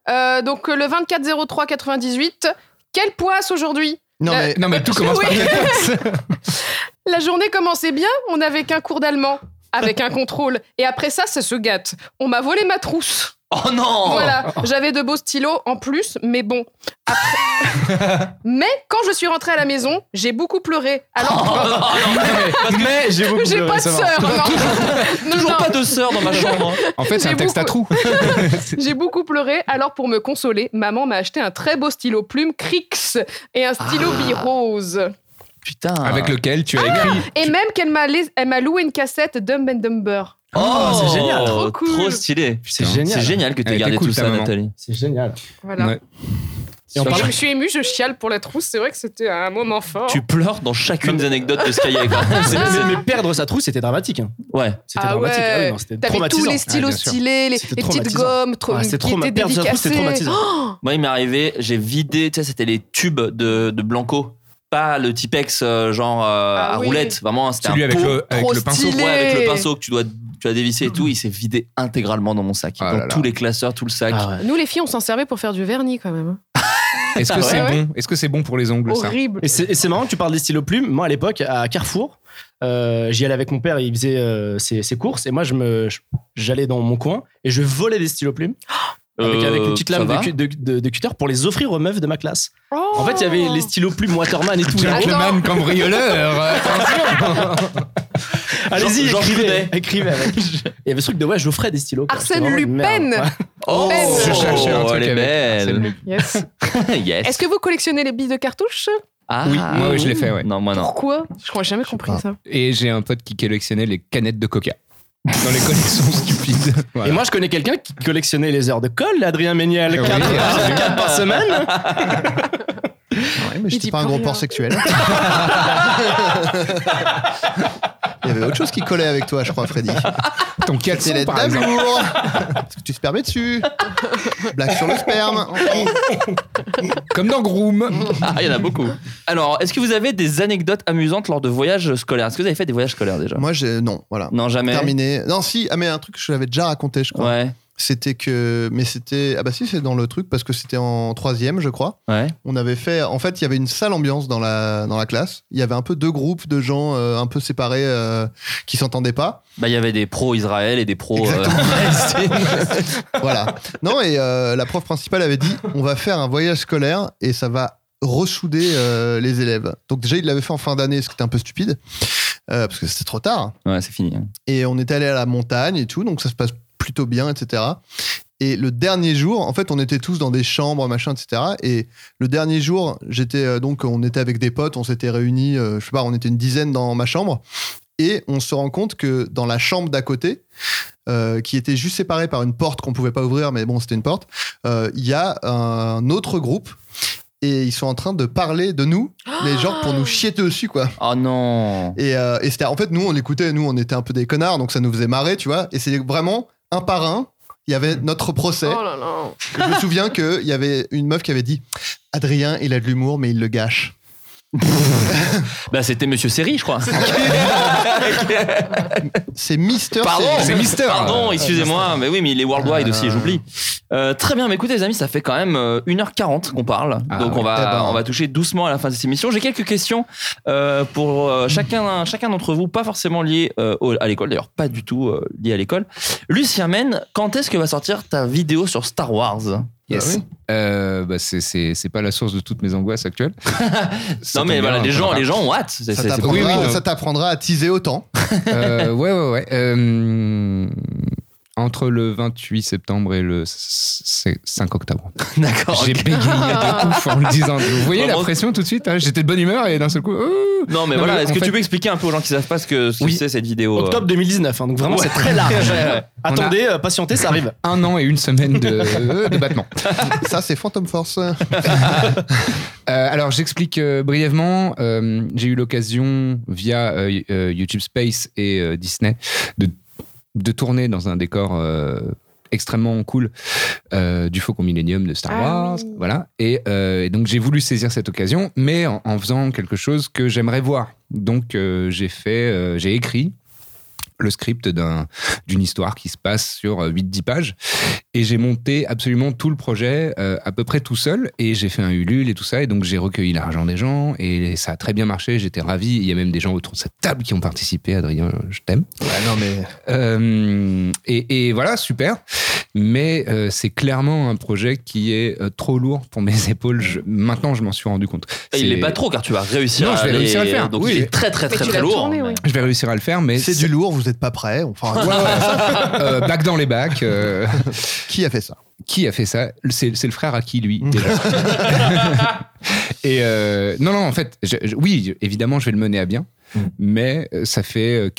K: Euh, donc, le 24-03-98, quelle poisse aujourd'hui
J: Non,
K: Euh,
J: mais
L: Non mais tout commence par
K: Oui.
L: cette
K: La journée commençait bien, on n'avait qu'un cours d'allemand, avec un contrôle. Et après ça, ça se gâte. On m'a volé ma trousse.
H: Oh non
K: Voilà, j'avais de beaux stylos en plus, mais bon. Après- mais quand je suis rentrée à la maison, j'ai beaucoup pleuré. Alors,
H: Oh non, non,
L: Mais j'ai beaucoup
K: j'ai
L: pleuré,
K: pas de
L: ça va.
K: sœur. non. Non,
H: toujours
K: non.
H: pas de sœur dans ma chambre.
L: En fait, c'est un
K: J'ai
L: texte à trous.
K: J'ai beaucoup pleuré, alors pour me consoler, maman m'a acheté un très beau stylo plume Crix et un stylo
H: Ah.
K: bi-rose.
H: Putain.
L: Avec lequel tu as écrit
K: Et même qu'elle m'a lais- elle m'a loué une cassette Dumb and Dumber.
H: Oh,
I: Oh, c'est génial.
K: Trop cool.
H: Trop stylé.
I: C'est
L: Putain,
I: génial.
H: C'est génial que
L: Elle
H: t'aies
L: était
H: gardé
L: cool,
H: tout
L: ta
H: ça,
L: maman.
H: Nathalie.
I: C'est génial.
K: Voilà.
L: Ouais.
I: Et on
K: Je,
I: parle-
K: je suis émue, je chiale pour la trousse. C'est vrai que c'était un moment fort.
H: Tu pleures dans chacune des anecdotes de ce cahier. quoi.
I: C'est- c'est- mais perdre sa trousse, c'était dramatique. hein.
H: Ouais.
I: C'était
K: Ah
I: dramatique.
K: ouais.
I: oui, non, c'était
K: T'avais tous
I: traumatisant.
K: les stylos
L: Ah, bien sûr.
K: stylés, les,
I: C'était
K: les petites
I: traumatisant.
K: gommes trop,
I: Ah, c'était
K: qui
I: trauma-
K: étaient
I: perdre sa trousse, c'était
K: dédicacées.
I: traumatisant.
K: Oh
H: Moi, il m'est arrivé, j'ai vidé, tu sais, c'était les tubes de, de Blanco. Pas le Tipex, euh, genre euh,
K: Ah
H: à
K: oui.
H: roulette. Vraiment, c'était
L: Celui
H: un
L: avec
H: pot
L: le- avec
H: trop
L: le pinceau.
H: stylé. Ouais, avec le
K: Stylé.
H: pinceau que tu dois, tu dois dévisser et tout. Il s'est vidé intégralement dans mon sac.
L: Ah
H: dans
L: là là.
H: tous les classeurs, tout le sac.
I: Ah ouais.
K: Oh Nous, les filles, on s'en servait pour faire du vernis quand même.
L: Est-ce que
H: Ah ouais,
L: c'est
K: ouais.
L: bon Est-ce que c'est bon pour les ongles ça
K: Horrible.
I: Et c'est et c'est marrant que tu parles des stylos plumes. Moi, à l'époque, à Carrefour, euh, j'y allais avec mon père, il faisait euh, ses, ses courses, et moi, je me, je- j'allais dans mon coin et je volais des stylos plumes avec,
H: Euh,
I: avec une petite
H: ça
I: lame de,
H: va
I: cu- de- de- de cutter pour les offrir aux meufs de ma classe.
K: Oh.
I: En fait, il y avait les stylos plumes Waterman et tout.
K: Attends.
L: Gentleman cambrioleur attention.
I: Allez-y,
H: Jean- Jean
I: écrivez,
H: Genet.
I: écrivez avec. Il y avait ce truc de ouais, j'offrais des stylos. quoi. C'était
K: Arsène
I: vraiment une
K: Lupin.
I: merde.
H: Oh,
K: Je
L: cherchais un truc
H: elle est
L: avec
H: belle.
K: Yes.
H: yes.
K: Est-ce que vous collectionnez les billes de cartouche
H: Ah,
L: Oui, moi, oui, je l'ai fait, ouais.
H: Non, moi non.
K: Pourquoi Je crois que j'ai jamais compris
J: pas.
K: ça.
L: Et j'ai un pote qui collectionnait les canettes de coca. Dans les collections stupides. Voilà.
I: Et moi, je connais quelqu'un qui collectionnait les heures de colle, Adrien Méniel,
L: Eh oui,
I: 4
L: absolument.
I: par semaine.
J: Ouais, mais
K: Il
J: j'étais
K: dit
J: pas un
K: plus
J: gros
K: rien.
J: porc sexuel. Il y avait autre chose qui collait avec toi, je crois, Freddy.
L: ton
J: C'est
L: caleçon,
J: les
L: par exemple.
J: d'amour. Parce que tu spermais dessus. Blague sur le sperme.
L: Comme dans Groom.
H: Ah, il y en a beaucoup. Alors, est-ce que vous avez des anecdotes amusantes lors de voyages scolaires Est-ce que vous avez fait des voyages scolaires déjà
J: Moi, j'ai non, voilà.
H: Non, jamais.
J: Terminé. Non, si, ah, mais un truc que je l'avais déjà raconté, je crois.
H: Ouais,
J: C'était que. Mais c'était. Ah, bah si, c'est dans le truc, parce que c'était en troisième, je crois.
H: ouais.
J: On avait fait. En fait, il y avait une sale ambiance dans la, dans la classe. Il y avait un peu deux groupes de gens euh, un peu séparés euh, qui s'entendaient pas.
H: Bah, il y avait des pros Israël et des pros. euh, Palestine.
J: Voilà. Non, et euh, la prof principale avait dit on va faire un voyage scolaire et ça va ressouder euh, les élèves. Donc, déjà, il l'avait fait en fin d'année, ce qui était un peu stupide, euh, parce que c'était trop tard.
H: ouais, c'est fini. hein.
J: Et on était allé à la montagne et tout, donc ça se passe plutôt bien, etc. Et le dernier jour, en fait, on était tous dans des chambres, machin, etc. Et le dernier jour, j'étais euh, donc, on était avec des potes, on s'était réunis, euh, je sais pas, on était une dizaine dans ma chambre. Et on se rend compte que dans la chambre d'à côté, euh, qui était juste séparée par une porte qu'on pouvait pas ouvrir, mais bon, c'était une porte, euh, il y a un autre groupe. Et ils sont en train de parler de nous, les gens, pour nous chier dessus, quoi.
H: Oh non.
J: Et, euh, et c'était en fait, nous, on écoutait, nous, on était un peu des connards, donc ça nous faisait marrer, tu vois. Et c'est vraiment un par un. Il y avait notre procès.
K: Oh là là.
J: Je me souviens qu'il y avait une meuf qui avait dit Adrien, il a de l'humour, mais il le gâche.
H: Bah, c'était Monsieur Seri, je crois.
J: C'est Mister.
H: Pardon,
J: Série.
L: C'est Mister. Ah.
H: Pardon, excusez-moi, mais oui, mais il est worldwide aussi, j'oublie. Euh, très bien, mais écoutez, les amis, ça fait quand même euh, 1h40 qu'on parle.
L: Ah
H: donc, on,
L: ouais,
H: va,
L: eh ben.
H: on va toucher doucement à la fin de cette émission. J'ai quelques questions euh, pour euh, chacun, chacun d'entre vous, pas forcément liées euh, au- à l'école, d'ailleurs, pas du tout euh, liées à l'école. Lucien Men, quand est-ce que va sortir ta vidéo sur Star Wars
L: Yes. Euh, bah, c'est- c'est c'est pas la source de toutes mes angoisses actuelles. Ça
H: Non, mais
L: tombe
H: voilà,
L: bien,
H: les
L: ça
H: gens,
L: va.
H: les gens ont hâte. C'est-
J: Ça
H: c'est- c'est-
J: t'apprendra- hein.
L: oui, oui, non.
J: ça t'apprendra à teaser autant.
L: Euh, ouais, ouais, ouais. Euh, entre le 28 septembre et le s- s- 5 octobre.
H: D'accord.
L: J'ai
H: ok.
L: bégayé de ouf en le disant. Vous voyez la
H: Vraiment.
L: pression tout de suite hein J'étais de bonne humeur et d'un seul coup. euh,
H: Non, mais
L: Non,
H: voilà,
L: mais
H: est-ce
L: en
H: que
L: fait-
H: tu peux expliquer un peu aux gens qui savent pas ce que ce que
I: Oui.
H: c'est cette vidéo euh,
I: Octobre 2019, hein, donc vraiment
H: Ouais.
I: c'est très large. Attendez, euh, patientez, ça arrive.
L: un an et une semaine de, euh, de battement.
J: Ça, c'est Phantom Force.
L: Euh, alors, j'explique euh, brièvement. Euh, J'ai eu l'occasion, via euh, y- euh, YouTube Space et euh, Disney, de, de tourner dans un décor euh, extrêmement cool euh, du Faucon Millennium de Star
K: Ah
L: Wars.
K: oui.
L: Voilà. Et, euh, et donc, j'ai voulu saisir cette occasion, mais en, en faisant quelque chose que j'aimerais voir. Donc, euh, j'ai fait, euh, j'ai écrit le script d'un- d'une histoire qui se passe sur euh, 8-10 pages. Et j'ai monté absolument tout le projet euh, à peu près tout seul. Et j'ai fait un Ulule et tout ça. Et donc j'ai recueilli l'argent des gens. Et ça a très bien marché. J'étais ravi. Il y a même des gens autour de cette table qui ont participé. Adrien, je t'aime.
J: non, mais.
L: Euh, et, et voilà, super. Mais euh, c'est clairement un projet qui est euh, trop lourd pour mes épaules. Je- maintenant, je m'en suis rendu compte.
H: Ah, Il
L: C'est-
H: n'est pas trop car tu vas réussir,
L: Non,
H: à,
L: je vais
H: aller-
L: réussir à le faire.
H: Donc
L: Oui.
H: il est très très
K: Mais
H: très
K: tu
H: très
K: l'as
H: lourd.
K: tourné, oui.
L: Je vais réussir à le faire, mais
J: C'est du lourd, vous n'êtes pas prêts. Enfin,
L: euh, bac dans les bacs. euh,
J: qui a fait ça
L: qui a fait ça C'est c'est le frère à qui, lui, déjà Et euh, non, non, en fait, je- je- oui, évidemment, je vais le mener à bien,
J: Mm.
L: mais euh, ça fait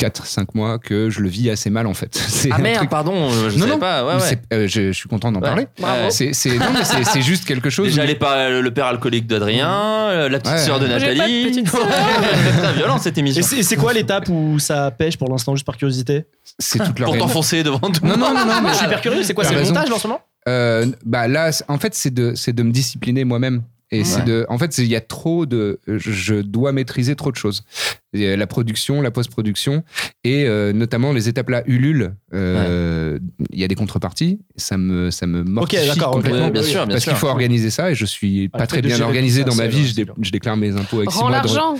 L: 4-5 mois que je le vis assez mal, en fait. C'est
H: Ah
L: un
H: merde,
L: truc-
H: pardon, euh, je
L: Non,
H: savais
L: non,
H: pas. Ouais, ouais.
L: c'est- euh, je, je suis content d'en
H: Ouais.
L: parler.
H: Bravo.
L: C'est c'est- non, mais c'est- c'est juste quelque chose.
H: Déjà,
L: où-
H: les par- le père alcoolique d'Adrien, euh, la petite
L: Ouais.
H: sœur de
K: J'ai pas de
H: Nathalie.
K: petite sœur.
H: Ouais, C'est violent cette
I: Et
H: émission.
I: c'est et c'est quoi l'étape où ça pêche pour l'instant, juste par curiosité
L: C'est toute leur
H: Pour
L: énergie.
H: t'enfoncer devant tout.
L: Non, non, non, non. mais-
I: Je suis hyper curieux, c'est quoi
L: T'as
I: C'est le
L: raison.
I: montage là, en ce moment
L: Euh, bah là, c'est- en fait, c'est de, c'est de me discipliner moi-même. Et c'est de, en fait, c'est- il y a trop de, je, je dois maîtriser trop de choses. Il y a la production, la post-production, et euh, notamment les étapes là, Ulule. euh, Il y a des contreparties. Ça me, ça me mortifie
I: d'accord, ok.
L: complètement.
H: Ouais, bien sûr, bien
L: parce qu'il
H: sûr.
L: faut organiser ça, et je suis
I: Ah,
L: pas
I: le fait
L: très
I: de
L: bien
I: gérer
L: organisé
I: tout ça,
L: dans ma
I: c'est
L: vie.
I: vrai,
L: Je, dé-
I: c'est dur.
L: je déclare mes impôts avec six
K: Rends
L: mois de Euh,
K: l'argent.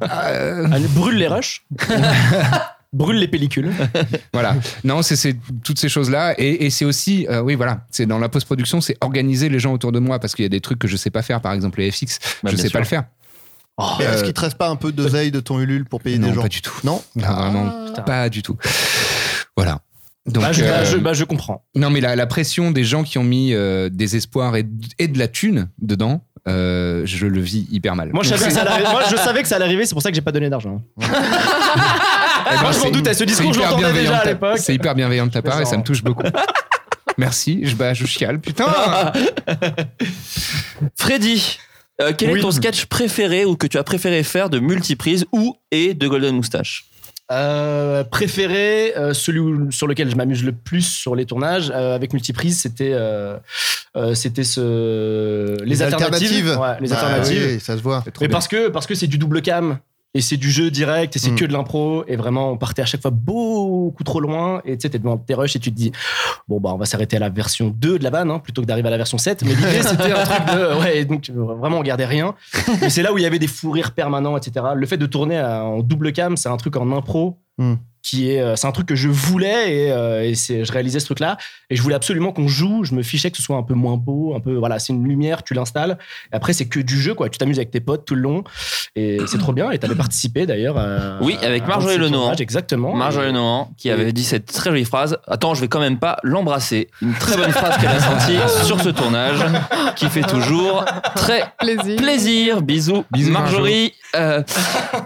I: Allez, Brûle les rushs. Brûle les pellicules.
L: Voilà. Non, c'est- c'est toutes ces choses-là. Et, et c'est aussi, euh, oui, voilà, c'est dans la post-production, c'est organiser les gens autour de moi parce qu'il y a des trucs que je sais pas faire. Par exemple, les FX,
H: Bah,
L: je
H: bien
L: sais
H: sûr.
L: pas le faire.
J: Mais Est-ce
L: euh,
J: qu'il te reste pas un peu d'oseille de ton Ulule pour payer
L: non,
J: des gens
L: pas du tout.
J: Non
L: Non, vraiment, pas du tout. Voilà. Donc,
I: Bah, je, bah,
L: euh,
I: je- bah, je comprends.
L: non, mais la, la pression des gens qui ont mis euh, des espoirs et, et de la thune dedans, euh, je le vis hyper mal.
I: Moi je, savais que ça allait arriver- moi, je savais que ça allait arriver, c'est pour ça que j'ai pas donné d'argent.
K: Ah,
L: Eh ben,
I: moi, je m'en
L: c'est-
I: doutais, ce
L: c'est
I: discours, je
L: hyper
I: l'entendais
L: bienveillant
I: déjà à
L: de ta-
I: l'époque.
L: C'est hyper bienveillant de ta part et ça me touche beaucoup. Merci, je, bah, je chiale, putain!
H: Freddy, euh, quel est
I: Oui.
H: ton sketch préféré ou que tu as préféré faire de multiprise ou et de Golden Moustache
I: Euh, préféré, euh, celui où- sur lequel je m'amuse le plus sur les tournages euh, avec Multiprise, c'était euh, euh, c'était ce les, alternatives, Ouais, les
J: Ah
I: alternatives.
J: oui, ça se voit.
I: Mais parce que parce que c'est du double cam et c'est du jeu direct et c'est
J: Mm.
I: que de l'impro et vraiment on partait à chaque fois beaucoup trop loin et tu sais t'es devant tes rushs et tu te dis bon bah on va s'arrêter à la version 2 de la vanne hein, plutôt que d'arriver à la version 7 mais l'idée c'était un truc de ouais donc tu veux vraiment on regardait rien mais c'est là où il y avait des fous rires permanents etc le fait de tourner à- en double cam c'est un truc en impro
J: Mm.
I: qui est euh, c'est un truc que je voulais et, euh, et c'est- je réalisais ce truc là et je voulais absolument qu'on joue je me fichais que ce soit un peu moins beau un peu voilà c'est une lumière tu l'installes Et après c'est que du jeu quoi tu t'amuses avec tes potes tout le long et c'est trop bien et t'avais participé d'ailleurs à-
H: Oui, avec
I: à un
H: Marjorie
I: de ces
H: Lenoir.
I: tournages, Ah, exactement
H: Marjorie Nohan, qui avait dit cette très jolie phrase Attends, je vais quand même pas l'embrasser. Une très bonne phrase qu'elle a sortie sur ce tournage, qui fait toujours très
K: Plaisir.
H: plaisir. Bisous,
L: Bisous,
H: Marjorie. Euh,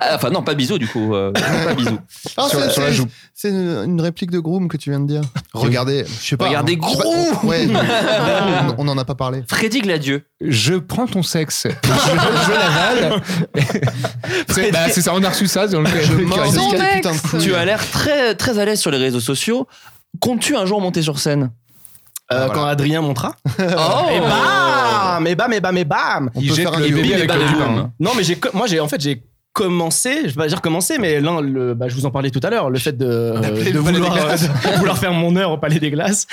H: ah, enfin, non, pas bisous du coup. euh, pas bisous.
J: Ah,
L: Sur-
J: c'est-
L: sur la
J: c'est-
L: joue.
J: C'est une, une réplique de Groom que tu viens de dire. Regardez, je sais pas. hein.
H: Regardez
J: je sais pas,
H: Groom
J: on- ouais, on- on n'en a pas parlé.
H: Freddy Gladieux.
L: Ah. je prends ton sexe, je, je l'avale. c'est bah, c'est ça, on a reçu ça dans le
J: Je mords
K: Son
J: hein. quel
K: ex.
J: putain de couille.
H: Tu as l'air très, très à l'aise sur les réseaux sociaux. Comptes-tu un jour monter sur scène
I: Euh,
J: Ah, voilà.
I: quand Adrien montra
H: Oh
I: Eh ben, bam, et bam, et bam, et bam.
J: On
L: Il
J: peut
L: jette
J: faire un
L: le
J: bébé
L: bébé
J: avec
L: avec
J: le
L: le
J: pain.
L: bout, hein.
I: Non, mais j'ai, co- moi, j'ai, en fait, j'ai commencé, je vais pas dire commencé, mais l'un, le, bah, je vous en parlais tout à l'heure, le fait de, euh,
J: D'appeler
I: de
J: le Palais des
I: vouloir,
J: Glaces.
I: de vouloir faire mon heure au Palais des Glaces.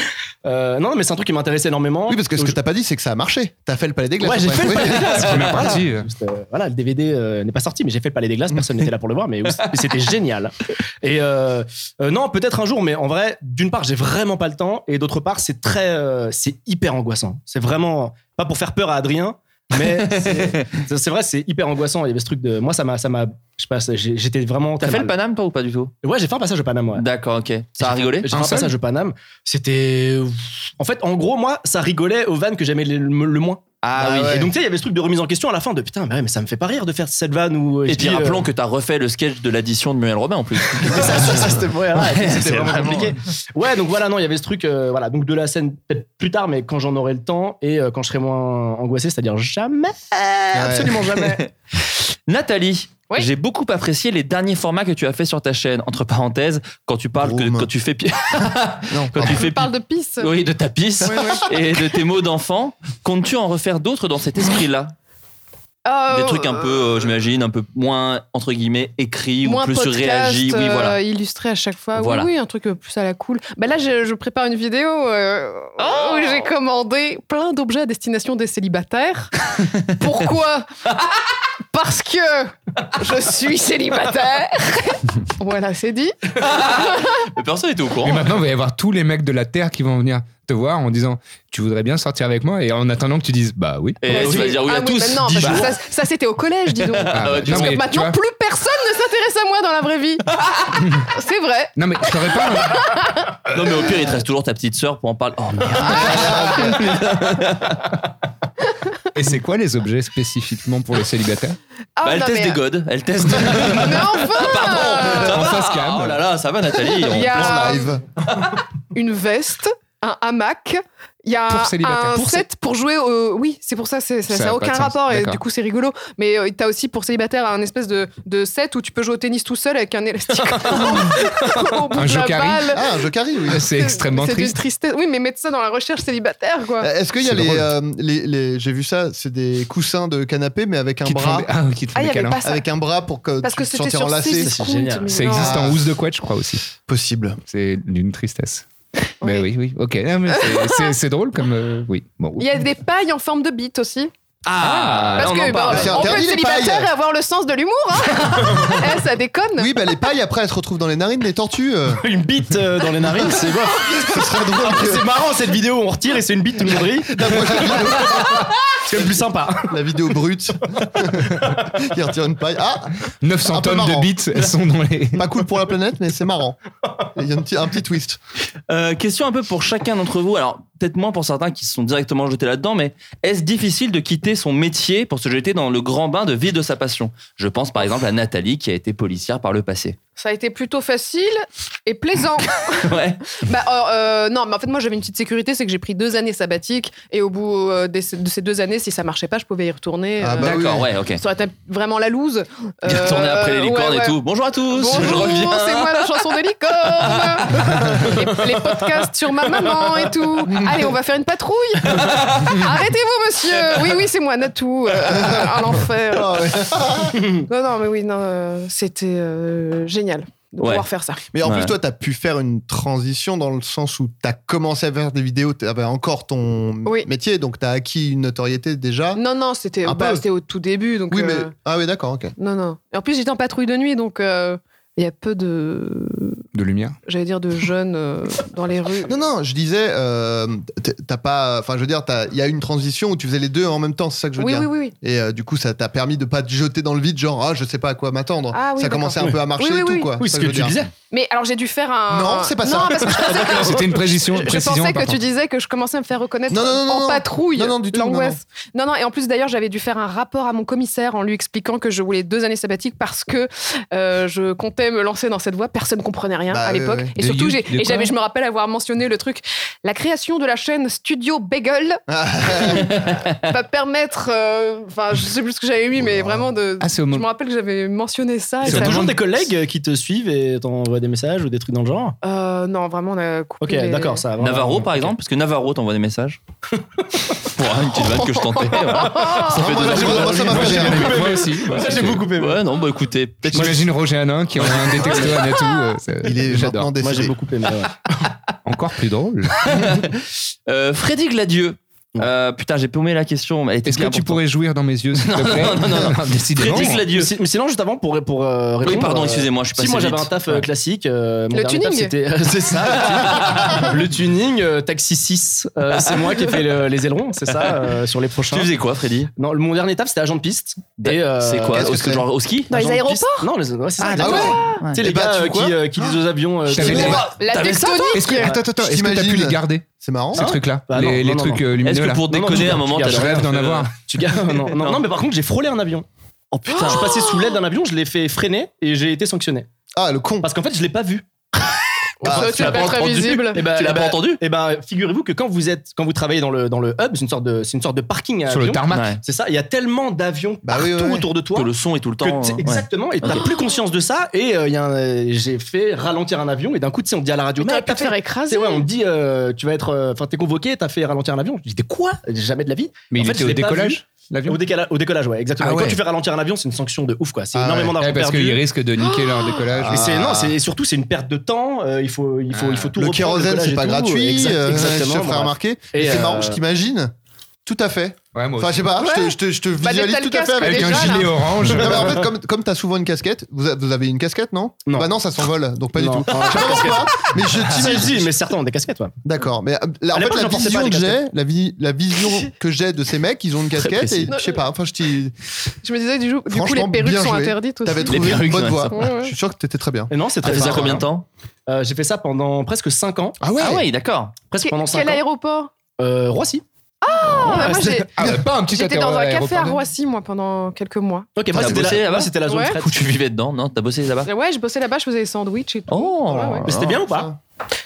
I: Euh, non, mais c'est un truc qui m'intéresse énormément.
J: Oui, parce que ce
I: Donc,
J: que t'as pas dit, c'est que ça a marché. T'as fait le palais des glaces.
I: Ouais, j'ai
J: on va
I: fait le
J: trouver.
I: Palais des Glaces.
L: La première
I: Voilà.
L: partie. euh,
I: Juste, euh, voilà, le DVD euh, n'est pas sorti, mais j'ai fait le Palais des Glaces, personne n'était là pour le voir, mais oui, c'était génial. Et euh, euh, non, peut-être un jour, mais en vrai, d'une part, j'ai vraiment pas le temps, et d'autre part, c'est très, euh, c'est hyper angoissant. C'est vraiment pas pour faire peur à Adrien. mais c'est- c'est c'est vrai, c'est hyper angoissant. Il y avait ce truc de. Moi, ça m'a. ça m'a- Je sais pas, ça- j'ai- j'étais vraiment.
H: T'as
I: très
H: fait le
I: mal.
H: Paname, toi, ou pas du tout
I: Ouais, j'ai fait un passage au Paname, ouais.
H: D'accord, ok. Ça a rigolé
I: J'ai fait
L: Un
I: un
L: seul
I: passage au Paname. C'était. En fait, en gros, moi, ça rigolait aux vannes que j'aimais le- le moins.
H: Ah
J: Bah
H: oui.
J: ouais.
I: Et donc, tu sais, il y avait ce truc de remise en question à la fin de putain, mais, ouais, mais ça me fait pas rire de faire cette vanne où. euh,
H: Et
I: je
H: puis
I: dis, euh,
H: rappelons que t'as refait le sketch de l'addition de Muriel Robin en plus.
I: ça, ça, ça, c'était ouais, voilà,
H: Ouais,
I: c'était
H: c'est
I: vraiment
H: vraiment-
I: compliqué. Ouais, donc voilà, non, il y avait ce truc, euh, voilà, donc de la scène peut-être plus tard, mais quand j'en aurai le temps et euh, quand je serai moins angoissé, c'est-à-dire jamais, absolument jamais.
H: Nathalie,
K: Oui.
H: j'ai beaucoup apprécié les derniers formats que tu as fait sur ta chaîne. Entre parenthèses, quand tu parles, que-
J: Broom.
H: quand tu fais, pi-
J: Non,
H: quand tu
J: pardon.
K: On
H: fais pi-
K: parle de pisse.
H: oui, de ta pisse et de tes mots d'enfant, comptes-tu en refaire d'autres dans cet esprit-là
K: Euh,
H: Des trucs un peu, euh, j'imagine, un peu moins entre guillemets écrits ou
K: moins
H: plus
K: podcast,
H: réagis. Oui,
K: euh,
H: voilà.
K: illustré à chaque fois. Oui,
H: Voilà.
K: Oui, un truc euh, plus à la cool. Bah là, je, je prépare une vidéo euh,
H: Oh
K: où j'ai commandé plein d'objets à destination des célibataires. Pourquoi Parce que je suis célibataire. voilà, c'est dit.
H: Mais personne n'était au
L: Mais
H: courant.
L: maintenant, il va y avoir tous les mecs de la Terre qui vont venir te voir en disant Tu voudrais bien sortir avec moi Et en attendant que tu dises Bah oui.
H: Et tu vas dire oui
K: Ah
H: à tous.
K: bah non,
H: dix
K: parce que
H: jours.
K: ça, ça, c'était au collège, dis donc.
L: Ah,
H: ouais,
K: Parce que
L: non, mais, tu vois,
K: maintenant, plus personne ne s'intéresse à moi dans la vraie vie. c'est vrai.
L: Non, mais t'aurais pas.
H: Non, mais au pire, il te reste toujours ta petite sœur pour en parler. Oh, merde.
L: Et c'est quoi les objets spécifiquement pour les célibataires
K: Ah,
H: Bah, elle
K: non,
H: teste
K: mais-
H: des godes. Elle teste. Pardon.
K: Mais enfin
H: Ça
L: Enfin,
H: va.
L: se calme.
H: Oh là là, ça va, Nathalie.
K: Il
H: On-
K: y a
J: Live.
K: une veste, un hamac. Il y a
L: Pour célibataire.
K: un
L: Pour cé-
K: set pour jouer au... Oui, c'est pour ça, c'est- ça
L: Ça
K: n'a
L: a pas
K: aucun
L: de sens.
K: rapport et
L: D'accord.
K: du coup c'est rigolo. Mais euh, t'as aussi pour célibataire un espèce de, de set où tu peux jouer au tennis tout seul avec un élastique. au bout de
L: Un
K: la
L: jokari.
K: balle.
J: Ah, un jeu carry, oui.
L: C'est extrêmement
K: c'est d'une
L: triste.
K: tristesse. Oui, mais mettre ça dans la recherche célibataire, quoi.
J: Est-ce qu'il y a
L: C'est
J: les,
L: drôle.
J: euh, les, les- J'ai vu ça, c'est des coussins de canapé, mais avec un
L: Qui te font
J: bras.
L: des- Ah, qui te font
K: Ah, il
L: des
K: n'y avait
L: câlins.
K: pas ça.
J: Avec un bras pour que
K: Parce
J: tu
K: que
J: te
K: c'était
J: sentais
K: sur
J: enlacé.
K: Six
I: C'est
K: Compte,
I: génial.
K: mais
L: Ça
K: non.
L: existe en housse de couette, je crois aussi.
J: Possible.
L: C'est d'une tristesse. Mais oui, oui, ok. Non, mais c'est- c'est- C'est drôle comme. euh, oui, bon.
K: Il y a des pailles en forme de bite aussi.
H: Ah,
K: Parce
H: là, on
K: que
H: en
K: bah,
H: parle.
J: C'est
K: on peut
J: interdit,
K: être
J: les pailles.
K: célibataire et avoir le sens de l'humour. hein. Eh, ça déconne.
J: Oui, bah les pailles, après, elles se retrouvent dans les narines des tortues. euh.
I: Une bite euh, dans les narines, c'est bof.
J: Ce serait drôle
I: Après,
J: que
I: c'est marrant cette vidéo, on retire et c'est une bite, tout le monde rit.
J: la, prochaine vidéo,
I: C'est le plus sympa.
J: la vidéo brute. Qui retire une paille. Ah,
L: 900
J: Un peu
L: tonnes
J: marrant.
L: de bits, elles sont dans les.
J: pas cool pour la planète, mais c'est marrant. Il y a un petit, un petit twist.
H: Euh, question un peu pour chacun d'entre vous. Alors, peut-être moins pour certains qui se sont directement jetés là-dedans, mais est-ce difficile de quitter son métier pour se jeter dans le grand bain de vie de sa passion Je pense par exemple à Nathalie qui a été policière par le passé.
K: Ça a été plutôt facile et plaisant.
H: Ouais.
K: bah, euh, euh, non, mais en fait, moi, j'avais une petite sécurité, c'est que j'ai pris deux années sabbatiques et au bout euh, des- de ces deux années, si ça marchait pas, je pouvais y retourner. euh,
J: Ah bah
H: D'accord, ouais, ok.
K: Ça aurait été vraiment la loose.
H: Il est retourné après les
K: Euh,
H: licornes
K: ouais, ouais.
H: et tout. Bonjour à tous, je
K: Bonjour,
H: reviens.
K: c'est moi la chanson des licornes. les, les podcasts sur ma maman et tout. Allez, on va faire une patrouille. Arrêtez-vous, monsieur. Oui, oui, c'est moi, Natou. Euh, à l'enfer.
J: Ah ouais.
K: Non, non, mais oui, non, euh, c'était euh, génial de
H: Ouais.
K: pouvoir faire ça.
J: Mais en
H: Ouais.
J: plus, toi, t'as pu faire une transition dans le sens où t'as commencé à faire des vidéos, t'avais encore ton
K: Oui.
J: métier, donc t'as acquis une notoriété déjà.
K: Non, non, c'était
J: Un
K: bah,
J: peu.
K: c'était au tout début. Donc,
J: oui, mais.
K: euh,
J: Ah oui, d'accord, ok.
K: Non, non. Et en plus, j'étais en patrouille de nuit, donc euh, il y a peu de.
L: De lumière.
K: J'allais dire de jeunes euh, dans les rues.
J: Non, non, je disais, euh, t- t'as pas. Enfin, je veux dire, t'as- il y a une transition où tu faisais les deux en même temps, c'est ça que je veux
K: Oui,
J: dire.
K: oui, oui, oui.
J: Et euh, du coup, ça t'a permis de pas te jeter dans le vide, genre, ah, je sais pas à quoi m'attendre.
K: Ah oui,
J: ça
K: d'accord.
J: commençait un peu à marcher
K: Oui, oui,
J: et tout,
K: oui.
J: quoi.
I: Oui,
J: C'est
I: ce
J: ça
I: que
J: je veux
I: tu
J: dire.
I: disais.
K: Mais alors, j'ai dû faire un.
J: Non, c'est pas ça.
K: Non, parce que je pensais que,
L: C'était une précision.
K: je
L: précision
K: pensais que tu
L: importante.
K: disais que je commençais à me faire reconnaître
J: Non, non, non,
K: en
J: non.
K: patrouille.
J: Non, non, du tout, non,
K: L'angoisse. Non non. et en plus, d'ailleurs, j'avais dû faire un rapport à mon commissaire en lui expliquant que je voulais deux années sabbatiques parce que euh, je comptais souhaitais me lancer dans cette voie, personne comprenait rien
J: Bah,
K: à
J: ouais,
K: l'époque.
J: ouais.
K: Et
L: De
K: surtout,
L: You-
K: j'ai-
L: de
K: et
L: quoi
K: j'avais, je me rappelle avoir mentionné le truc, la création de la chaîne Studio Bagel va permettre, euh, enfin, je sais plus ce que j'avais mis, mais vraiment de.
L: Ah, c'est au
K: je me
L: moment.
K: rappelle que j'avais mentionné ça. et
L: C'est
K: ça-
L: au
I: toujours
L: moment-
I: des collègues qui te suivent et t'envoient des messages ou des trucs dans le genre
K: Euh, non, vraiment, on a coupé.
I: Ok,
K: les-
I: d'accord,
J: Ah,
I: ça. va.
H: Navarro, par exemple, parce que Navarro t'envoie des messages. Pour une petite vanne que je tentais. voilà. Ça fait deux
J: moi,
H: ans.
J: j'ai- moi, ça m'a
L: Ah, Moi,
J: fait
L: j'ai
J: rire.
L: bien aimé. Moi aussi.
I: Ça, j'ai beaucoup aimé.
H: Ouais, non, bah écoutez, peut-être que-
L: J'imagine Roger Hanin qui envoie un des textos à Natou. euh, c'est-
J: Il est maintenant
L: J'adore.
I: Moi,
J: décédé.
I: j'ai beaucoup aimé. ouais.
L: Encore plus drôle.
H: Euh, Freddy Gladieux. Euh, putain, j'ai paumé la question. mais elle était
L: Est-ce que
H: bien
L: tu
H: pourtant.
L: pourrais jouir dans mes yeux, s'il te plaît
H: non, non, non,
L: Décidément.
H: Freddy Gladieux.
I: Mais si- mais sinon, juste avant, pour, pour euh, répondre.
H: Oui, pardon,
I: euh,
H: excusez-moi, je suis passé
I: Si moi j'avais
H: vite.
I: un taf euh,
H: Ouais.
I: classique, euh, mon
K: Le
I: dernier taf,
K: tuning.
I: c'était c'est ça, le tuning, Le tuning, euh, taxi 6, euh, c'est moi qui ai fait le- les ailerons, c'est ça, euh, sur les prochains.
H: Tu faisais quoi, Freddy
I: Non, le- mon dernier taf c'était agent de piste. Et, euh,
H: Bah, C'est quoi
J: qu'est-ce
H: au-
J: que c'est
H: Genre au ski
K: Dans les
I: agent de
K: aéroports
I: piste. Non, les- ouais, c'est ça.
J: Ah,
I: exactement.
J: ouais.
I: Tu sais
J: Et
I: les
J: bah,
I: gars
J: tu
I: euh,
J: vois
I: qui, euh, qui disent aux avions. euh,
L: Je
I: qui-
L: t'avais
I: Ouais.
L: dit-
K: La
H: T'avais ça, toi
K: tectonique
L: Est-ce que attends, attends, attends, est-ce que t'as pu
J: T'imagines
L: les garder
J: C'est marrant.
L: ces trucs-là,
I: Bah non,
L: les, les
I: non, non,
L: trucs euh,
H: Est-ce
L: lumineux
H: que
L: là.
H: pour
I: Non, non,
H: déconner
I: tu
H: à un moment,
I: gardes,
H: t'as
I: tu
L: Je
H: fait,
L: rêve d'en
H: euh,
L: avoir.
I: Tu gars- non, non,
H: Non.
I: non, mais par contre j'ai frôlé un avion.
H: Oh putain.
I: Je passais sous l'aile d'un avion, je l'ai fait freiner et j'ai été sanctionné
J: Ah, le con.
I: parce qu'en fait je l'ai pas vu.
J: Ah,
K: Ça,
J: bah,
K: tu vas
H: l'as
K: pas
H: pas
K: être
H: entendu.
K: invisible.
I: Eh ben,
H: Tu l'as
I: eh
H: pas
I: ben,
H: entendu
I: Eh ben, figurez-vous que quand vous êtes, quand vous travaillez dans le dans le hub, c'est une sorte de, c'est une sorte de parking à
L: Sur le
I: avions.
L: tarmac.
H: Ouais.
I: C'est ça. Il y a tellement d'avions
J: Bah
I: partout
J: oui, ouais, ouais.
I: autour de toi
H: Que
I: que,
H: le son est tout le temps.
I: t'es-
H: euh, ouais.
I: exactement. Et t'as
H: Ok.
I: plus conscience de ça. Et euh, il y a un, euh, j'ai fait ralentir un avion. Et d'un coup, tu sais, on te dit à la radio,
K: Mais t'aurais
I: mec,
K: pu
I: t'as
K: te faire
I: fait. Tu sais,
K: écraser.
I: ouais, on me dit, euh, tu vas être, euh, enfin, t'es convoqué, t'as fait ralentir un avion. Je dis, t'es quoi Jamais de la vie.
L: Mais
I: En
L: il
I: fait,
L: était
I: je
L: au
I: l'ai pas
L: décollage,
I: vu. Au,
L: l'avion
I: décala- au décollage, ouais, exactement.
L: Ah
I: Et
L: ouais.
I: Quand tu fais ralentir un avion, c'est une sanction de ouf, quoi. C'est
J: Ah
I: énormément
J: ouais.
I: d'argent
L: Ouais, Eh, Parce
I: perdu.
L: qu'ils risquent de niquer leur décollage.
I: Et c'est
J: Ah.
I: non, c'est- et surtout c'est une perte de temps. euh, il faut, il faut, il faut tout.
J: le
I: reprendre,
J: kérosène,
I: collage
J: c'est
I: et
J: pas
I: tout.
J: gratuit.
I: Exact-
J: euh, Je
I: exactement.
J: te
I: bon,
J: ferai
I: bref.
J: remarquer.
I: Et,
J: Et c'est marrant,
I: euh,
J: je t'imagine. Tout à fait.
L: Ouais, moi
J: Enfin, je sais pas, je te- je te, je te
K: Bah,
J: visualise
K: t'as le
J: tout à fait
K: casque
J: avec.
L: Avec
K: déjà,
L: un
K: là.
L: gilet orange.
J: Non, mais en fait, comme, comme t'as souvent une casquette, vous, a- vous avez une casquette, non
I: Non.
J: Bah non, ça s'envole, donc pas
I: Non,
J: du tout.
I: non,
J: Je sais pas pourquoi, mais je
I: Si,
J: t'imagine.
I: si, mais certains ont des casquettes, ouais.
J: D'accord, mais euh, la, en fait,
I: l'époque,
J: la
I: j'en portais pas
J: vision
I: des
J: que j'ai, la, vi- la vision que j'ai de ces mecs, ils ont une casquette
H: précis.
J: et je sais pas, enfin, je t'y-
K: Je me disais, du coup, du coup
J: Franchement,
K: les perruques
J: bien
K: sont
J: joué.
K: interdites aussi.
J: t'avais
H: Les
J: trouvé une
H: perruques,
J: bonne
H: ouais,
J: voie.
H: ça. Ah,
K: Ouais, ouais.
J: Je suis sûr que t'étais très bien.
I: Et non, c'est
H: T'as
I: très
H: fait ça
I: sympa.
H: combien de temps
I: Euh, J'ai fait ça pendant presque 5 ans.
J: Ah ouais,
H: Ah ouais, d'accord.
I: Presque pendant
K: Que-
I: 5
K: Quel
I: ans.
K: aéroport
I: Euh, Roissy.
K: Ah, bah, Moi, j'ai-
L: Ah, bah, pas un petit
K: j'étais dans un
L: aéroport,
K: café à
L: non
K: Roissy, moi, pendant quelques mois.
I: Ok,
H: T'as
I: moi c'était
H: bossé
I: la,
H: là-bas
I: moi, c'était la zone
K: Ouais.
I: fret.
H: Où tu vivais dedans Non, t'as bossé là-bas
K: Euh, Ouais, je bossais là-bas, je faisais des sandwichs et tout.
H: Oh
K: Ouais, ouais.
I: Mais c'était bien ou pas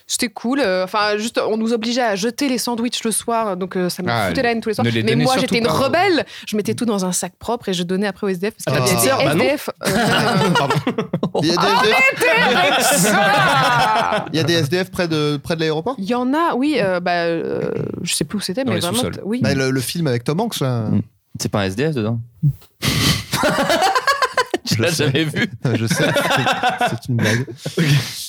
K: C'était cool. euh, Enfin, juste, on nous obligeait à jeter les sandwichs le soir, donc euh, ça me
L: Ah,
K: foutait la haine tous les soirs.
L: ne les
K: Mais
L: donnez
K: moi,
L: surtout
K: j'étais une
L: pas.
K: rebelle. Je mettais tout dans un sac propre et je donnais après aux SDF. Parce
J: Ah,
K: que
J: ta petite
I: sœur, bah non.
K: SDF. euh, euh,
J: Il y, a des SDF,
K: ça
J: il y a des SDF près de, près de l'aéroport
K: Il y en a, oui. euh, bah, euh, je sais plus où c'était,
L: Dans
K: mais
L: les
K: vraiment,
L: sous-sols.
K: oui.
J: Bah, le, le film avec Tom Hanks, là.
H: Mm. C'est pas un SDS dedans Tu l'as jamais vu
J: je sais, c'est- c'est une blague.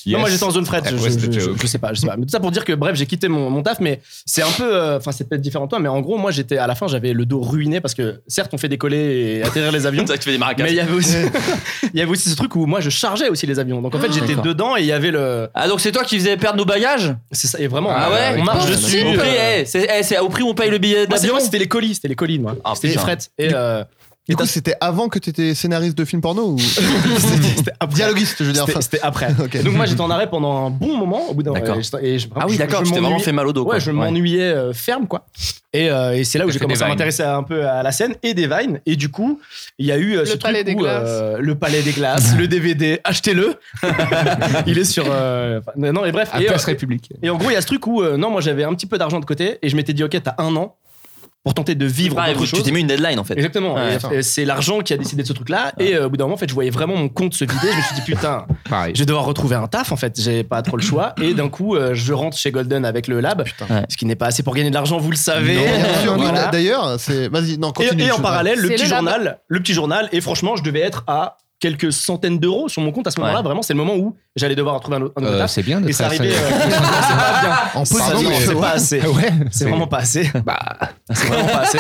I: Non, moi j'étais en zone fret. Je,
L: Ah, ouais,
I: je-
L: c'était
I: je-
H: euh,
L: joke.
I: je sais pas, je sais pas. Mais tout ça pour dire que bref, j'ai quitté mon, mon taf, mais c'est un peu, euh, enfin c'est peut-être différent de toi, mais en gros moi j'étais à la fin j'avais le dos ruiné parce que certes on fait décoller et atterrir les avions.
H: C'est ça que tu fais des
I: Mais
H: maracas.
I: il y avait aussi, il y avait aussi ce truc où moi je chargeais aussi les avions. Donc en fait j'étais
H: D'accord.
I: dedans et il y avait le,
H: Ah donc c'est toi qui faisais perdre nos bagages
I: c'est ça et vraiment. euh,
L: Ah
I: on-
L: ouais,
I: on marche
L: pauvre
I: dessus.
H: Au
K: type.
I: euh,
H: prix, eh, c'est eh, c'est au prix où on paye le billet
I: moi, c'est-
H: d'avion.
I: moi, c'était les colis, c'était les colis moi.
H: Ah,
I: c'était les
H: putain.
I: frets et euh,
J: Du coup, c'était avant que t'étais scénariste de film porno ou
I: c'était après.
J: dialoguiste, je veux dire.
I: C'était
J: enfin.
I: c'était après.
J: Ok.
I: Donc moi j'étais en arrêt pendant un bon moment au bout d'un
H: D'accord.
I: et je- et je-
H: Ah oui
I: je-
H: d'accord,
I: je
H: tu t'es vraiment
I: m'ennuyais-
H: fait mal au dos. quoi.
I: Ouais, je m'ennuyais euh, ferme quoi. Et, euh, et c'est là où
L: T'as
I: j'ai
L: fait
I: commencé
L: des
I: à
L: vines.
I: m'intéresser un peu à la scène et des vines. Et du coup, il y a eu euh,
K: Le
I: ce
K: Palais
I: truc
K: des
I: où, euh, le palais des glaces, le DVD, achetez-le. il est sur. euh, enfin, non, mais bref.
L: À
I: Et, euh,
L: Place République.
I: et en gros, il y a ce truc où euh, non, moi j'avais un petit peu d'argent de côté et je m'étais dit ok, t'as un an pour tenter de vivre
H: Ah,
I: autre
H: écoute, tu
I: chose.
H: t'es mis une deadline en fait.
I: Exactement.
H: Ouais,
I: Et-
J: attends.
I: et c'est l'argent qui a décidé de ce truc-là. Et euh, au bout d'un moment, en fait, je voyais vraiment mon compte se vider. Je me suis dit putain,
L: Pareil.
I: je vais devoir retrouver un taf en fait, j'ai pas trop le choix. Et d'un coup, euh, je rentre chez Golden avec le lab,
H: Ouais.
I: ce qui n'est pas assez pour gagner de l'argent, vous le savez.
J: Bien sûr,
I: Voilà.
J: non, D'ailleurs, c'est. Vas-y, non,
I: Et,
J: continue.
I: et
J: je
I: en
J: sais pas.
I: parallèle, le
K: C'est
I: petit
K: le lab.
I: journal, le petit journal. Et franchement, je devais être à quelques centaines d'euros sur mon compte à ce moment-là.
H: Ouais.
I: Vraiment, c'est le moment où j'allais devoir retrouver un, autre un autre
L: Euh,
I: taf.
L: c'est bien de
I: Et ça arrivait.
L: tracer-
I: euh, c'est pas bien.
J: En
I: C'est
J: positif,
I: vraiment-
J: tu
I: C'est
J: vois.
I: pas assez.
L: Ouais,
I: C'est vraiment pas assez.
L: Bah,
I: C'est vraiment pas assez.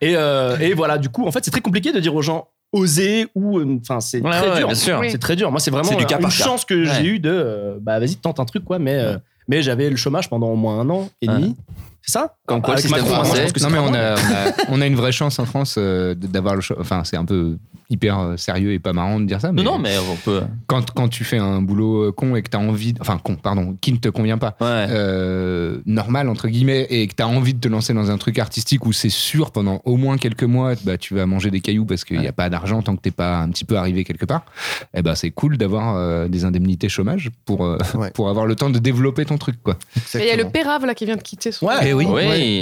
I: Et, euh, et voilà, du coup, en fait, c'est très compliqué de dire aux gens oser ou. euh, Enfin, c'est
H: Ouais,
I: très
H: ouais,
I: dur.
H: bien sûr.
K: Oui.
I: C'est très dur. Moi, c'est vraiment euh,
H: C'est du cas
I: une
H: par cas.
I: chance que
H: Ouais.
I: j'ai eu de euh, bah vas-y tente un truc quoi, mais euh, mais j'avais le chômage pendant au moins un an et
H: Ouais.
I: demi C'est ça Ah,
H: Comme quoi, le
I: Avec
H: système
I: Macron,
H: français-
I: je pense que c'est
L: non mais on
I: normal.
L: a, on a- on a une vraie chance en France euh, d- d'avoir le cho- enfin c'est un peu hyper euh, sérieux et pas marrant de dire ça mais,
H: Non, non, mais on peut.
L: quand quand tu fais un boulot euh, con et que t'as envie enfin con pardon qui ne te convient pas
H: Ouais.
L: euh, normal entre guillemets et que t'as envie de te lancer dans un truc artistique où c'est sûr pendant au moins quelques mois bah tu vas manger des cailloux parce qu'il n'y a pas d'argent tant que t'es pas un petit peu arrivé quelque part eh ben c'est cool d'avoir euh, des indemnités chômage pour euh,
J: Ouais.
L: pour avoir le temps de développer ton truc quoi
K: Et il y a le Pérave là qui vient de quitter son.
I: Ouais,
L: Eh
H: oui.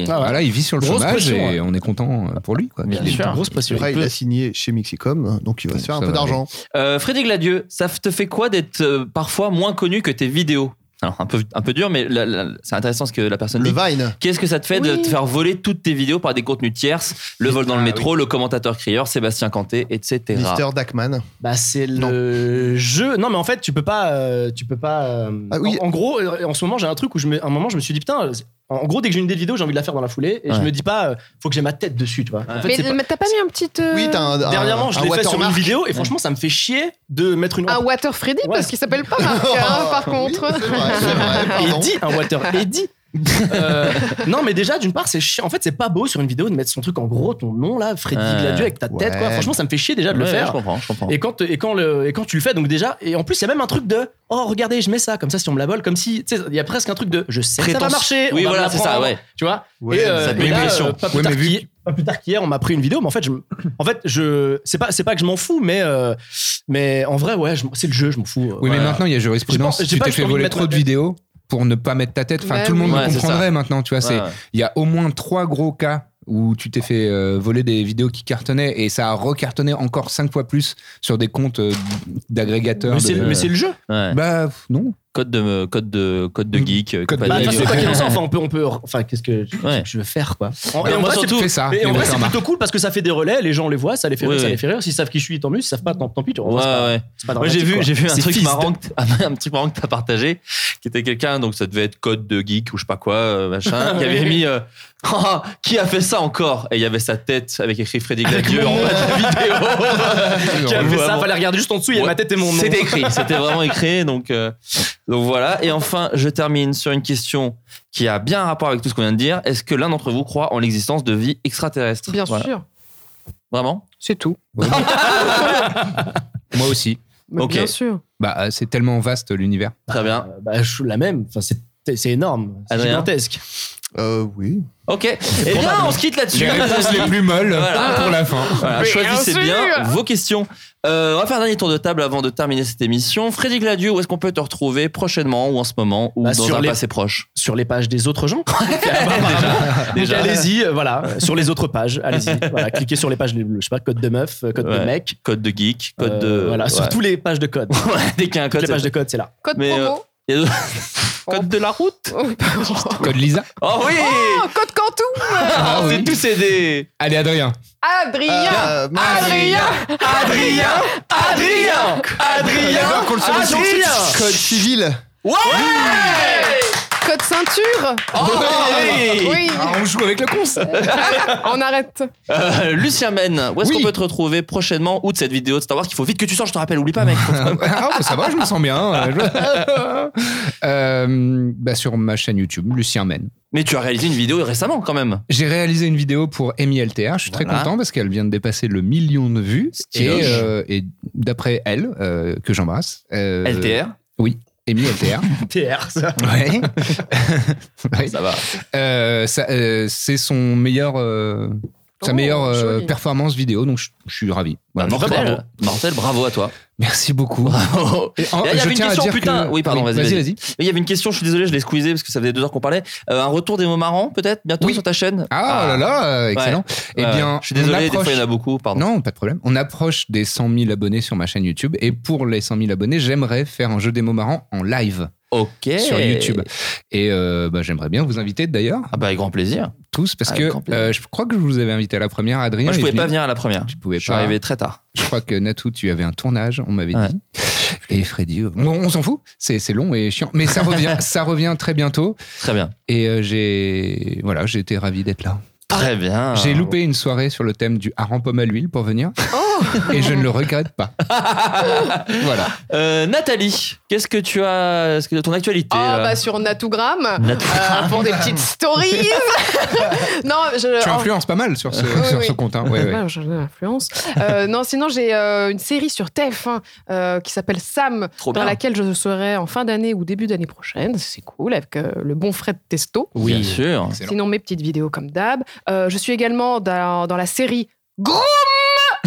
J: Ah ouais.
L: voilà il vit sur le
I: Grosse
L: chômage
I: pression, hein. ouais.
L: et on est content euh, pour lui quoi
H: Bien
L: Qu'il est-
H: sûr.
I: Grosse pression.
J: Après, il a signé chez Mixicom, donc il va se faire un
L: Ça
J: peu
L: va
J: d'argent.
H: Euh, Frédéric Gladieux, ça te fait quoi d'être euh, parfois moins connu que tes vidéos Alors, un peu, un peu dur, mais la- la- c'est intéressant ce que la personne
J: Le
H: dit.
J: Vine.
H: Qu'est-ce que ça te fait de
K: Oui.
H: te faire voler toutes tes vidéos par des contenus tierces Le vol dans le
L: Ah,
H: métro, le commentateur crieur, Sébastien Canté, etc.
J: Mister Dackman.
I: Bah c'est le jeu. Non mais en fait tu peux pas, euh, tu peux pas. euh,
J: Ah oui.
I: En, en gros, euh, en ce moment j'ai un truc où je me, un moment je me suis dit putain. c'est- En gros dès que j'ai une idée de vidéo j'ai envie de la faire dans la foulée et je
H: Ouais.
I: me dis pas euh, faut que j'ai ma tête dessus tu vois. En fait,
K: Mais
I: c'est pas-
K: mais t'as pas mis un petit. euh,
J: Oui, t'as un, un-
I: Dernièrement je
J: un
I: l'ai fait sur une
J: watermark.
I: vidéo et franchement ça me fait chier de mettre une.
K: Un Water Freddy
I: Ouais.
K: parce qu'il s'appelle pas Marc, hein, par
J: Oui,
K: contre.
J: c'est vrai, c'est vrai, pardon.
I: Eddie,
H: hein,
I: un water Eddie. Euh, non mais déjà d'une part c'est chiant en fait c'est pas beau sur une vidéo de mettre son truc en gros ton nom là Freddy
H: Ouais.
I: Gladieux avec ta tête quoi
J: Ouais.
I: franchement ça me fait chier déjà de le
H: Ouais,
I: faire
H: je comprends, je comprends.
I: Et quand, et, quand le, et quand tu le fais, donc déjà, et en plus, il y a même un truc de oh, regardez, je mets ça, comme ça, si on me la vole, comme si, tu sais, il y a presque un truc de je sais que ça va
H: Prétence-
I: marcher,
H: Oui,
I: on va
H: voilà,
I: me la
H: c'est ça,
I: prendre,
H: ouais.
I: Tu vois
J: Ouais,
I: Et, euh,
H: ça te met
I: et
H: une
I: là,
H: pression.
I: euh, pas, plus
L: Ouais, mais
I: tard
L: vu
I: qu'hi- pas plus tard qu'hier, on m'a pris une vidéo, mais en fait, je, m- en fait, je, c'est pas, c'est pas que je m'en fous, mais, euh, mais en vrai, ouais, je m- c'est le jeu, je m'en fous. euh,
L: Oui, mais
I: voilà.
L: maintenant, il y a jurisprudence.
I: J'ai pas- j'ai
L: tu
I: pas
L: t'es
I: juste
L: fait
I: envie de
L: voler
I: mettre
L: trop
I: ma
L: de
I: tête.
L: vidéos pour ne pas mettre ta tête. Enfin,
K: Bah
L: tout le monde
H: oui.
L: le
H: Ouais, c'est
L: comprendrait maintenant. Tu vois, c'est
H: Ouais, ouais.
L: il y a au moins trois gros cas où tu t'es fait euh, voler des vidéos qui cartonnaient et ça a recartonné encore cinq fois plus sur des comptes euh, d'agrégateurs.
I: Mais c'est,
L: de-
I: mais c'est le jeu.
H: euh, Ouais.
L: Bah pff, non.
H: Code de, euh, code de, code de geek. euh,
L: Code de
I: Bah, de
H: compagnie.
I: toute façon, quoi
L: Ouais.
I: qu'il en soit, enfin, on peut, on peut, enfin, qu'est-ce que je,
H: Ouais.
I: je veux faire, quoi. En-
H: Mais
I: et en
H: moi,
I: vrai, c'est-
H: surtout,
L: Fais ça.
I: et en
L: on
I: vrai, c'est
L: fait un marque.
I: plutôt cool parce que ça fait des relais, les gens les voient, ça les fait
H: Oui,
I: rire, ça
H: oui.
I: les fait rire. S'ils savent qui je suis, tant mieux. S'ils savent pas, tant, tant pis. Tu
H: Ouais,
I: vois, c'est pas-
H: ouais.
I: c'est pas
H: Moi, j'ai
I: dramatique,
H: vu,
I: quoi.
H: j'ai vu un
I: C'est
H: truc,
I: fils de-
H: marrant que t'- un truc marrant que t'as partagé, qui était quelqu'un, donc ça devait être code de geek ou je sais pas quoi, euh, machin, qui avait mis euh, Ah, qui a fait ça encore Et il y avait sa tête avec écrit Freddy Gladieux en bas de la vidéo.
I: Qui a fait
H: Vraiment.
I: ça Fallait regarder juste en dessous, il y a
H: Ouais.
I: ma tête et mon nom.
H: C'était écrit, c'était vraiment écrit. Donc, euh, donc voilà. Et enfin, je termine sur une question qui a bien un rapport avec tout ce qu'on vient de dire. Est-ce que l'un d'entre vous croit en l'existence de vie extraterrestre
K: Bien
H: Voilà.
K: sûr,
H: Vraiment
K: c'est tout.
L: Moi aussi.
K: Mais
H: Ok.
K: Bien sûr.
L: Bah, euh, c'est tellement vaste l'univers.
H: Très bien.
I: Euh, Bah, je suis la même. Enfin, c'est c'est énorme, c'est
H: Adrien
I: gigantesque.
J: Euh, oui.
H: Ok. Eh bien, on se quitte là-dessus.
L: Les réponses les plus molles
H: Voilà.
L: pour la fin.
H: Voilà,
K: Mais
H: choisissez
K: bien sûr.
H: bien vos questions. Euh, on va faire un dernier tour de table avant de terminer cette émission. Frédéric Gladieux, où est-ce qu'on peut te retrouver prochainement ou en ce moment ou
I: Bah,
H: dans
I: sur
H: un
I: les-
H: passé proche
I: Sur les pages des autres gens. Donc,
H: Déjà,
I: allez-y, euh, voilà. euh, Sur les autres pages, allez-y. Voilà, cliquez sur les pages, je sais pas, code de meuf, euh, code de
H: Ouais.
I: mec.
H: code de geek, code
I: Euh,
H: de.
I: Voilà,
H: ouais.
I: sur toutes les pages de code. Toutes
H: Ouais, dès qu'il y a un code.
I: les pages
H: c'est-
I: de code, c'est là.
K: Code
H: Mais, euh,
K: promo.
H: Il y a- Code de la route
L: Code Lisa.
H: Oh oui
K: Oh, code Cantou
H: Ah,
L: oui.
H: C'est tous aidé
L: Allez, Adrien.
K: Adrien
J: Euh, mais-
K: Adrien
H: Adrien Adrien Adrien
J: Alors Eh ben, qu'on le salue sur
H: Adrien
J: Code civil.
H: Ouais
K: Code ceinture
H: Oh, oui. Ah
K: Oui,
L: Ah, bah, on joue avec le cons.
K: on arrête.
H: Euh, Lucien Men, où est-ce
L: Oui.
H: qu'on peut te retrouver prochainement ou de cette vidéo de Star Wars qu'il faut vite que tu sors, je te rappelle, oublie pas mec
L: Ah, bah, ça va, je me sens bien. Euh, je- Euh, bah, sur ma chaîne YouTube, Lucien Men.
H: Mais tu as réalisé une vidéo récemment quand même.
L: J'ai réalisé une vidéo pour MILTR. Je suis très
H: Voilà.
L: content parce qu'elle vient de dépasser le million de vues.
H: Styloche.
L: Et, euh, et d'après elle, euh, que j'embrasse. euh,
H: LTR,
L: MILTR.
I: TR, ça.
L: ouais. Ouais.
H: ça va.
L: Euh, ça, euh, c'est son meilleur. euh, sa
K: Oh,
L: meilleure euh,
K: joli.
L: performance vidéo, donc je, je suis ravi. Voilà, je suis très
H: Bah, mortel,
L: content.
H: mortel, bravo à toi.
L: Merci beaucoup.
H: Bravo.
L: Et en-
H: Il y avait
L: je
H: une
L: tiens à
H: question,
L: dire
H: putain.
L: que-
H: Oui, pardon, vas-y, vas-y.
L: Vas-y, vas-y.
H: Mais Il y avait une question, je suis désolé, je l'ai squeezé parce que ça faisait deux heures qu'on parlait. Euh, un retour des mots marrants peut-être bientôt
L: Oui.
H: sur ta chaîne
L: Ah, là là, euh, excellent. Eh
H: Ouais,
L: bien,
H: je suis
L: on
H: désolé, des
L: approche-
H: fois il y en a beaucoup, pardon.
L: Non, pas de problème. On approche des 100 000 abonnés sur ma chaîne YouTube. Et pour les 100 000 abonnés, j'aimerais faire un jeu des mots marrants en live
H: Ok.
L: sur YouTube. Et euh, bah, j'aimerais bien vous inviter d'ailleurs,
H: Ah bah avec grand plaisir.
L: tous, parce
H: Avec
L: que
H: Ah, grand plaisir.
L: euh, je crois que je vous avais invité à la première, Adrien.
H: Moi je
L: est
H: pouvais
L: venu.
H: pas venir à la première.
L: Tu pouvais
H: Je suis
L: pas.
H: arrivé très tard.
L: Je crois que Natou, tu avais un tournage, on m'avait
H: Ouais.
L: dit. Et Freddy, euh, bon, on s'en fout, c'est c'est long et chiant. Mais ça revient, ça revient très bientôt.
H: Très bien.
L: Et euh, j'ai voilà, j'ai été ravi d'être là.
H: Très bien.
L: J'ai loupé une soirée sur le thème du hareng pomme à l'huile
H: Oh
L: pour venir. et je ne le regrette pas. voilà.
H: Euh, Nathalie, Qu'est-ce que tu as Est-ce que de ton actualité
K: Ah
H: là
K: bah sur Natougram
H: euh, Natougram.
K: euh, pour des petites stories. non, je
L: Tu
K: Euh, en-
L: influences pas mal sur ce,
K: Oui,
L: sur
K: oui.
L: ce compte. hein. Ouais, ouais.
K: Ouais, j'ai de l'influence. Euh, non, sinon j'ai euh, une série sur TF1 euh, qui s'appelle Sam,
H: Trop
K: dans
H: bien.
K: laquelle je serai en fin d'année ou début d'année prochaine. C'est cool avec euh, le bon Fred Testo.
H: Oui, bien sûr.
L: Excellent.
K: Sinon mes petites vidéos comme d'hab. Euh, je suis également dans, dans la série Groom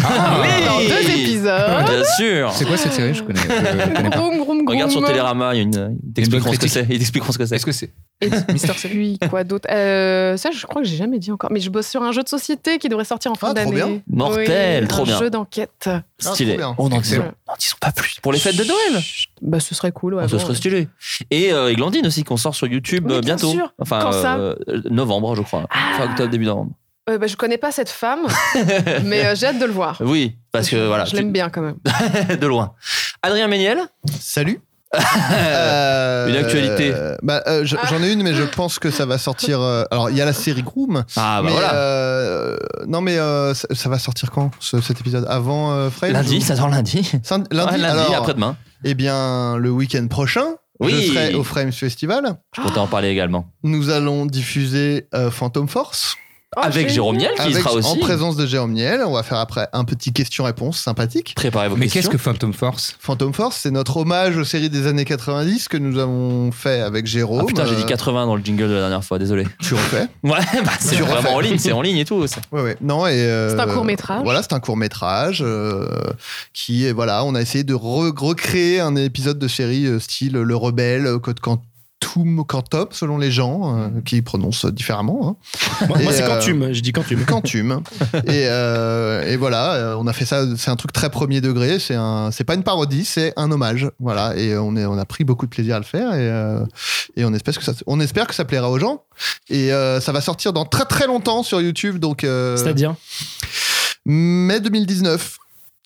L: Ah,
K: dans
H: oui.
K: deux épisodes.
H: Bien sûr.
L: C'est quoi cette série Je connais, je connais pas.
K: Groom, groom, groom.
H: Regarde sur Télérama, il y a une. Ils t'expliqueront ce que
L: critique.
H: c'est. Ils t'expliqueront ce que c'est.
L: Est-ce que c'est
K: Et
L: Mister Série
K: puis quoi d'autre Euh, Ça, je crois que j'ai jamais dit encore. Mais je bosse sur un jeu de société qui devrait sortir en fin
J: Ah, trop bien.
K: d'année.
H: Mortel,
K: Oui,
H: trop
K: un
H: bien.
K: Jeu d'enquête.
J: Ah,
H: Stylé.
J: trop bien.
H: On en dit,
K: Excellent.
H: on en disons pas plus. Pour les fêtes de Noël.
K: Bah, ce serait cool. ouais,
H: Oh, ce
K: bon.
H: serait stylé. Et euh, Eglantine aussi, qu'on sort sur YouTube
K: Mais
H: euh,
K: bien
H: bientôt.
K: sûr.
H: Enfin,
K: Quand ça Ah.
H: euh, novembre, je crois. Fin octobre, début novembre.
K: Euh, bah, je connais pas cette femme, mais euh, j'ai hâte de le voir.
H: Oui, parce que voilà.
K: Je
H: tu-
K: l'aime bien quand même.
H: de loin. Adrien Méniel
J: Salut. Euh,
H: Une actualité.
J: euh, bah, euh, je- J'en ai une, mais je pense que ça va sortir. euh, alors, il y a la série Groom.
H: Ah bah
J: mais,
H: voilà.
J: euh, non, mais euh, ça, ça va sortir quand ce- cet épisode Avant euh, Friends
H: lundi,
J: ou-
H: ça sort lundi.
J: Sind-
H: Ouais,
J: Lundi,
H: Lundi,
J: alors,
H: après-demain.
J: Eh bien, le week-end prochain,
H: Oui.
J: je serai au Frames Festival.
H: Je comptais en parler également.
J: Nous allons diffuser euh, Phantom Force
K: Oh,
H: Avec
K: j'ai-
H: Jérôme Niel qui
J: avec-
H: sera
J: en
H: aussi.
J: présence de Jérôme Niel. On va faire après un petit question-réponse sympathique.
H: Préparez vos
L: Mais qu'est-ce
H: questions.
L: que Phantom Force
J: Phantom Force, c'est notre hommage aux séries des années 90 que nous avons fait avec Jérôme.
H: Ah putain, j'ai dit
J: Euh,
H: 80 dans le jingle de la dernière fois, désolé.
J: Tu refais
H: Ouais, bah c'est
J: Tu refais.
H: vraiment en ligne, c'est en ligne et tout. ça.
J: Ouais, ouais. Non, et. euh,
K: C'est un court-métrage.
J: Voilà, c'est un court métrage euh, qui est voilà, on a essayé de re- recréer un épisode de série euh, style Le Rebelle, euh, Code Quantum, Quantum selon les gens euh,
H: Mm.
J: qui prononcent différemment.
I: Moi,
J: Et,
I: moi, c'est
J: euh,
I: Quantum, je dis
J: hein.
I: Quantum.
J: Quantum. et, euh, et voilà, euh, on a fait ça. C'est un truc très premier degré. C'est un, c'est pas une parodie, c'est un hommage. Voilà, et on est, on a pris beaucoup de plaisir à le faire et, euh, et on espère que ça, on espère que ça plaira aux gens. Et euh, ça va sortir dans très très longtemps sur YouTube. Donc euh,
I: C'est-à-dire
J: mai 2019.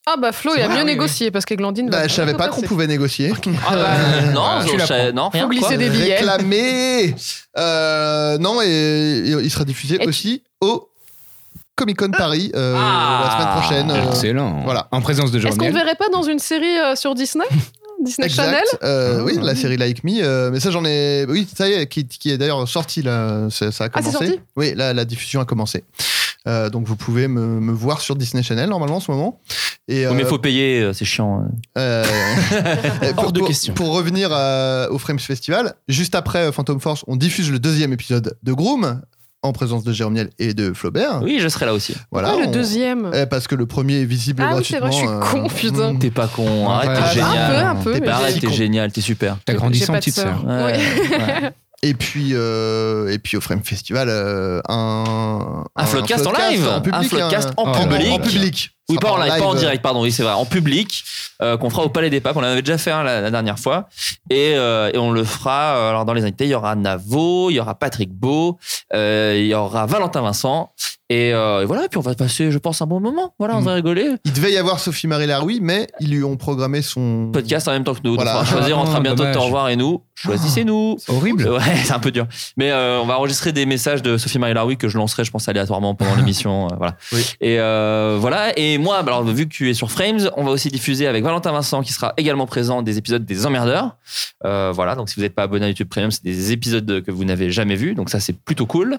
K: Ah bah Flo, il a mieux négocié parce qu'Eglandine.
J: Bah, je savais pas qu'on pouvait négocier.
K: Ah bah,
H: non, je-
L: tu
H: je-
L: l'apprends.
H: non, rien.
K: Faut glisser
H: quoi.
K: des billets.
J: Réclamer Euh, Non, et, et il sera diffusé
K: Et-
J: aussi au Comic Con Paris euh,
H: Ah.
J: la semaine prochaine. euh,
L: Excellent.
J: voilà.
L: En présence de
K: Est-ce qu'on
L: Jordan.
K: le verrait pas dans une série euh, sur Disney Disney
J: exact.
K: Channel
J: Euh,
L: Ah.
J: Oui, la série Like Me. euh, mais ça, j'en ai. Oui, ça y est, qui, qui est d'ailleurs sorti là. Ça, ça a
K: Ah, c'est
J: commencé.
K: sorti
J: oui, là, la diffusion a commencé. Euh, donc, vous pouvez me, me voir sur Disney Channel normalement en ce moment. Et,
H: Oui, mais
J: euh,
H: faut payer, euh, c'est chiant.
J: Euh, et pour,
I: Hors de
J: pour-
I: question.
J: pour revenir euh, au Frames Festival, juste après euh, Phantom Force, on diffuse le deuxième épisode de Groom en présence de Jérôme Niel et de Flaubert.
H: Oui, je serai là aussi.
J: Voilà.
K: Ah, le
J: on-
K: deuxième.
J: Eh, parce que le premier est visible
K: Ah oui, c'est
J: gratuitement.
K: vrai, je suis con, putain.
J: mm.
H: T'es pas con, arrête,
L: Ah,
H: t'es génial.
K: Un peu, un peu.
H: T'es
K: mais
H: pas- arrête,
K: j'ai-
H: t'es génial, t'es super.
L: T'as grandi
K: j'ai
L: sans
K: pas de
L: petite
K: sœur.
L: sœur.
H: Ouais,
K: Ouais.
H: ouais.
J: Et puis, euh, et puis au Frame Festival, euh, un,
H: Un floodcast en live.
J: en public,
H: Un floodcast en
J: en-
H: public.
J: en public.
H: Oui,
J: Ça
H: pas en
J: sera
H: live, pas en direct, pardon, oui, c'est vrai, en public, euh, qu'on fera au Palais des Papes. On l'avait déjà fait hein, la, la dernière fois. Et, euh, et on le fera, euh, alors dans les invités, il y aura Navo, il y aura Patrick Beau, euh, il y aura Valentin Vincent. Et, euh, et voilà, et puis on va passer, je pense, un bon moment. Voilà, on va rigoler.
J: Hmm. Il devait y avoir Sophie Marie Laroui, mais ils lui ont programmé son
H: Podcast en même temps que nous.
J: Mm. Voilà.
H: Donc, on va choisir
L: Ah,
H: entre un bientôt de
L: dommage.
H: te revoir et nous. Choisissez-nous.
L: Horrible.
H: Ouais, c'est un peu dur. Mais euh, on va enregistrer des messages de Sophie Marie Laroui que je lancerai, je pense, aléatoirement pendant l'émission. euh, voilà.
J: Oui.
H: Et euh, voilà. Et moi, bah, alors, vu que tu es sur Frames, on va aussi diffuser avec Valentin Vincent, qui sera également présent, des épisodes des Emmerdeurs. Euh, voilà. Donc, si vous n'êtes pas abonné à YouTube Premium, c'est des épisodes que vous n'avez jamais vus. Donc, ça, c'est plutôt cool.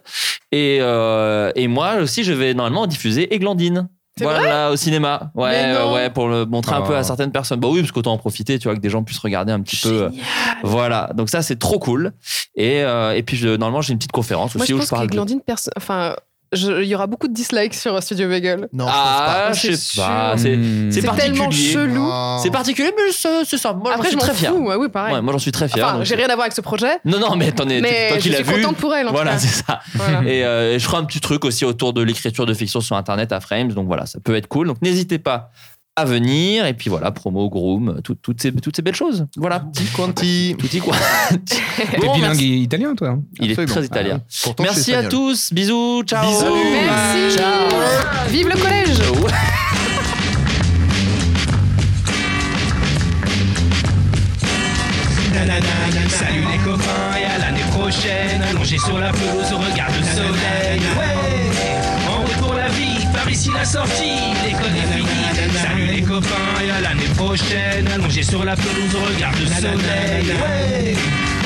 H: Et, euh, et moi aussi, je vais normalement diffuser Églantine.
K: C'est
H: Voilà, au cinéma. Ouais,
K: Mais non.
H: euh, ouais, pour le montrer un
L: Ah.
H: peu à certaines personnes. Bah oui, parce qu'autant en profiter, tu vois, que des gens puissent regarder un petit peu. euh, Voilà, donc ça c'est trop cool. Et, euh, et puis je- normalement j'ai une petite conférence
K: Moi,
H: aussi
K: je
H: où
K: pense
H: je parle. de-
K: qu'Eglandine, perso- enfin, je- il y aura beaucoup de dislikes sur euh, Studio Bagel.
J: Non,
H: Ah,
K: pense pas.
H: je sais
K: C'est
H: pas.
K: sûr.
H: C'est
L: Hmm.
H: c'est
K: C'est tellement
H: particulier.
J: je pense pas.
K: chelou.
J: Non.
H: c'est particulier, mais c'est c'est ça. Moi,
K: Après,
H: je
K: je
H: suis
K: m'en
H: très fier.
K: fous. ouais, oui, pareil.
H: Ouais, moi j'en suis très fier.
K: Enfin,
H: donc-
K: j'ai rien à voir avec ce projet.
H: Non, non, mais attendez,
K: Mais
H: toi qui
K: je
H: l'as
K: suis
H: vu.
K: contente pour elle. en tout
H: Voilà,
K: cas.
H: c'est ça.
K: Voilà.
H: Et euh, je ferai un petit truc aussi autour de l'écriture de fiction sur Internet à Frames. Donc voilà, ça peut être cool. Donc n'hésitez pas à venir. Et puis voilà, promo, groom, tout- toutes, ces, toutes ces belles choses. Voilà.
J: Petit quanti.
H: Tout y quoi.
L: T'es
H: Bon,
L: bilingue
H: merci.
L: italien, toi. hein
H: Il est
J: Absolument.
H: très italien.
J: Pourtant, je suis
H: merci à
J: espagnol.
H: tous. Bisous. Ciao.
K: Merci. Vive le collège.
B: Salut les copains et à l'année prochaine Allongé sur la pelouse au regard du soleil Ouais En route pour la vie, Par ici la sortie, l'école est finie. Salut les copains et à l'année prochaine. Allongé sur la pelouse, on regarde le soleil. Ouais.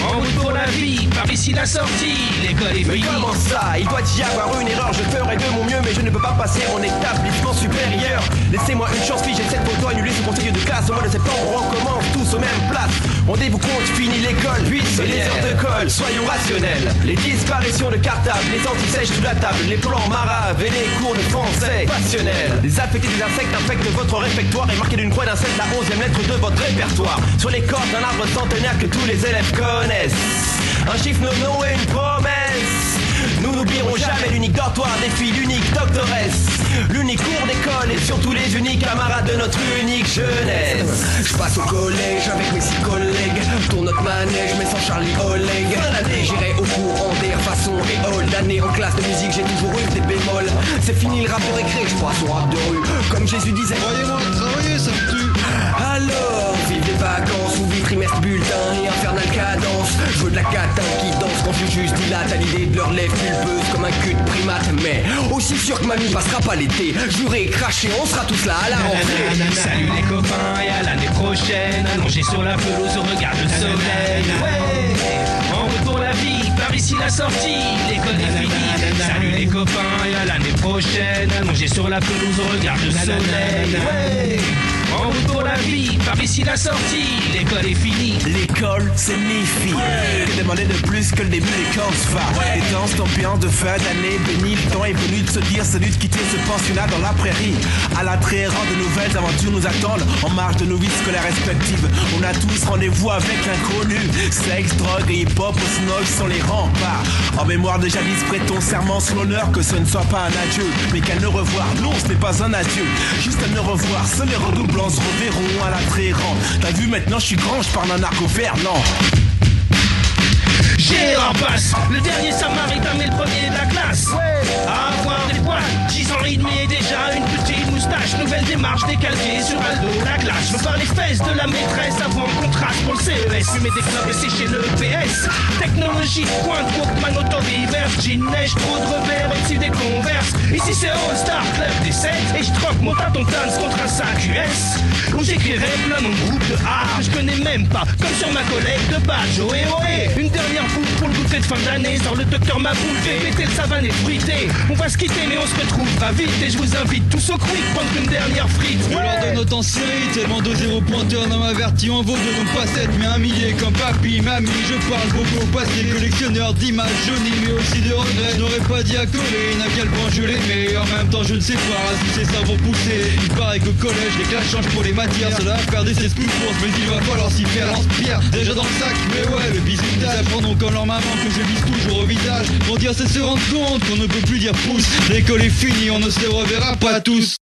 B: En route pour la vie, par ici la sortie, l'école est finie.
C: Comment ça Il doit y avoir une erreur, je ferai de mon mieux, mais je ne peux pas passer en établissement supérieur. Laissez-moi une chance, fille, j'ai cette photo annulée ce conseil de classe. Au mois de septembre, on recommence tous aux mêmes places. Rendez-vous compte, fini l'école, puis c'est les heures de colle, soyons rationnels. Les disparitions de cartables, les antisèches sous la table, les plans maraves et les cours de français passionnels. Les affectés des insectes infectent votre réfectoire et marquez d'une croix d'insecte la onzième lettre de votre répertoire. Sur les cordes d'un arbre centenaire que tous les élèves connaissent. Un chiffre, nos noms et une promesse. Nous n'oublierons jamais l'unique dortoir des filles, l'unique doctoresse, l'unique cours d'école et surtout les uniques camarades de notre unique jeunesse.
M: Je passe au collège avec mes six collègues. Je tourne notre manège, mais sans Charlie Oleg. Fin d'année, j'irai au cours en DR façon éole. D'année en classe de musique, j'ai toujours eu des bémols. C'est fini le rap de récré, je crois au rap de rue. Comme Jésus disait, voyez-moi travailler, ça me tue. Alors, vive les vacances ou vive trimestre bulletin et infernal cadence. Je veux de la catin qui danse quand je juste dilate à l'idée de leur lèvres pulpeuses comme un cul de primate. Mais aussi sûr que mamie passera pas l'été, juré, craché, on sera tous là à la rentrée.
B: Salut les copains et à l'année prochaine. Allongé sur la pelouse, on regarde le soleil. Ouais. En route pour la vie, par ici la sortie, l'école est finie. Salut les copains et à l'année prochaine. Allongé sur la pelouse, on regarde le soleil. Ouais. En route pour la vie, par ici la sortie, l'école est finie.
C: L'école, c'est mes filles. Que demander de plus que le début des corps va Les danses d'ambiance de fin d'année bénie. Le temps est venu de se dire salut de quitter ce pensionnat dans la prairie. À la rare de nouvelles aventures nous attendent en marge de nos vies scolaires respectives. On a tous rendez-vous avec l'inconnu. Sexe, drogue et hip-hop au snog sont les remparts. En mémoire de jadis, prêtons serment sur l'honneur que ce ne soit pas un adieu, mais qu'à ne revoir. Non, ce n'est pas un adieu, juste à ne revoir. Seuls les redoublants se reverront à la trérant. T'as vu maintenant, je suis grand, je parle un arc au Fernand.
B: J'ai en passe, le dernier samaritain mais le premier de la classe. À avoir des poils, 10 ans et demi et déjà une petite moustache. Nouvelle démarche décalquée sur un dos, la glace. Je veux voir les fesses de la maîtresse avant contraste pour le CES. Fumer des clubs et sécher le PS. Technologie, pointe, Walkman, Autori, Virgin, neige, trop de revers, au-dessus des converses. Ici c'est All Star Club des 7 et je troque mon tâton Tans contre un sac US. Où j'écrirai plein mon groupe de art que je connais même pas. Comme sur ma collègue de badge, ohé ohé. Une dernière bouffe pour le goûter de fin d'année. Sors le docteur m'a bouffé, mettez le savane et fruité. On va se quitter mais on se retrouvera vite et je vous invite tous au quick prendre une dernière frite.
N: Je leur donne autant série, tellement de zéro pointeur non averti. On vaut de non pas sept, mais un millier comme papy, mamie. Je parle beaucoup au passé, collectionneur d'images jaunies, mais aussi de regrets. Je n'aurais pas dit à Corinne à quel point je l'aimais. En même temps, je ne sais pas si c'est ça vont pousser. Il paraît qu'au collège, les classes changent pour les matières. Cela a perdu ses plus courses, mais il va falloir s'y faire. Lance-pierre, déjà dans le sac, mais ouais, le bisou d'âge. Pendant quand leur maman que je vise toujours au visage. Pour dire, c'est se rendre compte qu'on ne peut plus dire pouce. L'école est finie, on ne se reverra pas tous.